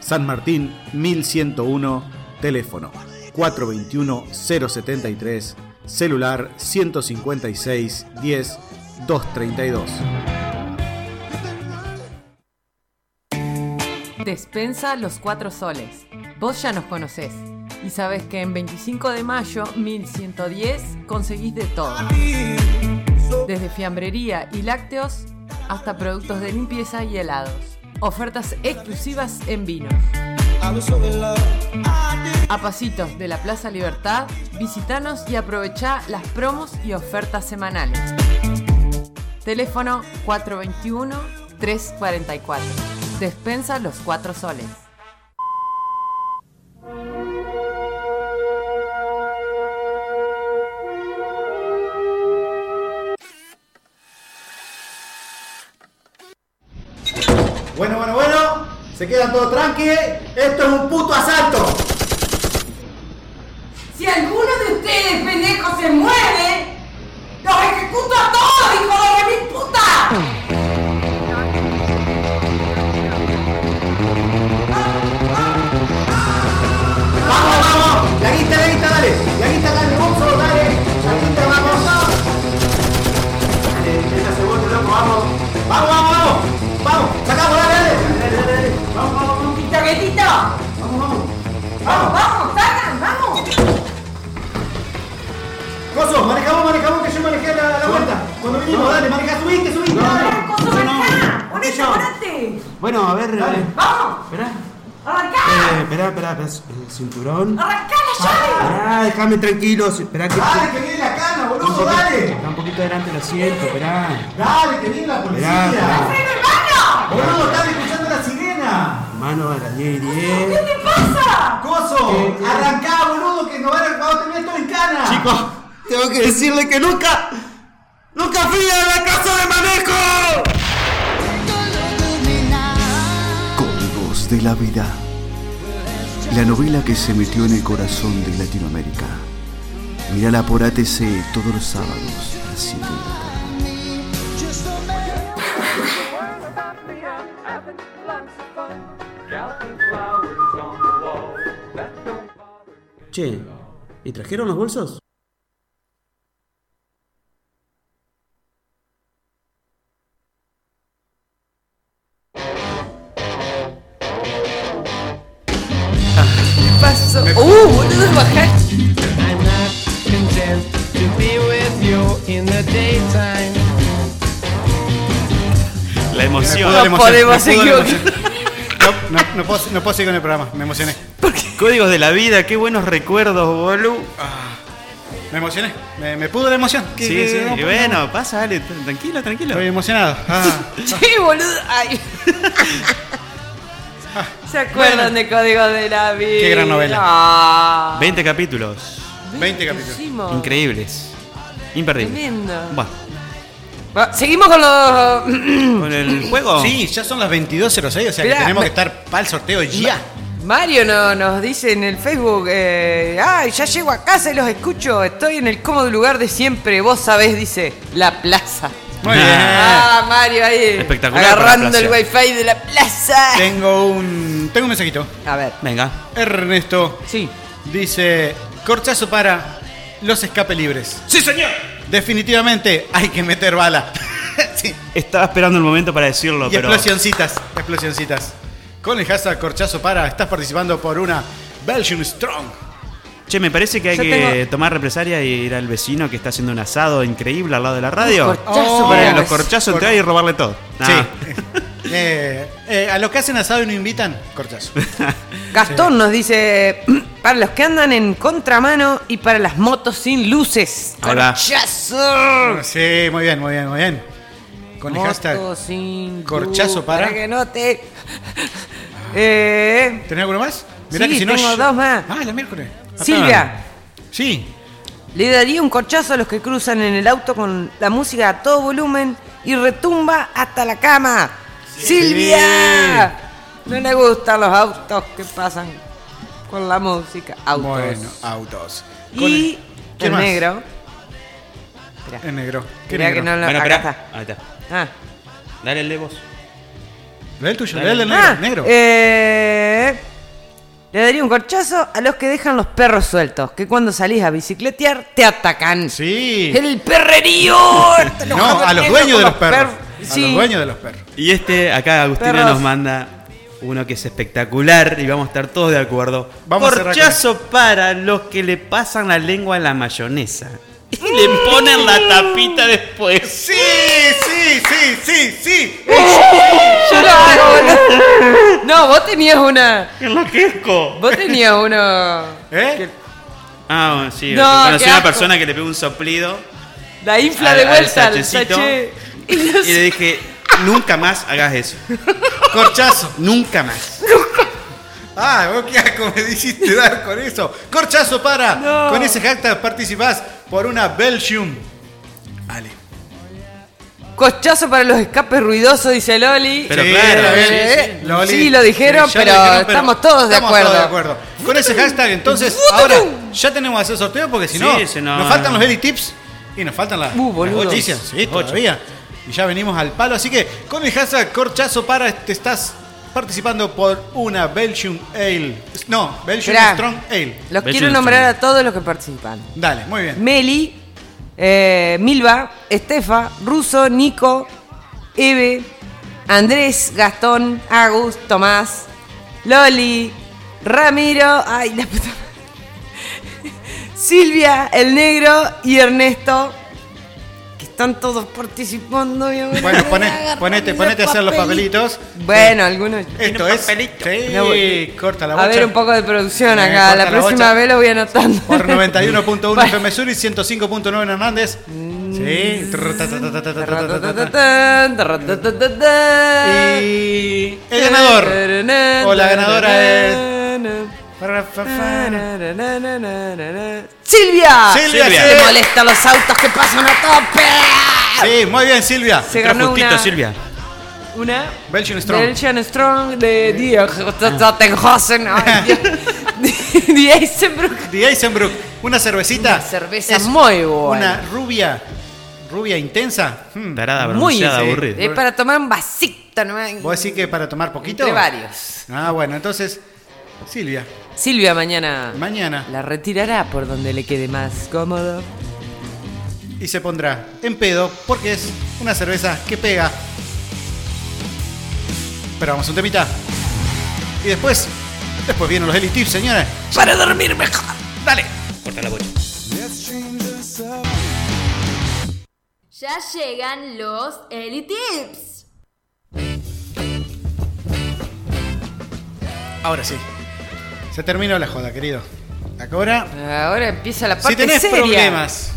Speaker 6: San Martín 1101, teléfono 421-073, celular 156-10-232.
Speaker 5: Despensa Los Cuatro Soles. Vos ya nos conocés y sabés que en 25 de mayo 1110 conseguís de todo. Desde fiambrería y lácteos hasta productos de limpieza y helados. Ofertas exclusivas en vinos. A pasitos de la Plaza Libertad, visitanos y aprovechá las promos y ofertas semanales. Teléfono 421 344. Despensa los cuatro soles.
Speaker 11: Bueno, bueno, bueno. Se quedan todos tranquilos. Esto es un puto asalto.
Speaker 13: Si alguno de ustedes, pendejos, se mueve, los ejecuto a todos, hijo de mi puta.
Speaker 11: La guita, la guita, dale. La guita, dale. Gonzo, dale. La guita, vamos. Dale, esta se vuelve loco, vamos. Vamos, vamos, vamos. Vamos, sacamos, dale, dale. Dale, dale, dale. Vamos, vamos, vamos.
Speaker 13: Quita, quitito.
Speaker 11: Vamos, vamos.
Speaker 13: Vamos, vamos, sacan, vamos.
Speaker 11: Coso, manejamos, manejamos, que yo manejé la, la vuelta. Cuando vinimos, dale, manejá, subiste, subiste, dale.
Speaker 13: Coso, manejá. Ponete, ponete.
Speaker 18: Bueno, a ver.
Speaker 11: Dale.
Speaker 18: eh,
Speaker 13: Vamos.
Speaker 18: Esperá,
Speaker 13: Arrancá.
Speaker 18: eh, esperá, esperá, esperá, eh, cinturón.
Speaker 13: Arrancá la llave.
Speaker 18: Esperá, déjame tranquilo, esperá que.
Speaker 11: Dale, que viene la cana,
Speaker 18: Un
Speaker 11: boludo,
Speaker 18: poquito-
Speaker 11: dale.
Speaker 18: Está un poquito delante el asiento, esperá.
Speaker 11: Dale, que viene la
Speaker 18: Esperá,
Speaker 11: policía.
Speaker 18: esperá.
Speaker 11: Boludo, están escuchando la sirena.
Speaker 18: Mano a las 10 y Eh, 10.
Speaker 13: ¿Qué pasa?
Speaker 11: Coso, arrancá, boludo, que nos van a vamos a terminar todo en cana.
Speaker 18: Chicos, tengo que decirle que nunca. ¡Nunca fui a la casa de manejo!
Speaker 1: Códigos de la vida. La novela que se metió en el corazón de Latinoamérica. Mírala por ATC todos los sábados a las 7 de la tarde.
Speaker 18: Che, ¿y trajeron los bolsos?
Speaker 33: Paso. ¡Uh, boludo, bajá!
Speaker 34: I'm not content to be with you in the daytime.
Speaker 35: La emoción.
Speaker 3: pudo la emoción,
Speaker 33: podemos
Speaker 3: me pudo la
Speaker 33: seguir.
Speaker 3: emoción. No, no, no puedo, no puedo seguir con el programa, me emocioné.
Speaker 35: Códigos de la vida, qué buenos recuerdos, boludo.
Speaker 18: Ah,
Speaker 3: Me emocioné, me, me pudo la emoción. ¿Qué-
Speaker 35: Sí,
Speaker 3: qué-
Speaker 35: sí.
Speaker 3: no,
Speaker 35: y
Speaker 3: no,
Speaker 35: bueno, pasa, dale, t- tranquilo, tranquilo.
Speaker 3: Estoy emocionado. Ah.
Speaker 33: Sí, boludo. Ay. ¿Se acuerdan de Código de la Vida?
Speaker 35: Qué gran novela.
Speaker 33: Ah.
Speaker 35: 20 capítulos.
Speaker 3: 20
Speaker 33: Hicimos.
Speaker 35: Increíbles. Imperdibles.
Speaker 33: Tremendo.
Speaker 35: Bueno,
Speaker 33: Bueno, seguimos con los.
Speaker 35: ¿Con el juego?
Speaker 3: Sí, ya son las 22.06, o sea
Speaker 33: Esperá,
Speaker 3: que tenemos
Speaker 33: me-
Speaker 3: que estar para el sorteo ya.
Speaker 33: Mario no- nos dice en el Facebook, eh, ay, ya llego a casa y los escucho, estoy en el cómodo lugar de siempre, vos sabés, dice, la plaza.
Speaker 3: Muy bien.
Speaker 5: Ah, Mario ahí.
Speaker 3: Espectacular
Speaker 5: Agarrando
Speaker 3: para
Speaker 5: el
Speaker 3: la plaza.
Speaker 5: wifi de la plaza.
Speaker 3: Tengo un. Tengo un mensajito.
Speaker 5: A ver.
Speaker 6: Venga.
Speaker 3: Ernesto.
Speaker 5: Sí.
Speaker 3: Dice. Corchazo para los escape libres. ¡Sí, señor! Definitivamente hay que meter bala.
Speaker 6: Estaba esperando el momento para decirlo,
Speaker 3: y
Speaker 6: pero.
Speaker 3: explosioncitas. Explosioncitas. Con el hashtag Corchazo para, estás participando por una Belgian Strong.
Speaker 6: Che, me parece que hay
Speaker 3: Yo
Speaker 6: que
Speaker 3: tengo-
Speaker 6: tomar represalia y ir al vecino que está haciendo un asado increíble al lado de la radio.
Speaker 3: Un corchazo
Speaker 6: Y
Speaker 3: para
Speaker 6: a
Speaker 3: el
Speaker 6: Oh, los
Speaker 3: vecino.
Speaker 6: corchazos entrar y robarle todo. Ah. Sí.
Speaker 3: Eh, eh, a los que hacen asado y no invitan, Corchazo.
Speaker 5: Gastón nos dice, para los que andan en contramano y para las motos sin luces.
Speaker 3: Ahí va.
Speaker 5: ¡Corchazo!
Speaker 3: Sí, muy bien, muy bien, muy bien. Con el
Speaker 5: Moto
Speaker 3: hashtag
Speaker 5: sin
Speaker 3: Corchazo
Speaker 5: luz,
Speaker 3: para.
Speaker 5: que no te... Eh,
Speaker 3: ¿Tenés alguno más?
Speaker 5: sí, tengo dos más.
Speaker 3: Ah, la miércoles.
Speaker 5: Silvia.
Speaker 3: Sí.
Speaker 5: Le daría un corchazo a los que cruzan en el auto con la música a todo volumen y retumba hasta la cama. ¡Silvia! No le gustan los autos que pasan con la música. Autos.
Speaker 3: Bueno, autos. Con
Speaker 5: Y el
Speaker 3: ¿Quién más?
Speaker 5: negro.
Speaker 3: El negro. ¿Qué
Speaker 5: Mirá
Speaker 3: negro?
Speaker 5: que no lo- Bueno, acá esperá.
Speaker 6: Ahí está.
Speaker 5: Ah.
Speaker 6: Dale el de vos.
Speaker 3: Lee el tuyo,
Speaker 6: Dale.
Speaker 3: lee el del negro.
Speaker 5: Ah,
Speaker 3: negro.
Speaker 5: eh, le daría un corchazo a los que dejan los perros sueltos, que cuando salís a bicicletear te atacan.
Speaker 3: Sí.
Speaker 5: El perrerío. Te lo
Speaker 3: No, a los
Speaker 5: juro,
Speaker 3: dueños de
Speaker 5: con
Speaker 3: los perros.
Speaker 5: perros.
Speaker 3: A los
Speaker 5: Sí.
Speaker 3: dueños de los perros.
Speaker 6: Y este, acá Agustina
Speaker 5: Perros.
Speaker 6: nos manda uno que es espectacular y vamos a estar todos de acuerdo.
Speaker 3: Vamos a cerrar
Speaker 6: Corchazo para los que le pasan la lengua a la mayonesa. Y le ponen la tapita después.
Speaker 3: Sí, sí, sí, sí, sí.
Speaker 5: Yo lo hago, boludo. No, vos tenías una.
Speaker 6: enloquezco!
Speaker 5: Vos tenías uno.
Speaker 3: ¿Eh?
Speaker 6: Ah, bueno, sí.
Speaker 5: No, qué
Speaker 6: conocí a una
Speaker 5: asco.
Speaker 6: persona que le pegó un soplido
Speaker 5: La infla
Speaker 6: Al-
Speaker 5: de
Speaker 6: al
Speaker 5: vuelta al
Speaker 6: sachecito.
Speaker 5: sachet.
Speaker 6: y le dije, nunca más hagas eso.
Speaker 3: Corchazo.
Speaker 6: Nunca más.
Speaker 3: Ah, vos qué asco me hiciste dar con eso. Corchazo para. Con ese hashtag participás por una Belgium.
Speaker 5: Corchazo para los escapes ruidosos, dice Loli.
Speaker 3: Pero
Speaker 5: Eh,
Speaker 3: claro, bien,
Speaker 5: eh,
Speaker 3: sí, Loli.
Speaker 5: sí, lo dijeron,
Speaker 3: Sí, ya
Speaker 5: pero,
Speaker 3: lo dijeron, pero
Speaker 5: estamos todos de
Speaker 3: estamos
Speaker 5: acuerdo.
Speaker 3: todos de acuerdo. Con ese hashtag, entonces, ahora ya tenemos que hacer sorteo porque si
Speaker 6: Sí,
Speaker 3: no,
Speaker 6: si no-
Speaker 3: nos faltan los edit tips y nos faltan las,
Speaker 5: Uh, boludo.
Speaker 3: las noticias. Sí,
Speaker 6: Ocho.
Speaker 3: todavía. Y ya venimos al palo. Así que con el hashtag corchazo para, te estás participando por una Belgium Ale. No, Belgium
Speaker 5: Esperá.
Speaker 3: Strong Ale.
Speaker 5: Los quiero nombrar a todos los que participan.
Speaker 3: Dale, muy bien.
Speaker 5: Meli, eh, Milva, Estefa, Ruso, Nico, Eve, Andrés, Gastón, Agus, Tomás, Loli, Ramiro, ay, la puta madre. Silvia, el negro y Ernesto. Que están todos participando, mi amor.
Speaker 3: Bueno, poné- ponete, ponete a hacer los papelitos.
Speaker 5: Bueno, algunos.
Speaker 3: Esto es. Sí,
Speaker 5: No, voy-
Speaker 3: corta la bocha.
Speaker 5: A ver un poco de producción
Speaker 3: Eh,
Speaker 5: acá.
Speaker 3: corta
Speaker 5: La
Speaker 3: la
Speaker 5: próxima
Speaker 3: bocha.
Speaker 5: vez lo voy anotando.
Speaker 3: Por 91.1 FM Sur y 105.9 en Hernández.
Speaker 5: Mm.
Speaker 3: Sí. Trrr, ta, ta, ta, ta, ta, ta, ta, ta, ta, ta. Y el ganador o la ganadora es
Speaker 5: Silvia.
Speaker 3: Silvia,
Speaker 5: Que
Speaker 3: Silvia.
Speaker 5: te molesta los autos que pasan a tope.
Speaker 3: Sí, muy bien Silvia.
Speaker 5: Se Entró ganó justito, una-
Speaker 6: Silvia.
Speaker 5: Una
Speaker 3: Belgian Strong.
Speaker 5: Belgian Strong de Diegotenhausen. De Eisenbrook.
Speaker 3: De Eisenbrook. Una cervecita. cerveza
Speaker 5: muy buena.
Speaker 3: Una rubia. Rubia intensa. Hmm.
Speaker 6: Tarada bronceada,
Speaker 3: sí.
Speaker 6: aburrida.
Speaker 5: Es Eh, para tomar un vasito nomás.
Speaker 3: ¿Vos decís que para tomar poquito?
Speaker 5: Entre varios.
Speaker 3: Ah, bueno, entonces Silvia.
Speaker 5: Silvia mañana
Speaker 3: Mañana.
Speaker 5: la retirará por donde le quede más cómodo.
Speaker 3: Y se pondrá en pedo porque es una cerveza que pega. Pero vamos a un temita. Y después, después vienen los Eli Tips, señores.
Speaker 5: Para dormir mejor.
Speaker 3: Dale.
Speaker 6: Corta la bocha.
Speaker 11: Ya llegan los Eli Tips.
Speaker 3: Ahora sí. Se terminó la joda, querido. Acá Ahora,
Speaker 5: Ahora empieza la parte
Speaker 3: si tenés
Speaker 5: seria.
Speaker 3: problemas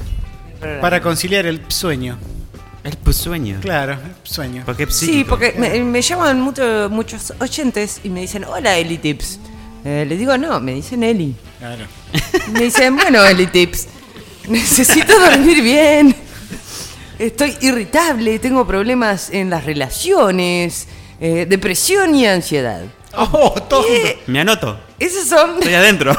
Speaker 3: para conciliar el sueño.
Speaker 6: El sueño.
Speaker 3: Claro, el sueño.
Speaker 6: Porque es
Speaker 5: Sí,
Speaker 6: psíquico.
Speaker 5: porque me, me llaman mucho- muchos oyentes y me dicen, hola Eli Tips. Eh, le digo, no, me dicen Eli.
Speaker 3: Claro.
Speaker 5: Me dicen, bueno Eli Tips, necesito dormir bien. Estoy irritable, tengo problemas en las relaciones, eh, depresión y ansiedad. Eh,
Speaker 3: ¡Oh, tonto!
Speaker 6: Me anoto.
Speaker 5: Esos son
Speaker 6: Estoy adentro.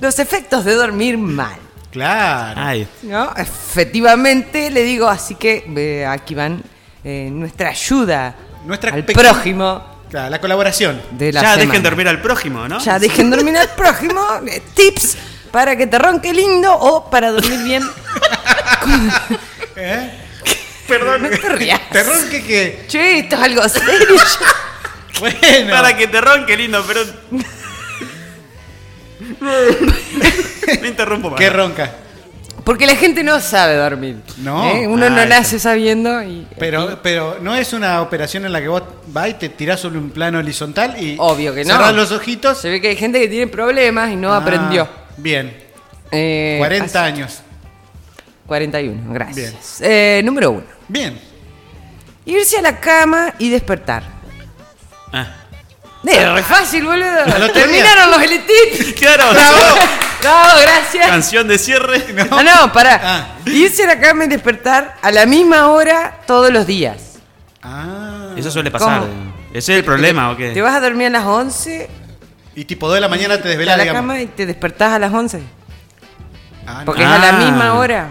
Speaker 5: los efectos de dormir mal.
Speaker 3: Claro.
Speaker 6: Ah.
Speaker 5: ¿no? Efectivamente, le digo, así que eh, aquí van eh, nuestra ayuda
Speaker 3: Nuestra
Speaker 5: al
Speaker 3: peque-
Speaker 5: prójimo.
Speaker 3: Claro, la colaboración.
Speaker 5: De la
Speaker 6: ya dejen
Speaker 5: semana.
Speaker 6: dormir al prójimo, ¿no?
Speaker 5: Ya dejen dormir al prójimo. eh, Tips para que te ronque lindo o para dormir bien.
Speaker 3: Perdón.
Speaker 5: No te rías.
Speaker 3: Te ronque que.
Speaker 5: Che, esto es algo serio.
Speaker 3: Bueno.
Speaker 6: Para que te ronque, lindo, pero. No interrumpo más.
Speaker 3: Que ronca.
Speaker 5: Porque la gente no sabe dormir.
Speaker 3: No.
Speaker 5: ¿eh? Uno
Speaker 3: Ah,
Speaker 5: no
Speaker 3: está.
Speaker 5: nace sabiendo y
Speaker 3: Pero, pero no es una operación en la que vos vas y te tirás sobre un plano horizontal y.
Speaker 5: Obvio que no.
Speaker 3: cerrás los ojitos.
Speaker 5: Se ve que hay gente que tiene problemas y no
Speaker 3: Ah,
Speaker 5: aprendió.
Speaker 3: Bien.
Speaker 5: Eh,
Speaker 3: 40
Speaker 5: así-
Speaker 3: años.
Speaker 5: 41, gracias. Eh, número uno.
Speaker 3: Bien.
Speaker 5: Irse a la cama y despertar.
Speaker 6: Ah.
Speaker 5: Es Eh, re fácil, boludo.
Speaker 6: Al otro
Speaker 5: Terminaron
Speaker 6: día.
Speaker 5: los elitips.
Speaker 6: Claro.
Speaker 5: Bravo. Bravo, gracias.
Speaker 6: Canción de cierre.
Speaker 5: Ah, no, pará. Irse a la cama y despertar a la misma hora todos los días.
Speaker 6: Eso suele pasar.
Speaker 5: ¿Cómo?
Speaker 6: ¿Ese es el problema o qué?
Speaker 5: Te vas a dormir a las 11.
Speaker 3: Y tipo 2 de la mañana te desvelás,
Speaker 5: a la
Speaker 3: digamos.
Speaker 5: cama y te despertás a las 11.
Speaker 3: Ah, no.
Speaker 5: Porque es a la
Speaker 6: Ah.
Speaker 5: misma hora.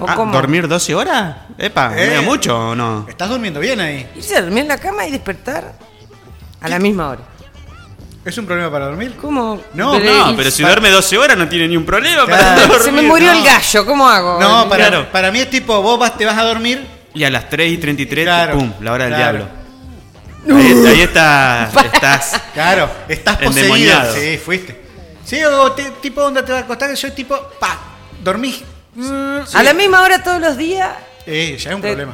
Speaker 5: ¿O
Speaker 6: Ah,
Speaker 5: cómo?
Speaker 6: ¿Dormir 12 horas? Epa,
Speaker 3: Eh.
Speaker 6: ¿medio mucho o no?
Speaker 3: Estás durmiendo bien ahí.
Speaker 5: Irse a dormir en la cama y despertar a la misma hora.
Speaker 3: ¿Es un problema para dormir?
Speaker 5: ¿Cómo?
Speaker 3: No,
Speaker 5: Pero-
Speaker 6: No, pero si duerme 12 horas no tiene ni un problema para
Speaker 3: Claro.
Speaker 6: dormir.
Speaker 5: Se me murió
Speaker 3: no.
Speaker 5: el gallo, ¿cómo hago?
Speaker 3: No, para,
Speaker 6: Claro.
Speaker 3: para mí es tipo, vos vas, te vas a dormir.
Speaker 6: Y a las 3 y 33,
Speaker 3: Claro,
Speaker 6: pum, la hora del
Speaker 3: claro.
Speaker 6: diablo. Ahí, ahí está, estás.
Speaker 3: Claro, estás poseído.
Speaker 6: Endemoniado.
Speaker 3: Sí, fuiste. Sí, o te- tipo, onda te vas a acostar? Yo tipo, pa, dormís.
Speaker 5: A la misma hora todos los días.
Speaker 3: Eh, ya es un
Speaker 5: Te-
Speaker 3: problema.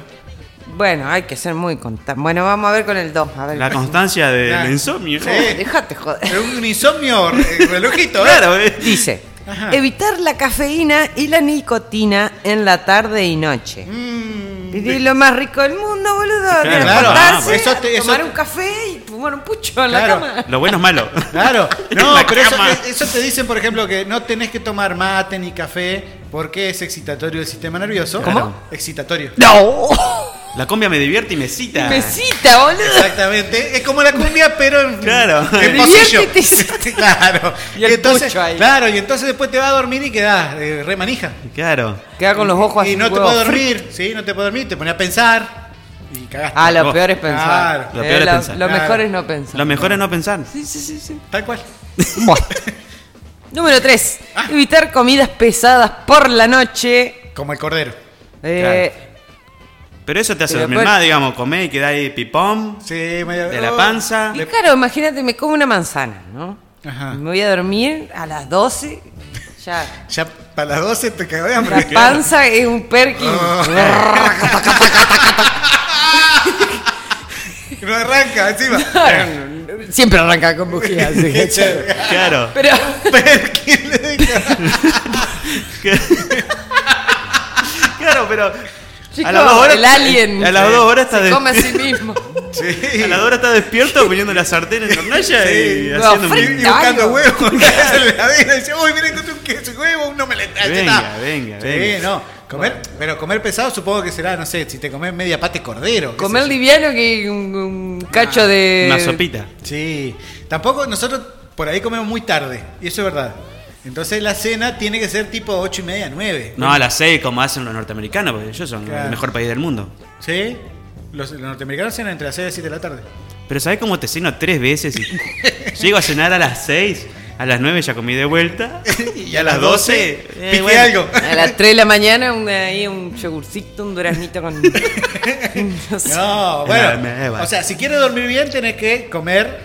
Speaker 5: Bueno, hay que ser muy constante. Bueno, vamos a ver con el 2.
Speaker 6: La constancia del
Speaker 5: Claro.
Speaker 6: insomnio.
Speaker 5: Dejate joder.
Speaker 3: Un insomnio eh, relojito, ¿eh?
Speaker 6: Claro, eh.
Speaker 5: Dice.
Speaker 3: Ajá.
Speaker 5: Evitar la cafeína y la nicotina en la tarde y noche.
Speaker 3: Mm.
Speaker 5: Vivir lo más rico del mundo, boludo.
Speaker 6: Claro,
Speaker 5: Claro,
Speaker 6: claro.
Speaker 3: Ah, pues Eso te- eso
Speaker 5: tomar
Speaker 3: te-
Speaker 5: un café y fumar un pucho en
Speaker 3: Claro.
Speaker 5: la cama.
Speaker 6: Lo bueno es malo.
Speaker 3: Claro, no,
Speaker 6: La
Speaker 3: pero eso,
Speaker 6: cama.
Speaker 3: eso te dicen, por ejemplo, que no tenés que tomar mate ni café porque es excitatorio del sistema nervioso.
Speaker 6: ¿Cómo?
Speaker 3: Excitatorio.
Speaker 5: ¡No!
Speaker 6: La cumbia me divierte y me cita.
Speaker 3: Ah.
Speaker 5: Mesita, boludo.
Speaker 3: Exactamente, es como la cumbia, pero en,
Speaker 6: Claro.
Speaker 3: en pasillo. claro. Y, entonces, claro, y entonces después te vas a dormir y quedás eh, re manija.
Speaker 6: Claro.
Speaker 5: Queda con los ojos así.
Speaker 3: Y no te
Speaker 5: huevo
Speaker 3: puedes
Speaker 5: frito.
Speaker 3: dormir, sí, no te puedes dormir, te pones a pensar y cagaste.
Speaker 5: Ah, lo
Speaker 6: Vos.
Speaker 5: peor es pensar.
Speaker 3: Claro.
Speaker 6: Lo peor es
Speaker 5: Eh, lo,
Speaker 6: pensar.
Speaker 5: lo
Speaker 3: Claro.
Speaker 5: mejor es no pensar.
Speaker 6: Lo mejor es no pensar.
Speaker 5: Sí, sí, sí, sí.
Speaker 3: Tal cual.
Speaker 5: Número 3.
Speaker 3: Ah.
Speaker 5: Evitar comidas pesadas por la noche.
Speaker 3: Como el cordero.
Speaker 5: Eh,
Speaker 6: Pero eso te hace
Speaker 5: Pero
Speaker 6: dormir
Speaker 5: después-
Speaker 6: más, digamos, comer y quedar ahí pipón,
Speaker 3: Sí, medio- Oh.
Speaker 6: de la panza.
Speaker 5: y claro, imagínate, me como una manzana, ¿no?
Speaker 3: Ajá.
Speaker 5: Me voy a dormir a las 12. Ya.
Speaker 3: Ya para las 12 te cagó de
Speaker 5: La
Speaker 3: hambre.
Speaker 5: panza es un perkin.
Speaker 3: No arranca encima.
Speaker 5: Siempre arranca con bujía. así que-
Speaker 6: Claro.
Speaker 5: Pero
Speaker 3: Perkin le deja.
Speaker 6: Claro, pero.
Speaker 5: Chicos,
Speaker 6: a las dos horas,
Speaker 5: el alien
Speaker 6: A las dos horas está
Speaker 5: se
Speaker 6: de-
Speaker 5: come a sí mismo.
Speaker 3: Sí.
Speaker 6: A las dos horas está despierto poniendo la sartén en la hornalla y
Speaker 5: Lo
Speaker 6: haciendo
Speaker 5: frita.
Speaker 3: Y buscando
Speaker 5: Algo.
Speaker 3: huevos. la vida dice, uy, mira, encontré un queso, huevo, una omeleta. ya está.
Speaker 6: Venga, venga,
Speaker 3: Sí,
Speaker 6: venga.
Speaker 3: no. Comer, pero comer pesado supongo que será, no sé, si te comes media pata de cordero. qué sé
Speaker 5: Comer
Speaker 3: yo.
Speaker 5: liviano que un, un cacho de.
Speaker 3: Eh,
Speaker 6: Una sopita.
Speaker 3: Sí. Tampoco nosotros por ahí comemos muy tarde, y eso es verdad. Entonces la cena tiene que ser tipo ocho y media, nueve.
Speaker 6: No, a las seis, como hacen los norteamericanos, porque ellos son
Speaker 3: Claro.
Speaker 6: el mejor país del mundo.
Speaker 3: ¿Sí? Los, los norteamericanos cenan entre las seis y las siete de la tarde.
Speaker 6: Pero ¿sabes cómo te ceno tres veces? Y llego a cenar a las seis, a las nueve ya comí de vuelta.
Speaker 3: Y
Speaker 6: a las doce, eh,
Speaker 3: piqué
Speaker 6: bueno.
Speaker 3: algo.
Speaker 5: A las 3 de la mañana, un, ahí un yogurcito, un duraznito con. no sé.
Speaker 3: No,
Speaker 6: Era
Speaker 3: bueno.
Speaker 6: nueva.
Speaker 3: O sea, si quieres dormir bien, tenés que comer.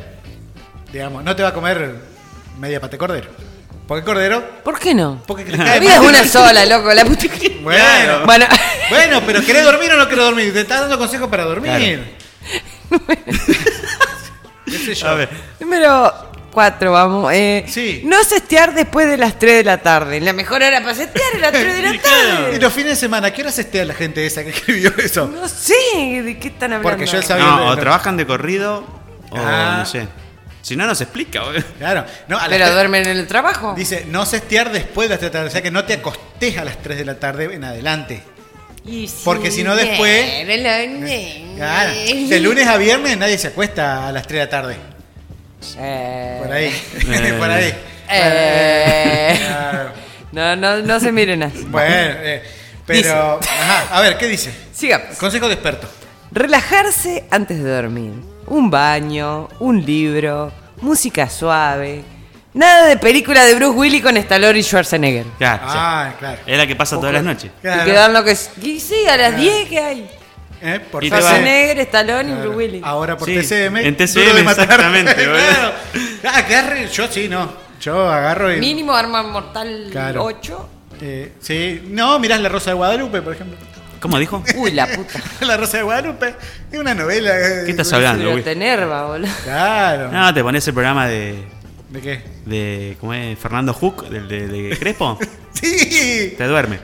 Speaker 3: Digamos, no te va a comer media pata de cordero. Porque el cordero.
Speaker 5: ¿Por qué no?
Speaker 3: Porque le
Speaker 5: La
Speaker 3: cae
Speaker 5: vida es
Speaker 3: mal.
Speaker 5: una sola, loco, la puta que-
Speaker 3: Bueno,
Speaker 5: Bueno,
Speaker 3: bueno, pero ¿querés dormir o no querés dormir? Te estás dando consejos para dormir. ¿Qué sé yo?
Speaker 6: A ver,
Speaker 5: número 4, vamos. eh,
Speaker 3: Sí.
Speaker 5: No sestear después de las 3 de la tarde. La mejor hora para sestear es las 3 de la
Speaker 3: Y
Speaker 5: tarde.
Speaker 3: los fines de semana, ¿qué horas esté la gente esa que escribió eso?
Speaker 5: No sé de qué están hablando.
Speaker 3: Porque yo el sábado-
Speaker 6: no, o
Speaker 3: no.
Speaker 6: trabajan de corrido o
Speaker 3: Ah.
Speaker 6: no sé. Si no, no se explica. boludo.
Speaker 3: Claro, no, a las
Speaker 5: Pero
Speaker 3: tres-
Speaker 5: duermen en el trabajo.
Speaker 3: Dice, no sestear después de las 3 de la tarde, o sea que no te acostés a las 3 de la tarde en adelante.
Speaker 5: Y
Speaker 3: porque si no, después- Claro, de lunes a viernes nadie se acuesta a las 3 de la tarde.
Speaker 5: Eh,
Speaker 3: Por ahí,
Speaker 6: Eh.
Speaker 3: por ahí.
Speaker 5: eh.
Speaker 3: Claro.
Speaker 5: No, no, no se miren así.
Speaker 3: Bueno, eh, pero.
Speaker 5: Dice.
Speaker 3: Ajá, a ver, ¿qué dice?
Speaker 5: Sigamos.
Speaker 3: Consejo de experto.
Speaker 5: Relajarse antes de dormir. Un baño, un libro, música suave. Nada de película de Bruce Willis con Stallone y Schwarzenegger.
Speaker 6: Claro,
Speaker 3: Ah,
Speaker 6: sí.
Speaker 3: claro.
Speaker 6: Es la que pasa todas las noches.
Speaker 5: Y quedan lo que... es- Y sí, a las 10 que hay.
Speaker 3: Eh, por
Speaker 6: Y te va-
Speaker 5: Schwarzenegger, Stallone y Bruce Willis.
Speaker 3: Ahora por
Speaker 6: Sí,
Speaker 3: TCM.
Speaker 6: en
Speaker 3: duro
Speaker 6: TCM,
Speaker 3: de matar.
Speaker 6: exactamente, boludo.
Speaker 3: claro. Ah, que arre- Yo sí, no. Yo agarro y.
Speaker 5: Mínimo arma mortal
Speaker 3: Claro.
Speaker 5: 8.
Speaker 3: Eh, sí. No, mirás La Rosa de Guadalupe, por ejemplo.
Speaker 6: ¿Cómo dijo?
Speaker 5: Uy, la puta.
Speaker 3: la Rosa de Guadalupe es una novela. eh,
Speaker 6: ¿Qué estás hablando, Ah.
Speaker 5: Pero
Speaker 6: güey?
Speaker 5: te enerva, boludo.
Speaker 3: Claro.
Speaker 6: No, te pones el programa de.
Speaker 3: ¿De qué?
Speaker 6: de ¿Cómo es? Fernando Hook, del de, de Crespo.
Speaker 3: Sí.
Speaker 6: Te duerme.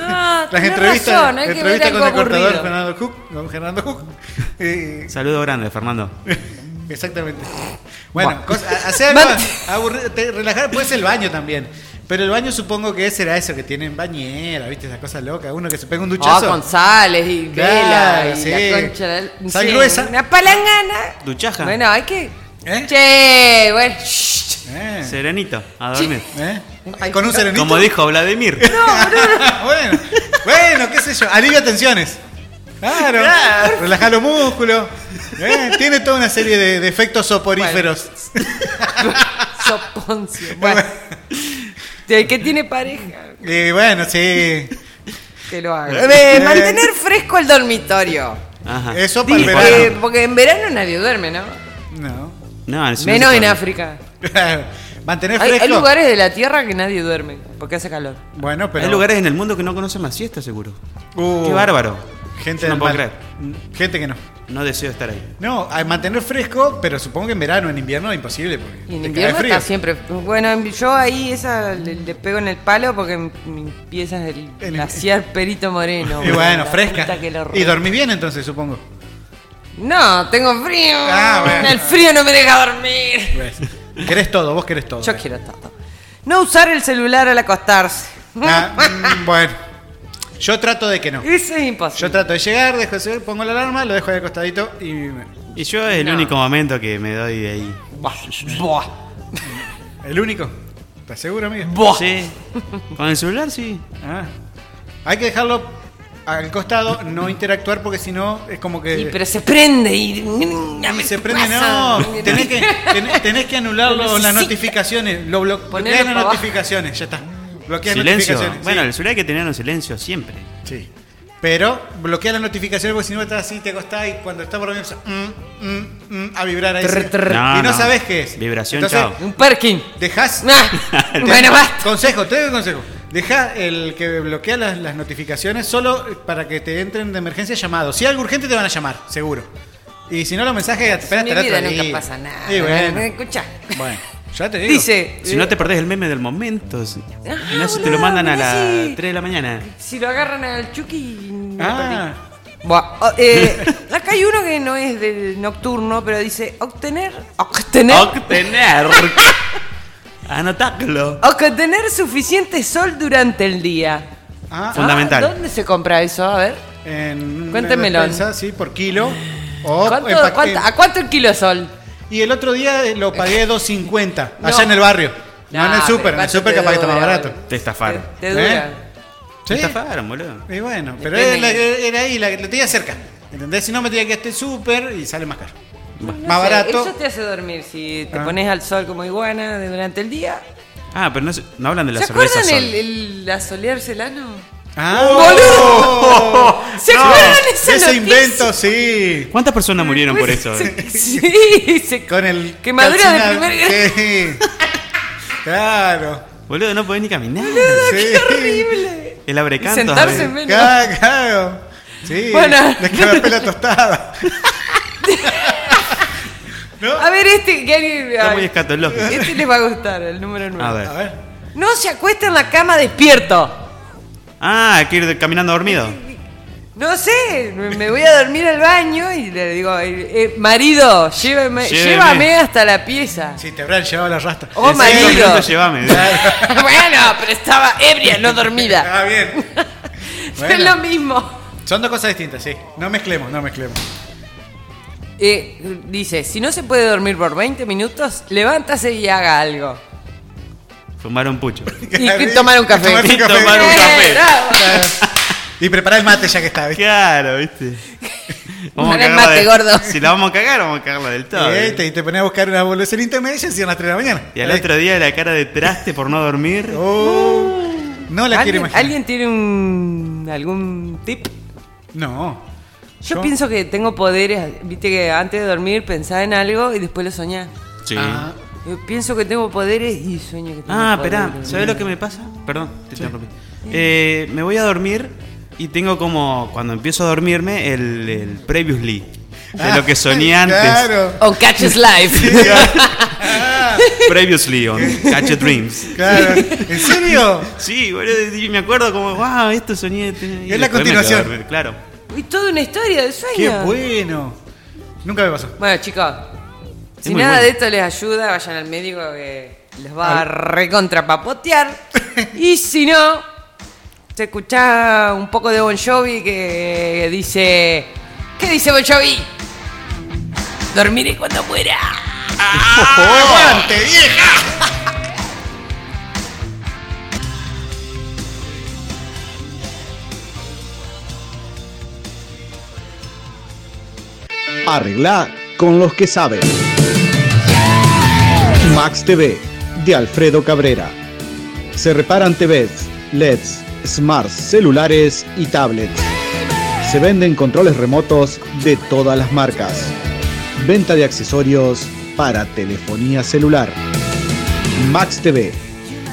Speaker 5: Ah,
Speaker 3: Las
Speaker 5: tenés
Speaker 3: entrevistas,
Speaker 5: razón, hay que ver
Speaker 3: entrevistas
Speaker 5: algo
Speaker 3: con el cortador
Speaker 5: aburrido.
Speaker 3: Fernando Hook. Con Fernando Hook. Eh,
Speaker 6: Saludo grande, Fernando.
Speaker 3: exactamente. Bueno,
Speaker 6: Buah.
Speaker 3: cosa- a- hacer algo aburrido, te- relajar, puede ser el baño también. Pero el baño supongo que será eso que tienen bañera, ¿viste? Esa cosa loca. Uno que se pega un
Speaker 5: Ah,
Speaker 3: duchazo.
Speaker 5: González y
Speaker 3: Claro,
Speaker 5: Vela y
Speaker 3: sí.
Speaker 5: la concha. de-
Speaker 3: Sal gruesa. ¿Eh?
Speaker 5: Una palangana.
Speaker 6: Duchaja.
Speaker 5: Bueno, hay que. Che, bueno.
Speaker 6: Serenito, a dormir.
Speaker 3: ¿Eh? Con un serenito.
Speaker 6: Como dijo Vladimir.
Speaker 3: bueno, bueno, qué sé yo. Alivia tensiones. Claro. Relaja los músculos. Eh, Tiene toda una serie de, de efectos soporíferos.
Speaker 5: Soponcio. Bueno. El que tiene pareja,
Speaker 3: Y bueno, sí.
Speaker 5: que lo haga. Eh, mantener fresco el dormitorio.
Speaker 6: Ajá.
Speaker 3: Eso para el
Speaker 5: Dice,
Speaker 3: verano.
Speaker 5: porque en verano nadie duerme, ¿no?
Speaker 3: No.
Speaker 6: No, eso no
Speaker 5: Menos
Speaker 6: se
Speaker 5: en
Speaker 6: puede.
Speaker 5: África.
Speaker 3: Mantener
Speaker 5: Hay,
Speaker 3: fresco.
Speaker 5: hay lugares de la tierra que nadie duerme porque hace calor.
Speaker 3: Bueno, pero.
Speaker 6: Hay lugares en el mundo que no conocen más siesta, seguro.
Speaker 3: Uh,
Speaker 6: Qué bárbaro.
Speaker 3: Gente
Speaker 6: Yo no
Speaker 3: del mal.
Speaker 6: puedo creer.
Speaker 3: Gente que no.
Speaker 6: No deseo estar ahí.
Speaker 3: No, a mantener fresco, pero supongo que en verano, en invierno es imposible. Porque
Speaker 5: Y en
Speaker 3: te
Speaker 5: invierno
Speaker 3: cae frío.
Speaker 5: está siempre. Bueno, en- yo ahí esa le, le pego en el palo porque me me empieza el glaciar Perito Moreno.
Speaker 3: Y bueno,
Speaker 5: la
Speaker 3: fresca.
Speaker 5: puta que lo
Speaker 3: Y
Speaker 5: re-
Speaker 3: dormís bien entonces, supongo.
Speaker 5: No, tengo frío.
Speaker 3: Ah, bueno.
Speaker 5: El frío no me deja dormir.
Speaker 3: Ves. Pues, Querés todo, vos querés todo.
Speaker 5: Yo quiero todo. No usar el celular al acostarse.
Speaker 3: Ah, mm, bueno. Yo trato de que no.
Speaker 5: Eso es imposible.
Speaker 3: Yo trato de llegar, dejo de subir, pongo la alarma, lo dejo ahí acostadito y. me-
Speaker 6: Y yo es el
Speaker 3: No.
Speaker 6: único momento que me doy de ahí.
Speaker 3: ¿El único? ¿Estás seguro, amigo?
Speaker 6: Sí. Con el celular, sí.
Speaker 3: Ah. Hay que dejarlo al costado, no interactuar porque si no es como que.
Speaker 5: Y, pero se prende y.
Speaker 3: Y se prende, no. Tenés que, tenés, tenés que anularlo
Speaker 5: Lo
Speaker 3: las
Speaker 5: necesita.
Speaker 3: notificaciones. Lo blo-
Speaker 5: Ponerlo
Speaker 3: bloqueas las
Speaker 5: para abajo.
Speaker 3: notificaciones, ya está. Bloqueas las
Speaker 6: Silencio.
Speaker 3: notificaciones.
Speaker 6: Bueno,
Speaker 3: sí.
Speaker 6: el celular hay que tenerlo en silencio siempre.
Speaker 3: Sí. Pero bloquea las notificaciones porque si no estás así, te acostás y cuando estás por dormir, mm, mm, mm, a vibrar ahí.
Speaker 5: Trr, trr.
Speaker 3: y no,
Speaker 6: No, no.
Speaker 3: sabes qué es.
Speaker 6: Vibración, chao.
Speaker 5: Un Perkin.
Speaker 3: Dejás.
Speaker 5: Ah, bueno, basta.
Speaker 3: Consejo, te doy un consejo. Deja el que bloquea las, las notificaciones solo para que te entren de emergencia llamados. Si hay algo urgente, te van a llamar, seguro. Y si no, los mensajes espera
Speaker 5: Mi
Speaker 3: hasta el
Speaker 5: vida
Speaker 3: otro
Speaker 5: nunca
Speaker 3: día.
Speaker 5: pasa nada.
Speaker 3: Y bueno,
Speaker 5: Escucha.
Speaker 3: bueno, ya te digo.
Speaker 5: Dice.
Speaker 3: Eh,
Speaker 6: Si no te perdés el meme del momento. Si
Speaker 3: Ah,
Speaker 5: Ajá,
Speaker 6: no, si te
Speaker 5: boludo,
Speaker 6: lo mandan a
Speaker 5: mirá,
Speaker 6: las
Speaker 5: sí.
Speaker 6: 3 de la mañana.
Speaker 5: Si lo agarran al Chucky.
Speaker 3: Ah,
Speaker 5: Buah, oh, eh, acá hay uno que no es del nocturno, pero dice obtener, obtener,
Speaker 6: Obtener. Anotadlo.
Speaker 5: obtener suficiente sol durante el día.
Speaker 3: Ah,
Speaker 6: Fundamental.
Speaker 5: ¿Dónde se compra eso? A ver.
Speaker 3: en una
Speaker 5: Cuéntemelo.
Speaker 3: despensa, sí, por kilo. O eh,
Speaker 5: ¿Cuánto-
Speaker 3: en paquete.
Speaker 5: cuánto- ¿A cuánto el kilo de sol?
Speaker 3: Y el otro día eh, lo pagué 2.50
Speaker 5: No.
Speaker 3: allá en el barrio. No,
Speaker 5: Nah,
Speaker 3: en el
Speaker 5: Ah, pero
Speaker 3: súper, en el
Speaker 5: ¿cuánto
Speaker 3: súper
Speaker 5: te
Speaker 3: capaz que está más
Speaker 5: dura,
Speaker 3: barato. ¿Eh?
Speaker 6: Te estafaron.
Speaker 5: Te dura.
Speaker 6: Te
Speaker 3: Sí.
Speaker 6: estafaron, boludo.
Speaker 3: Y bueno, pero
Speaker 5: Depende.
Speaker 3: era, la- era ahí, la, lo tenía cerca. ¿Entendés? Si no, me tenía que estar súper y sale más caro.
Speaker 5: No
Speaker 3: más
Speaker 5: sé,
Speaker 3: barato.
Speaker 5: Eso te hace dormir. Si te
Speaker 3: Ah.
Speaker 5: pones al sol como iguana durante el día.
Speaker 6: Ah, pero no, se- no hablan de la
Speaker 5: ¿Se
Speaker 6: cerveza
Speaker 5: acuerdan
Speaker 6: sol.
Speaker 5: el, el asolear celano?
Speaker 3: ¡Ah!
Speaker 5: Oh, ¡Boludo! ¿Se
Speaker 6: No,
Speaker 5: acuerdan esa
Speaker 3: Ese
Speaker 5: noticia?
Speaker 3: invento, sí.
Speaker 6: ¿Cuántas personas murieron por eso?
Speaker 5: Sí, se-
Speaker 3: Con el.
Speaker 5: Quemadura de
Speaker 3: calcinado.
Speaker 5: primer grado.
Speaker 3: Sí. Claro.
Speaker 6: Boludo, no podés ni caminar.
Speaker 3: Sí.
Speaker 5: horrible.
Speaker 6: El eh. abrecanto.
Speaker 5: sentarse en menos.
Speaker 3: Claro, claro. Sí.
Speaker 5: Bueno.
Speaker 3: Les queda la pela tostada.
Speaker 5: A ver, este, que alguien-
Speaker 6: Está
Speaker 5: ay,
Speaker 6: muy escatológico.
Speaker 5: este les va a gustar, el número 9.
Speaker 6: A ver.
Speaker 3: A ver.
Speaker 5: No se acuesta en la cama despierto.
Speaker 6: Ah, hay que ir caminando dormido.
Speaker 5: No sé, me me voy a dormir al baño y le digo, eh, eh, marido, llévame,
Speaker 6: Lléveme.
Speaker 5: llévame hasta la pieza.
Speaker 3: Si te habrán llevado la rastra.
Speaker 5: Oh,
Speaker 6: Sí,
Speaker 5: marido.
Speaker 6: caminando, llévame.
Speaker 5: bueno, pero estaba ebria, no dormida.
Speaker 3: Ah, bien.
Speaker 5: Es
Speaker 3: Bueno.
Speaker 5: lo mismo.
Speaker 3: Son dos cosas distintas, sí. No mezclemos, no mezclemos.
Speaker 5: Eh, dice, si no se puede dormir por 20 minutos, levántase y haga algo.
Speaker 36: Tomar un pucho.
Speaker 5: Y que tomar un café.
Speaker 36: Y tomar
Speaker 5: Eh,
Speaker 36: un café.
Speaker 37: Y preparar el mate ya que está, ¿viste?
Speaker 36: Claro, ¿viste?
Speaker 5: Tomar el
Speaker 36: cagarla
Speaker 5: mate,
Speaker 36: de-
Speaker 5: gordo.
Speaker 36: Si la vamos a cagar, vamos a cagarla del todo.
Speaker 37: Eh, te, te pones a buscar una bolsa en internet y a las 3 de la mañana.
Speaker 36: Y al otro día la cara de traste por no dormir.
Speaker 3: Oh.
Speaker 37: Oh, no la quiero
Speaker 5: ¿Alguien,
Speaker 37: imaginar.
Speaker 5: ¿Alguien tiene un, algún tip?
Speaker 37: No.
Speaker 5: Yo, pienso que tengo poderes. Viste que antes de dormir pensaba en algo y después lo soñás.
Speaker 36: Sí.
Speaker 5: Ah. Yo pienso que tengo poderes y sueño que tengo
Speaker 36: Ah,
Speaker 5: poderes.
Speaker 36: espera, ¿sabes lo que me pasa? Perdón, te interrumpí. Eh, me voy a dormir y tengo como, cuando empiezo a dormirme, el, el previously. De
Speaker 5: Ah,
Speaker 36: lo que soñé antes.
Speaker 37: Claro.
Speaker 5: On Catches Oh, Life.
Speaker 36: Previously on Catch Your Dreams.
Speaker 37: Claro. ¿En serio?
Speaker 36: Sí, boludo, y me acuerdo como, wow, esto soñé. Y
Speaker 37: Es la
Speaker 36: después me quedo
Speaker 37: continuación.
Speaker 36: a dormir, Claro.
Speaker 5: Y toda una historia de sueño.
Speaker 37: Qué bueno. Nunca me pasó.
Speaker 5: Bueno, chicos. Si
Speaker 37: muy
Speaker 5: nada
Speaker 37: bueno.
Speaker 5: de esto les ayuda, vayan al médico que les va a recontrapapotear. y si no, se escucha un poco de Bon Jovi que dice... ¿Qué dice Bon Jovi? Dormiré cuando muera.
Speaker 37: ¡Aguante, vieja!
Speaker 3: Arregla con los que saben. Max TV de Alfredo Cabrera. Se reparan TVs, LEDs, smarts, E celulares y tablets. Se venden controles remotos de todas las marcas. Venta de accesorios para telefonía celular. Max TV,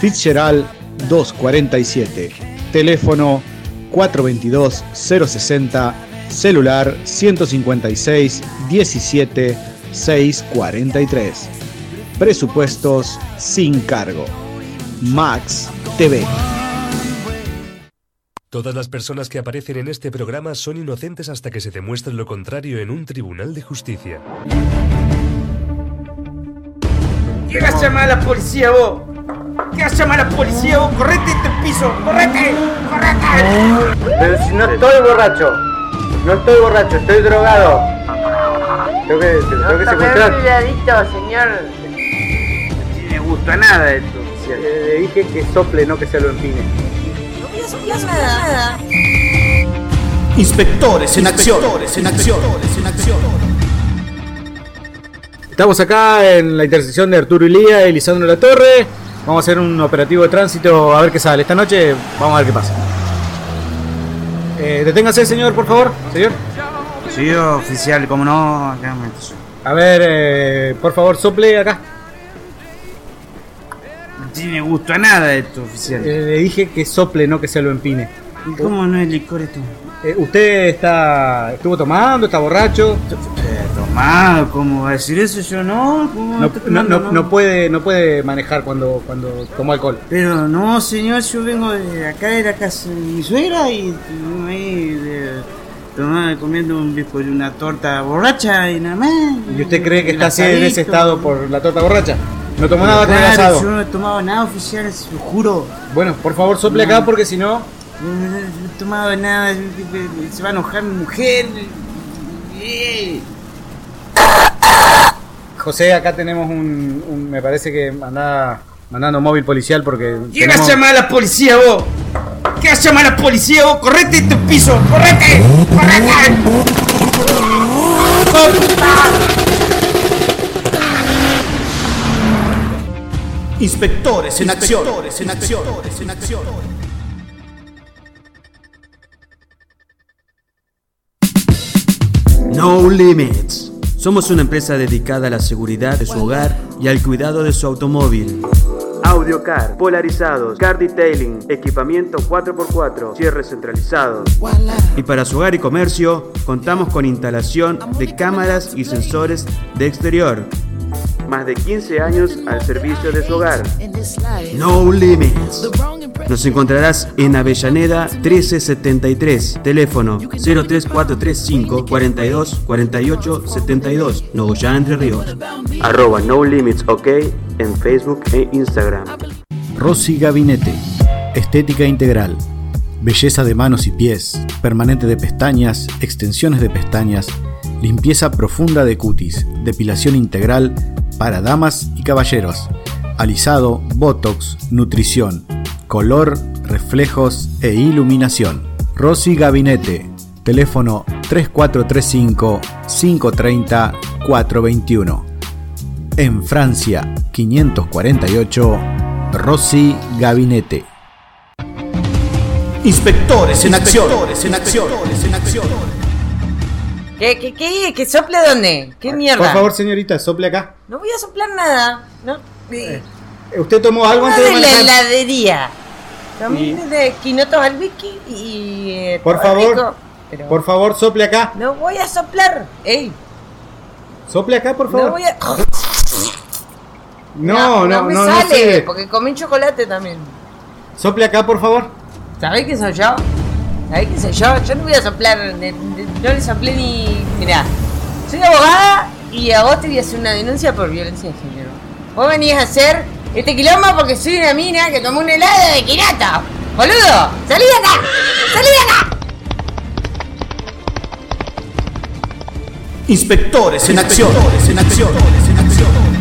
Speaker 3: Fitzgerald 247. Teléfono 422-060, celular 156-17-643. Presupuestos sin cargo. Max TV.
Speaker 38: Todas las personas que aparecen en este programa son inocentes hasta que se demuestre lo contrario en un tribunal de justicia.
Speaker 39: vas a llamar a la policía vos? ¿Qué vas a llamar a la policía vos? ¡Correte este piso! ¡Correte! ¡Correte!
Speaker 40: Pero si no estoy borracho, no estoy borracho, estoy drogado. Tengo que, tengo que secuestrar.
Speaker 5: cuidadito, señor.
Speaker 40: No me gusta nada esto. Le dije que sople, no que se lo empine.
Speaker 41: nada.
Speaker 1: Inspectores en acción.
Speaker 39: Inspectores en acción.
Speaker 3: Estamos acá en la intersección de Arturo Ilía y Lisandro La Torre. Vamos a hacer un operativo de tránsito a ver qué sale. Esta noche vamos a ver qué pasa. Eh, deténgase, señor, por favor. Señor.
Speaker 42: Sí, oficial, como no, acá me
Speaker 3: A ver, eh, por favor, sople acá.
Speaker 42: No tiene gusto a nada esto, oficial.
Speaker 3: Eh, le dije que sople, no que se lo empine.
Speaker 42: ¿Y cómo no es licor esto?
Speaker 3: Eh, ¿Usted está estuvo tomando? ¿Está borracho?
Speaker 42: Tomado, Eh, ¿cómo va a decir eso? Yo no. ¿cómo
Speaker 3: No,
Speaker 42: está
Speaker 3: no,
Speaker 42: tomando?
Speaker 3: no- no puede, no puede manejar cuando, cuando tomó alcohol.
Speaker 42: Pero no, señor, yo vengo de acá, de la casa de mi suegra y estuvimos ahí de, tomando- comiendo un bizco y una torta borracha y nada más.
Speaker 3: ¿Y usted cree que
Speaker 42: El
Speaker 3: está así en
Speaker 42: asadito.
Speaker 3: ese estado por la torta borracha? No tomó nada con el
Speaker 42: Claro,
Speaker 3: asado.
Speaker 42: Yo no he tomado nada, oficial, se lo juro.
Speaker 3: Bueno, por favor, sople acá porque si no.
Speaker 42: No, no he tomado nada, se va a enojar mi mujer. Eh.
Speaker 3: José, acá tenemos un, un- me parece que anda mandando móvil policial porque
Speaker 39: ¿Quién
Speaker 3: tenemos-
Speaker 39: vas a llamar a la policía vos? ¿Qué vas a llamar a la policía vos? ¡Correte este piso! ¡Correte! ¡Correte!
Speaker 1: Inspectores en acción.
Speaker 39: Inspectores en acción. Inspectores en acción.
Speaker 6: No Limits. Somos una empresa dedicada a la seguridad de su hogar y al cuidado de su automóvil. Audiocar, polarizados, car detailing, equipamiento 4x4, cierre centralizado. Y para su hogar y comercio, contamos con instalación de cámaras y sensores de exterior. Más de 15 años al servicio de su hogar. No Limits. Nos encontrarás en Avellaneda 1373, teléfono 03435 42 48 72, Nogoyá, Entre Ríos. Arroba No Limits OK en Facebook e Instagram.
Speaker 1: Rosy Gabinete. Estética integral. Belleza de manos y pies, permanente de pestañas, extensiones de pestañas, limpieza profunda de cutis, depilación integral para damas y caballeros.
Speaker 3: alisado, botox, nutrición, color, reflejos e iluminación. Rosy Gabinete, teléfono 3435 530 421. En Francia 548, Rosy Gabinete.
Speaker 43: Inspectores en acción.
Speaker 3: en acción. en acción.
Speaker 13: ¿Qué, qué, qué? ¿Que sople dónde? ¿Qué mierda?
Speaker 44: Por favor, señorita, sople acá.
Speaker 13: No voy a soplar nada. No. Eh,
Speaker 44: ¿Usted tomó algo
Speaker 13: Una
Speaker 44: antes de
Speaker 13: de la
Speaker 44: manejar?
Speaker 13: heladería. También
Speaker 44: Y-
Speaker 13: de quinotos al whisky y. eh,
Speaker 44: Por
Speaker 13: todo
Speaker 44: favor.
Speaker 13: rico, pero
Speaker 44: Por favor, sople acá.
Speaker 13: No voy a soplar. Ey,
Speaker 44: Sople acá, por favor.
Speaker 13: no voy a.
Speaker 44: No, no, no,
Speaker 13: me
Speaker 44: no
Speaker 13: sale,
Speaker 44: sirve.
Speaker 13: porque comí chocolate también.
Speaker 44: Sople acá, por favor.
Speaker 13: ¿Sabés qué soy yo? ¿Sabés qué soy yo? Yo no voy a soplar, de- de- no le soplé ni. Mirá, soy abogada y a vos te voy a hacer una denuncia por violencia de género. Vos venís a hacer este quilombo porque soy una mina que tomó un helado de quirata. ¡Boludo! ¡Salí de acá! ¡Salí de acá!
Speaker 43: Inspectores en acción. Inspectores en acción.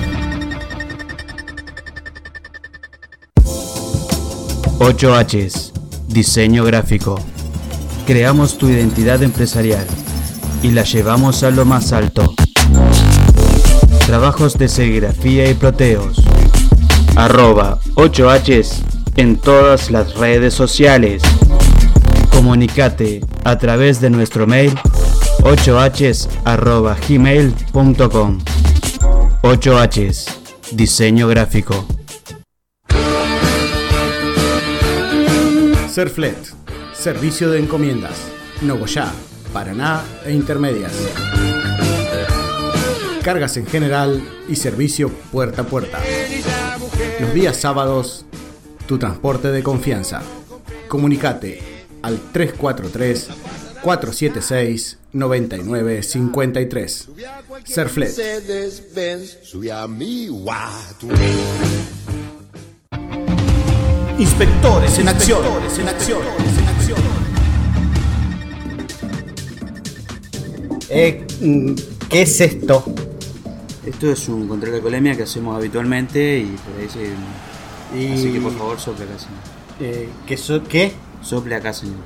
Speaker 6: Ocho Hs. Diseño gráfico. Creamos tu identidad empresarial y la llevamos a lo más alto. Trabajos de serigrafía y proteos. Arroba 8Hs en todas las redes sociales. Comunicate a través de nuestro mail 8Hs arroba gmail.com 8Hs Diseño gráfico.
Speaker 1: Serflet, servicio de encomiendas, Nogoyá, Paraná e intermedias. Cargas en general y servicio puerta a puerta. Los días sábados, tu transporte de confianza. Comunicate al 343 476 9953. Serflet.
Speaker 43: Inspectores en acción. en acción.
Speaker 6: Eh, mm, ¿Qué es esto? Esto es un control de colemia que hacemos habitualmente y por ahí se... Así que por favor sople acá, señor.
Speaker 3: ¿qué, Eh, ¿Qué? Mm,
Speaker 6: Sople acá, señor.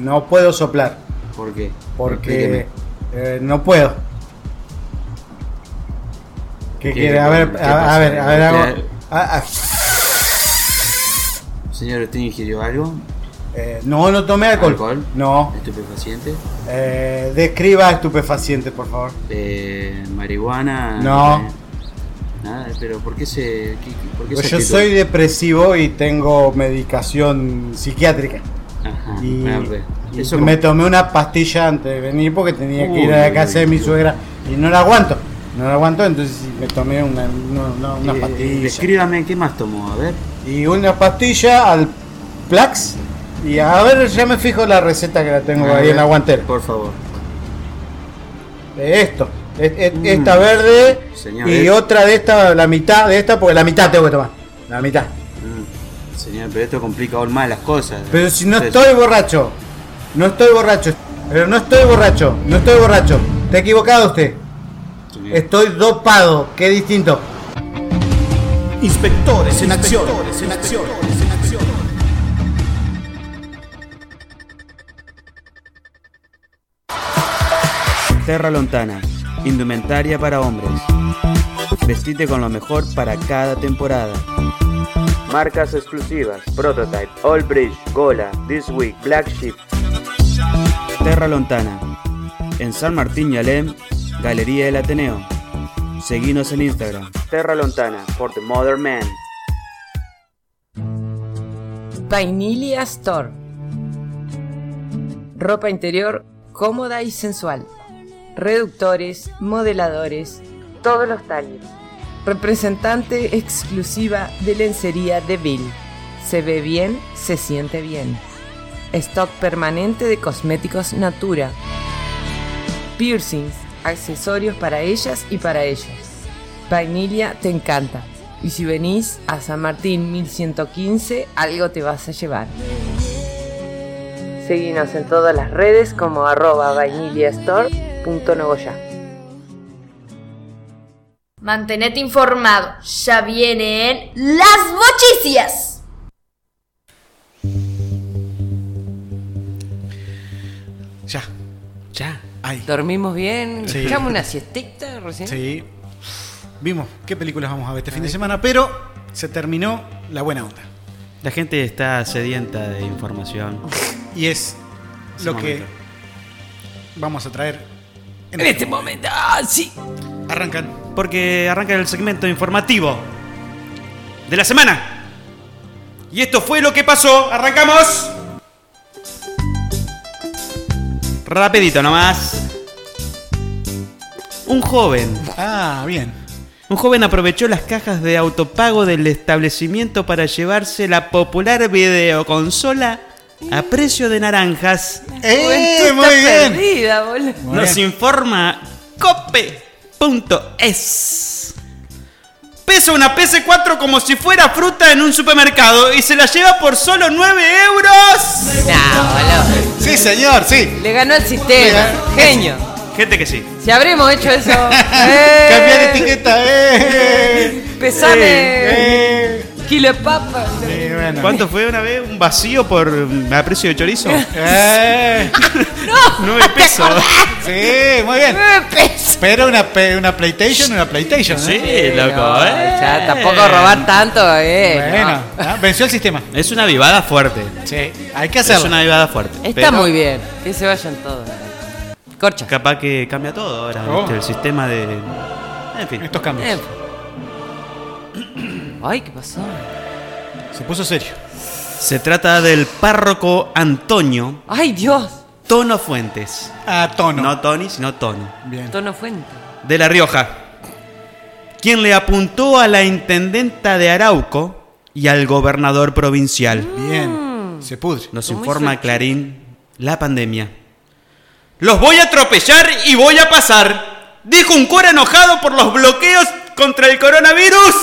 Speaker 3: No puedo soplar.
Speaker 6: ¿Por qué?
Speaker 3: Porque
Speaker 6: Explíqueme.
Speaker 3: eh, no puedo. ¿Qué,
Speaker 6: ¿Qué-
Speaker 3: quiere? A ver,
Speaker 6: qué
Speaker 3: a, a
Speaker 6: pasa?
Speaker 3: ver, a ver, hago.
Speaker 6: Usted-
Speaker 3: ah, ah,
Speaker 6: Señor, ¿usted ingirió algo?
Speaker 3: eh, no, no tomé alcohol.
Speaker 6: ¿Alcohol?
Speaker 3: No.
Speaker 6: ¿Estupefaciente?
Speaker 3: Eh, describa estupefaciente, por favor.
Speaker 6: Eh, ¿Marihuana?
Speaker 3: No.
Speaker 6: Eh, nada, pero ¿por qué se...? qué- qué- por qué
Speaker 3: Pues
Speaker 6: esa
Speaker 3: yo
Speaker 6: actitud?
Speaker 3: soy depresivo y tengo medicación psiquiátrica.
Speaker 6: Ajá,
Speaker 3: Y,
Speaker 6: verde.
Speaker 3: y
Speaker 6: Ah, Eso
Speaker 3: me
Speaker 6: como-
Speaker 3: tomé una pastilla antes de venir porque tenía que
Speaker 6: Uy,
Speaker 3: ir a la
Speaker 6: uy,
Speaker 3: casa de
Speaker 6: uy,
Speaker 3: mi
Speaker 6: uy.
Speaker 3: suegra y no la aguanto. No la aguanto, entonces me tomé una, una- una- una
Speaker 6: Eh,
Speaker 3: pastilla.
Speaker 6: descríbame, ¿qué más tomó? A ver.
Speaker 3: y una pastilla al Plax. Y a ver, ya me fijo la receta que la tengo
Speaker 6: A
Speaker 3: ahí
Speaker 6: ver,
Speaker 3: en la guantera.
Speaker 6: Por favor.
Speaker 3: De esto. Es- es-
Speaker 6: Mm.
Speaker 3: Esta verde
Speaker 6: Señor,
Speaker 3: y
Speaker 6: es-
Speaker 3: otra de esta, la mitad de esta, porque la mitad tengo que tomar. La mitad.
Speaker 6: Mm, Señor, pero esto complica aún más las cosas.
Speaker 3: Pero si no
Speaker 6: Entonces,
Speaker 3: estoy borracho. No estoy borracho. Pero no estoy borracho. No estoy borracho. Está equivocado usted. Estoy dopado. Qué distinto.
Speaker 43: Inspectores en acción. en acción.
Speaker 6: Terra Lontana, indumentaria para hombres. Vestite con lo mejor para cada temporada. Marcas exclusivas, Prototype, All Bridge, Gola, This Week, Black Sheep. Terra Lontana, en San Martín y Alem, Galería del Ateneo. Seguinos en Instagram. Terra Lontana, for the modern man.
Speaker 5: Vainilia Store. Ropa interior cómoda y sensual. Reductores, modeladores, todos los talles. Representante exclusiva de lencería de Bill. Se ve bien, se siente bien. Stock permanente de cosméticos Natura. Piercings, accesorios para ellas y para ellos. Vainilia te encanta. Y si venís a San Martín 1115, algo te vas a llevar. Seguinos en todas las redes como arroba vainiliastore.nogoya.
Speaker 11: Mantenete informado. Ya vienen las bochicias.
Speaker 3: Ya, ya, ahí.
Speaker 5: ¿Dormimos bien?
Speaker 3: Sí.
Speaker 5: ¿Echamos una siestita recién?
Speaker 3: Sí. Vimos qué películas vamos a ver este fin de semana, pero se terminó la buena onda.
Speaker 6: La gente está sedienta de información.
Speaker 3: Y es
Speaker 6: Ese
Speaker 3: lo que
Speaker 6: momento.
Speaker 3: vamos a traer
Speaker 5: En este momento, ah, sí.
Speaker 3: Arrancan.
Speaker 6: Porque arranca el segmento informativo de la semana. Y esto fue lo que pasó. Arrancamos. Rapidito nomás. Un joven.
Speaker 3: Ah, bien.
Speaker 6: Un joven aprovechó las cajas de autopago del establecimiento para llevarse la popular videoconsola a precio de naranjas.
Speaker 5: Juventud
Speaker 3: Este, muy
Speaker 6: Este
Speaker 5: está
Speaker 3: bien.
Speaker 5: perdida, boludo.
Speaker 6: Nos informa cope.es. Pesa una PS4 como si fuera fruta en un supermercado y se la lleva por solo 9 euros.
Speaker 3: Sí, señor, sí.
Speaker 5: Le ganó el sistema. Genio.
Speaker 6: Gente que sí.
Speaker 5: Si habremos hecho eso.
Speaker 3: Cambiar de
Speaker 5: ¡Eh!
Speaker 3: etiqueta, eh.
Speaker 5: Pesame.
Speaker 3: Eh.
Speaker 5: Kilo de papa.
Speaker 6: ¿Cuánto fue una vez? ¿Un vacío por mm, a precio de chorizo?
Speaker 3: Eh.
Speaker 6: Nueve pesos.
Speaker 3: Sí, muy bien. Pero una, pe- una PlayStation, una PlayStation.
Speaker 6: Sí,
Speaker 3: ¿eh?
Speaker 6: loco, eh.
Speaker 5: Ya, tampoco robar tanto, eh.
Speaker 3: Bueno,
Speaker 5: no.
Speaker 3: ah, venció el sistema.
Speaker 6: Es una vivada fuerte.
Speaker 3: Sí, hay que hacerlo.
Speaker 6: Es una vivada fuerte.
Speaker 5: Está
Speaker 6: Pero
Speaker 5: muy bien. Que se vayan todos. Corcha.
Speaker 6: Capaz que cambia todo ahora.
Speaker 5: Oh.
Speaker 6: ¿viste? El sistema de. En fin.
Speaker 3: Estos cambios.
Speaker 5: Eh. Ay, ¿qué pasó?
Speaker 3: Se puso serio.
Speaker 6: Se trata del párroco Antonio
Speaker 5: Ay, Dios.
Speaker 6: Tono Fuentes.
Speaker 3: Ah, Tono.
Speaker 6: No Tony, sino Tono.
Speaker 3: Bien.
Speaker 5: Tono fuente.
Speaker 6: de La Rioja, quien le apuntó a la intendenta de Arauco y al gobernador provincial.
Speaker 5: Mm.
Speaker 3: Bien, se pudre.
Speaker 6: Nos
Speaker 3: Muy
Speaker 6: informa
Speaker 3: suelto.
Speaker 6: Clarín la pandemia. Los voy a atropellar y voy a pasar, dijo un cura enojado por los bloqueos contra el coronavirus.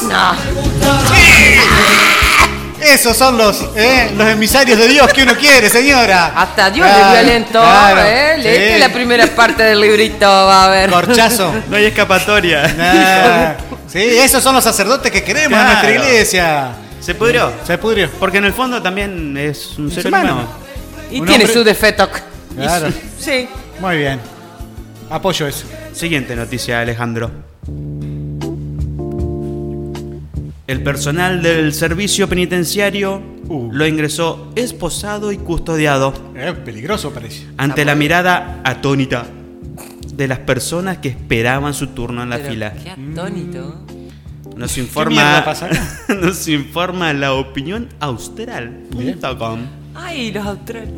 Speaker 3: Esos son los, eh, los emisarios de Dios que uno quiere, señora.
Speaker 5: Hasta Dios le violentó, eh. Leíste la primera parte del librito, va a ver.
Speaker 3: Corchazo.
Speaker 6: No hay escapatoria.
Speaker 3: Nah. Sí, esos son los sacerdotes que queremos en nuestra
Speaker 6: Claro.
Speaker 3: iglesia.
Speaker 6: Se pudrió.
Speaker 3: Se pudrió.
Speaker 6: Porque en el fondo también es un ser
Speaker 3: humano.
Speaker 6: humano.
Speaker 5: Y
Speaker 3: Un
Speaker 5: tiene
Speaker 3: hombre-
Speaker 5: su defecto.
Speaker 3: Claro.
Speaker 5: Sí.
Speaker 3: Muy bien. Apoyo eso.
Speaker 6: Siguiente noticia, Alejandro. El personal del servicio penitenciario lo ingresó esposado y custodiado
Speaker 3: Es Eh, peligroso, parece.
Speaker 6: ante la mirada atónita de las personas que esperaban su turno en la
Speaker 5: Pero
Speaker 6: fila.
Speaker 5: Qué atónito.
Speaker 6: Nos
Speaker 3: mierda
Speaker 6: informa,
Speaker 3: pasa acá?
Speaker 6: nos informa la opinión austral.com.
Speaker 3: Mm.
Speaker 5: Ay, los
Speaker 3: Eh.
Speaker 5: australes.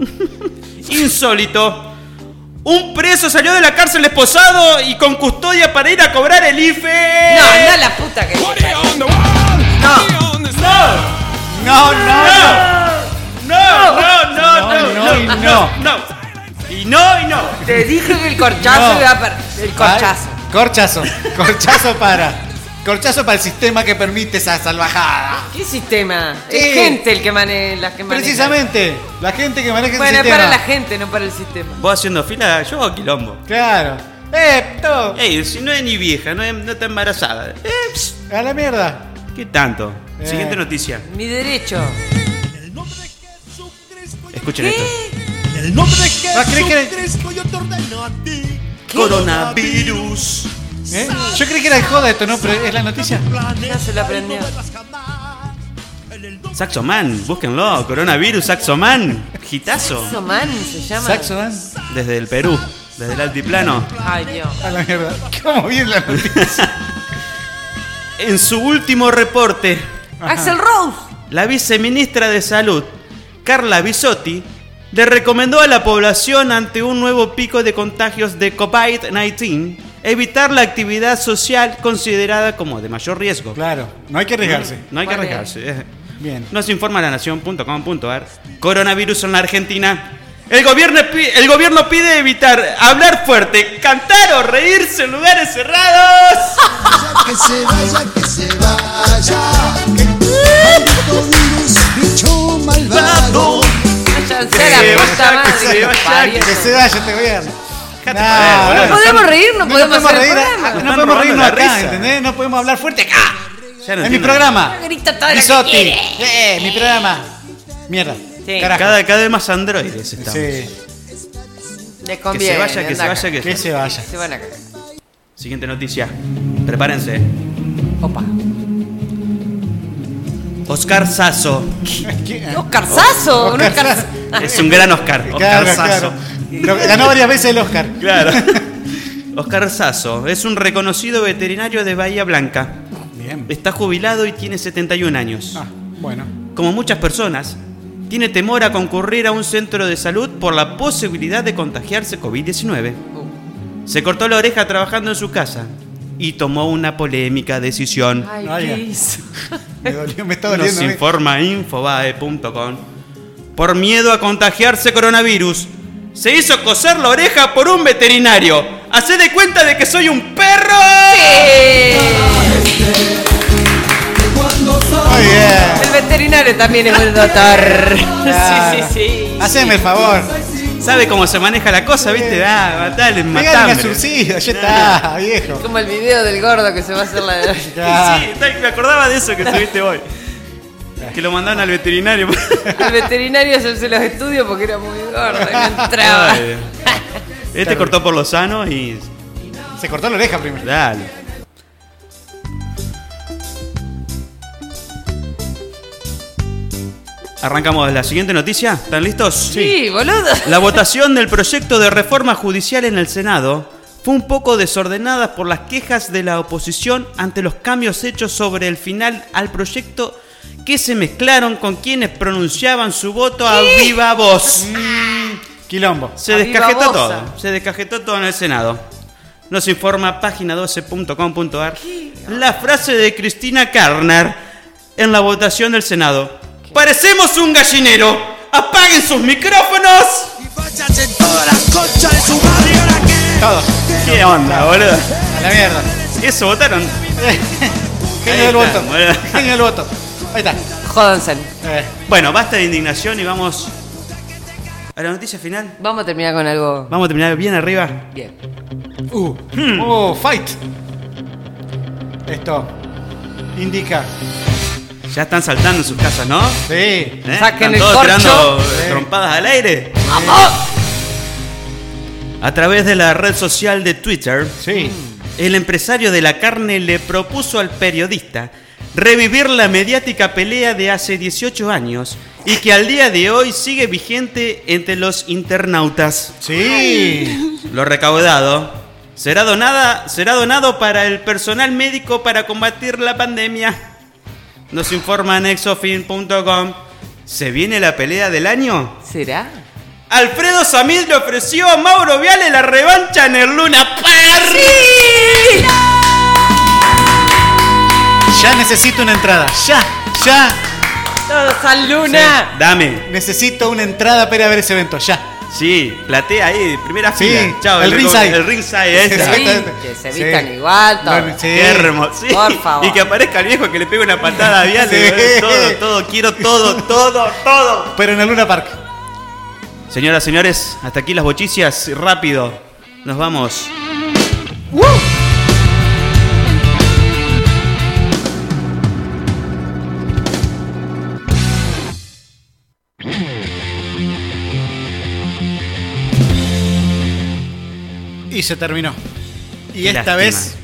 Speaker 6: Insólito. Un preso salió de la cárcel esposado y con custodia para ir a cobrar el E. IFE.
Speaker 5: No, anda la puta que.
Speaker 3: No, no,
Speaker 6: No, no, no, no,
Speaker 3: no, y no.
Speaker 6: no. Y no, y no.
Speaker 5: Te dije que el corchazo
Speaker 3: No.
Speaker 5: iba a per- El corchazo.
Speaker 3: Ay, corchazo. Corchazo para. Corchazo para el sistema que permite esa salvajada.
Speaker 5: ¿Qué sistema?
Speaker 3: Sí.
Speaker 5: Es gente el que maneja, las que maneja.
Speaker 3: Precisamente, la gente que maneja el
Speaker 5: Bueno, es
Speaker 3: sistema.
Speaker 5: para la gente, no para el sistema.
Speaker 6: Vos haciendo fila, yo hago quilombo.
Speaker 3: Claro. Eh, todo.
Speaker 6: Ey, si no es ni vieja, no, es- no está embarazada. Eh, pss,
Speaker 3: A la mierda.
Speaker 6: ¿Qué tanto?
Speaker 3: Eh.
Speaker 6: Siguiente noticia.
Speaker 5: Mi derecho.
Speaker 6: Escuchen esto.
Speaker 25: El nombre de Jesús
Speaker 3: Ah, creí que era-
Speaker 25: Cristo yo te ordeno a ti.
Speaker 6: Coronavirus.
Speaker 3: ¿Eh? Yo creí que era de joda esto, ¿no? Pero es la noticia.
Speaker 5: Ya se lo aprendió.
Speaker 6: Saxo Man, búsquenlo. Coronavirus, Saxo Man. Gitazo.
Speaker 5: Saxo Man se llama.
Speaker 3: Saxo, man.
Speaker 6: Desde el Perú, desde el altiplano.
Speaker 5: Ay, Dios.
Speaker 3: A la mierda. ¿Cómo bien la noticia?
Speaker 6: En su último reporte,
Speaker 5: Axel Rose.
Speaker 6: la viceministra de Salud, Carla Bisotti, le recomendó a la población ante un nuevo pico de contagios de COVID-19 evitar la actividad social considerada como de mayor riesgo.
Speaker 3: claro, no hay que arriesgarse.
Speaker 6: No hay que
Speaker 5: Vale.
Speaker 6: arriesgarse.
Speaker 3: Bien.
Speaker 6: Nos informa la nación.com.ar. Coronavirus en la Argentina. El gobierno, pi- el gobierno pide evitar hablar fuerte, cantar o reírse en lugares cerrados.
Speaker 25: Que se vaya, que se vaya. Maldito virus, bicho malvado.
Speaker 6: Eh,
Speaker 5: Váyanse a la puta madre que los parió.
Speaker 3: Que se vaya este gobierno.
Speaker 6: Dejate
Speaker 3: Ah,
Speaker 6: joder,
Speaker 3: bueno,
Speaker 6: boludo.
Speaker 3: estamos-
Speaker 11: reírnos,
Speaker 3: no
Speaker 11: podemos hacer
Speaker 3: reír,
Speaker 11: el programa.
Speaker 3: No
Speaker 6: Están
Speaker 3: podemos
Speaker 6: robando
Speaker 3: reírnos
Speaker 6: la
Speaker 3: acá,
Speaker 6: risa.
Speaker 3: ¿entendés? No podemos hablar fuerte acá.
Speaker 6: Ya no
Speaker 3: en mi
Speaker 6: entiendo.
Speaker 3: programa.
Speaker 11: Grita todo lo que
Speaker 3: Bisotti.
Speaker 11: quiere.
Speaker 3: Eh, mi programa. Mierda. Carajo.
Speaker 6: Cada, cada vez más androides estamos.
Speaker 5: Les conviene.
Speaker 6: vaya, que se
Speaker 5: anda
Speaker 6: vaya,
Speaker 5: acá.
Speaker 6: que se Que se vaya.
Speaker 5: Se van a cagar.
Speaker 6: Siguiente noticia. Prepárense.
Speaker 5: Opa.
Speaker 6: Oscar Sasso.
Speaker 5: Oscar
Speaker 6: Oh,
Speaker 5: Sasso, un Oscar Sasso.
Speaker 6: Es un gran Oscar. Oscar
Speaker 3: Claro,
Speaker 6: Sasso.
Speaker 3: claro. Lo- Ganó varias veces el Oscar.
Speaker 6: Claro. Oscar Sasso es un reconocido veterinario de Bahía Blanca.
Speaker 3: Bien.
Speaker 6: Está jubilado y tiene 71 años.
Speaker 3: Ah, Bueno.
Speaker 6: Como muchas personas, tiene temor a concurrir a un centro de salud por la posibilidad de contagiarse COVID-19. Se cortó la oreja trabajando en su casa y tomó una polémica decisión.
Speaker 3: Vaya. Me dolió, me está doliendo.
Speaker 6: Nos
Speaker 3: a mí.
Speaker 6: informa infobae.com. Por miedo a contagiarse coronavirus, se hizo coser la oreja por un veterinario. Haced de cuenta de que soy un perro.
Speaker 5: Eh.
Speaker 3: Muy bien.
Speaker 5: El veterinario también es un doctor.
Speaker 3: Claro.
Speaker 5: Sí, sí, sí.
Speaker 3: Haceme el favor.
Speaker 6: ¿Sabe cómo se maneja la cosa, viste? Ah, matale,
Speaker 3: Pegale una
Speaker 6: matame.
Speaker 3: subsidio, ya está, viejo.
Speaker 5: Como el video del gordo que se va a hacer la.
Speaker 3: Ah.
Speaker 6: Sí, tal- me acordaba de eso que subiste hoy. Que lo mandaron al veterinario. Este
Speaker 5: El veterinario hacerse los estudios porque era muy gordo y no entraba.
Speaker 6: Ay, Este cortó por lo sano y.
Speaker 3: Se cortó la oreja primero.
Speaker 6: Dale. Arrancamos la siguiente noticia. ¿Están listos?
Speaker 5: Sí, boludo.
Speaker 6: La votación del proyecto de reforma judicial en el Senado fue un poco desordenada por las quejas de la oposición ante los cambios hechos sobre el final al proyecto que se mezclaron con quienes pronunciaban su voto a viva voz.
Speaker 3: Quilombo.
Speaker 6: Se descajetó todo. Se descajetó todo en el Senado. Nos informa página 12.com.ar la frase de Cristina Karner en la votación del Senado. ¡Parecemos un gallinero! ¡Apaguen sus micrófonos!
Speaker 25: Todas las conchas de su madre ahora que
Speaker 6: Todos. ¿Qué onda, boludo?
Speaker 3: A la mierda.
Speaker 6: Eso votaron.
Speaker 3: Genio
Speaker 6: Ahí
Speaker 3: del
Speaker 6: está,
Speaker 3: voto.
Speaker 6: boludo.
Speaker 3: Genio del voto. Ahí está.
Speaker 5: Jódanse.
Speaker 6: Bueno, basta de indignación y vamos a la noticia final.
Speaker 5: Vamos a terminar con algo.
Speaker 6: Vamos a terminar bien arriba.
Speaker 5: Bien.
Speaker 3: Uh.
Speaker 6: Hmm.
Speaker 3: Oh, fight. Esto indica.
Speaker 6: Ya están saltando en sus casas, ¿no?
Speaker 3: Sí.
Speaker 6: ¿Eh?
Speaker 3: Saquen
Speaker 6: ¿Están
Speaker 3: el
Speaker 6: todos
Speaker 3: corcho.
Speaker 6: tirando eh,
Speaker 3: Sí.
Speaker 6: trompadas al aire? A través de la red social de Twitter, el empresario de la carne le propuso al periodista revivir la mediática pelea de hace 18 años y que al día de hoy sigue vigente entre los internautas.
Speaker 3: Sí.
Speaker 6: Lo recaudado será, donada, será donado para el personal médico para combatir la pandemia. Nos informa nexofin.com. ¿Se viene la pelea del año?
Speaker 5: ¿Será?
Speaker 6: Alfredo Samid le ofreció a Mauro Viale la revancha en el Luna Park.
Speaker 3: Ya necesito una entrada. Ya. Ya.
Speaker 5: Todos al luna.
Speaker 6: Dame.
Speaker 3: Necesito una entrada para ir a ver ese evento. Ya.
Speaker 6: Sí, platea ahí, primera
Speaker 3: Sí,
Speaker 6: fila. Chao,
Speaker 3: el ringside.
Speaker 6: El ringside, esa.
Speaker 3: Exactamente.
Speaker 5: Que se
Speaker 3: Sí.
Speaker 5: vistan igual, todo.
Speaker 3: No, sí.
Speaker 6: Qué hermoso. Sí.
Speaker 5: Por favor.
Speaker 6: Y que aparezca el viejo que le pegue una patada a
Speaker 3: Sí.
Speaker 6: Viale. Todo, todo, quiero todo, todo, todo.
Speaker 3: Pero en el Luna Park.
Speaker 6: Señoras, señores, hasta aquí las bochicias. Rápido, nos vamos.
Speaker 3: Y se terminó. Y
Speaker 6: Qué
Speaker 3: esta
Speaker 6: lástima.
Speaker 3: vez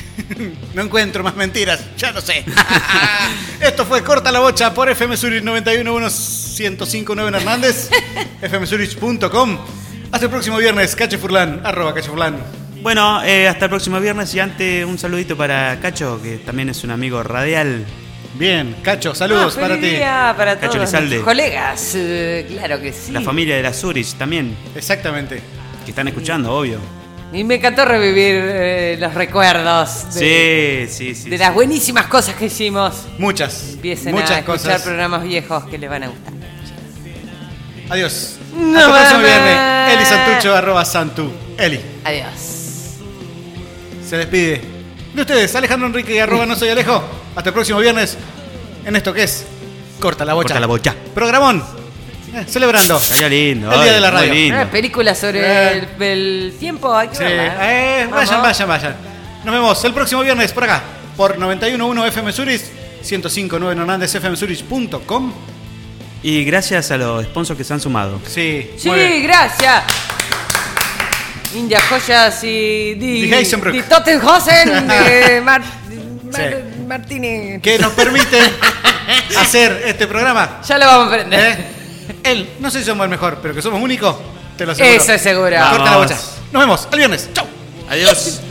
Speaker 3: no encuentro más mentiras. Ya no sé. Esto fue Corta la Bocha por FM Zurich 911-1059 en Hernández. fmsurich.com. Hasta el próximo viernes. Cache Furlan. Arroba Cache Furlan.
Speaker 6: Bueno, eh, hasta el próximo viernes y antes un saludito para Cacho, que también es un amigo radial.
Speaker 3: Bien, Cacho, saludos
Speaker 5: Ah,
Speaker 3: para
Speaker 5: feliz
Speaker 3: ti.
Speaker 5: día para
Speaker 6: Cacho
Speaker 5: todos
Speaker 6: Lizalde.
Speaker 5: nuestros colegas. eh, claro que sí.
Speaker 6: La familia de la Zurich también,
Speaker 3: Exactamente.
Speaker 6: que están escuchando, obvio.
Speaker 5: Y me encantó revivir eh, los recuerdos de,
Speaker 6: Sí, sí, sí.
Speaker 5: de las buenísimas cosas que hicimos.
Speaker 3: Muchas.
Speaker 5: Empiecen
Speaker 3: muchas
Speaker 5: a escuchar
Speaker 3: cosas.
Speaker 5: programas viejos que les van a gustar.
Speaker 3: Adiós.
Speaker 5: No
Speaker 3: hasta el próximo
Speaker 5: mames.
Speaker 3: viernes. Eli Santucho, arroba Santu. Eli.
Speaker 5: Adiós.
Speaker 3: se despide de ustedes, Alejandro Enrique y arroba no soy Alejo. Hasta el próximo viernes en esto que es Corta la Bocha.
Speaker 6: Corta la bocha.
Speaker 3: Programón. Eh, celebrando.
Speaker 6: Estaría lindo.
Speaker 3: El día
Speaker 6: ay,
Speaker 3: de la
Speaker 6: muy
Speaker 3: radio.
Speaker 6: lindo.
Speaker 5: Una película sobre
Speaker 3: Eh.
Speaker 5: el, el tiempo. Hay que
Speaker 3: Sí.
Speaker 5: verla, ¿eh?
Speaker 3: Eh,
Speaker 5: Vamos.
Speaker 3: vayan, vayan, vayan. Nos vemos el próximo viernes por acá, por 91.1 FM Suris, 105.9 en Hernández, fmsuris.com.
Speaker 6: Y gracias a los sponsors que se han sumado.
Speaker 3: Sí,
Speaker 5: Sí, gracias. India Joyas y. Di,
Speaker 3: Di Heisenbrook.
Speaker 5: Di Tottenhausen. de Mar-
Speaker 3: Sí.
Speaker 5: Martínez.
Speaker 3: Que nos permite hacer este programa.
Speaker 5: Ya lo vamos a aprender.
Speaker 3: Eh, Él, no sé si somos el mejor, pero que somos únicos, te lo aseguro.
Speaker 5: Eso es seguro.
Speaker 3: Corta la
Speaker 5: Vamos.
Speaker 3: bocha. Nos vemos el viernes. Chau.
Speaker 6: Adiós.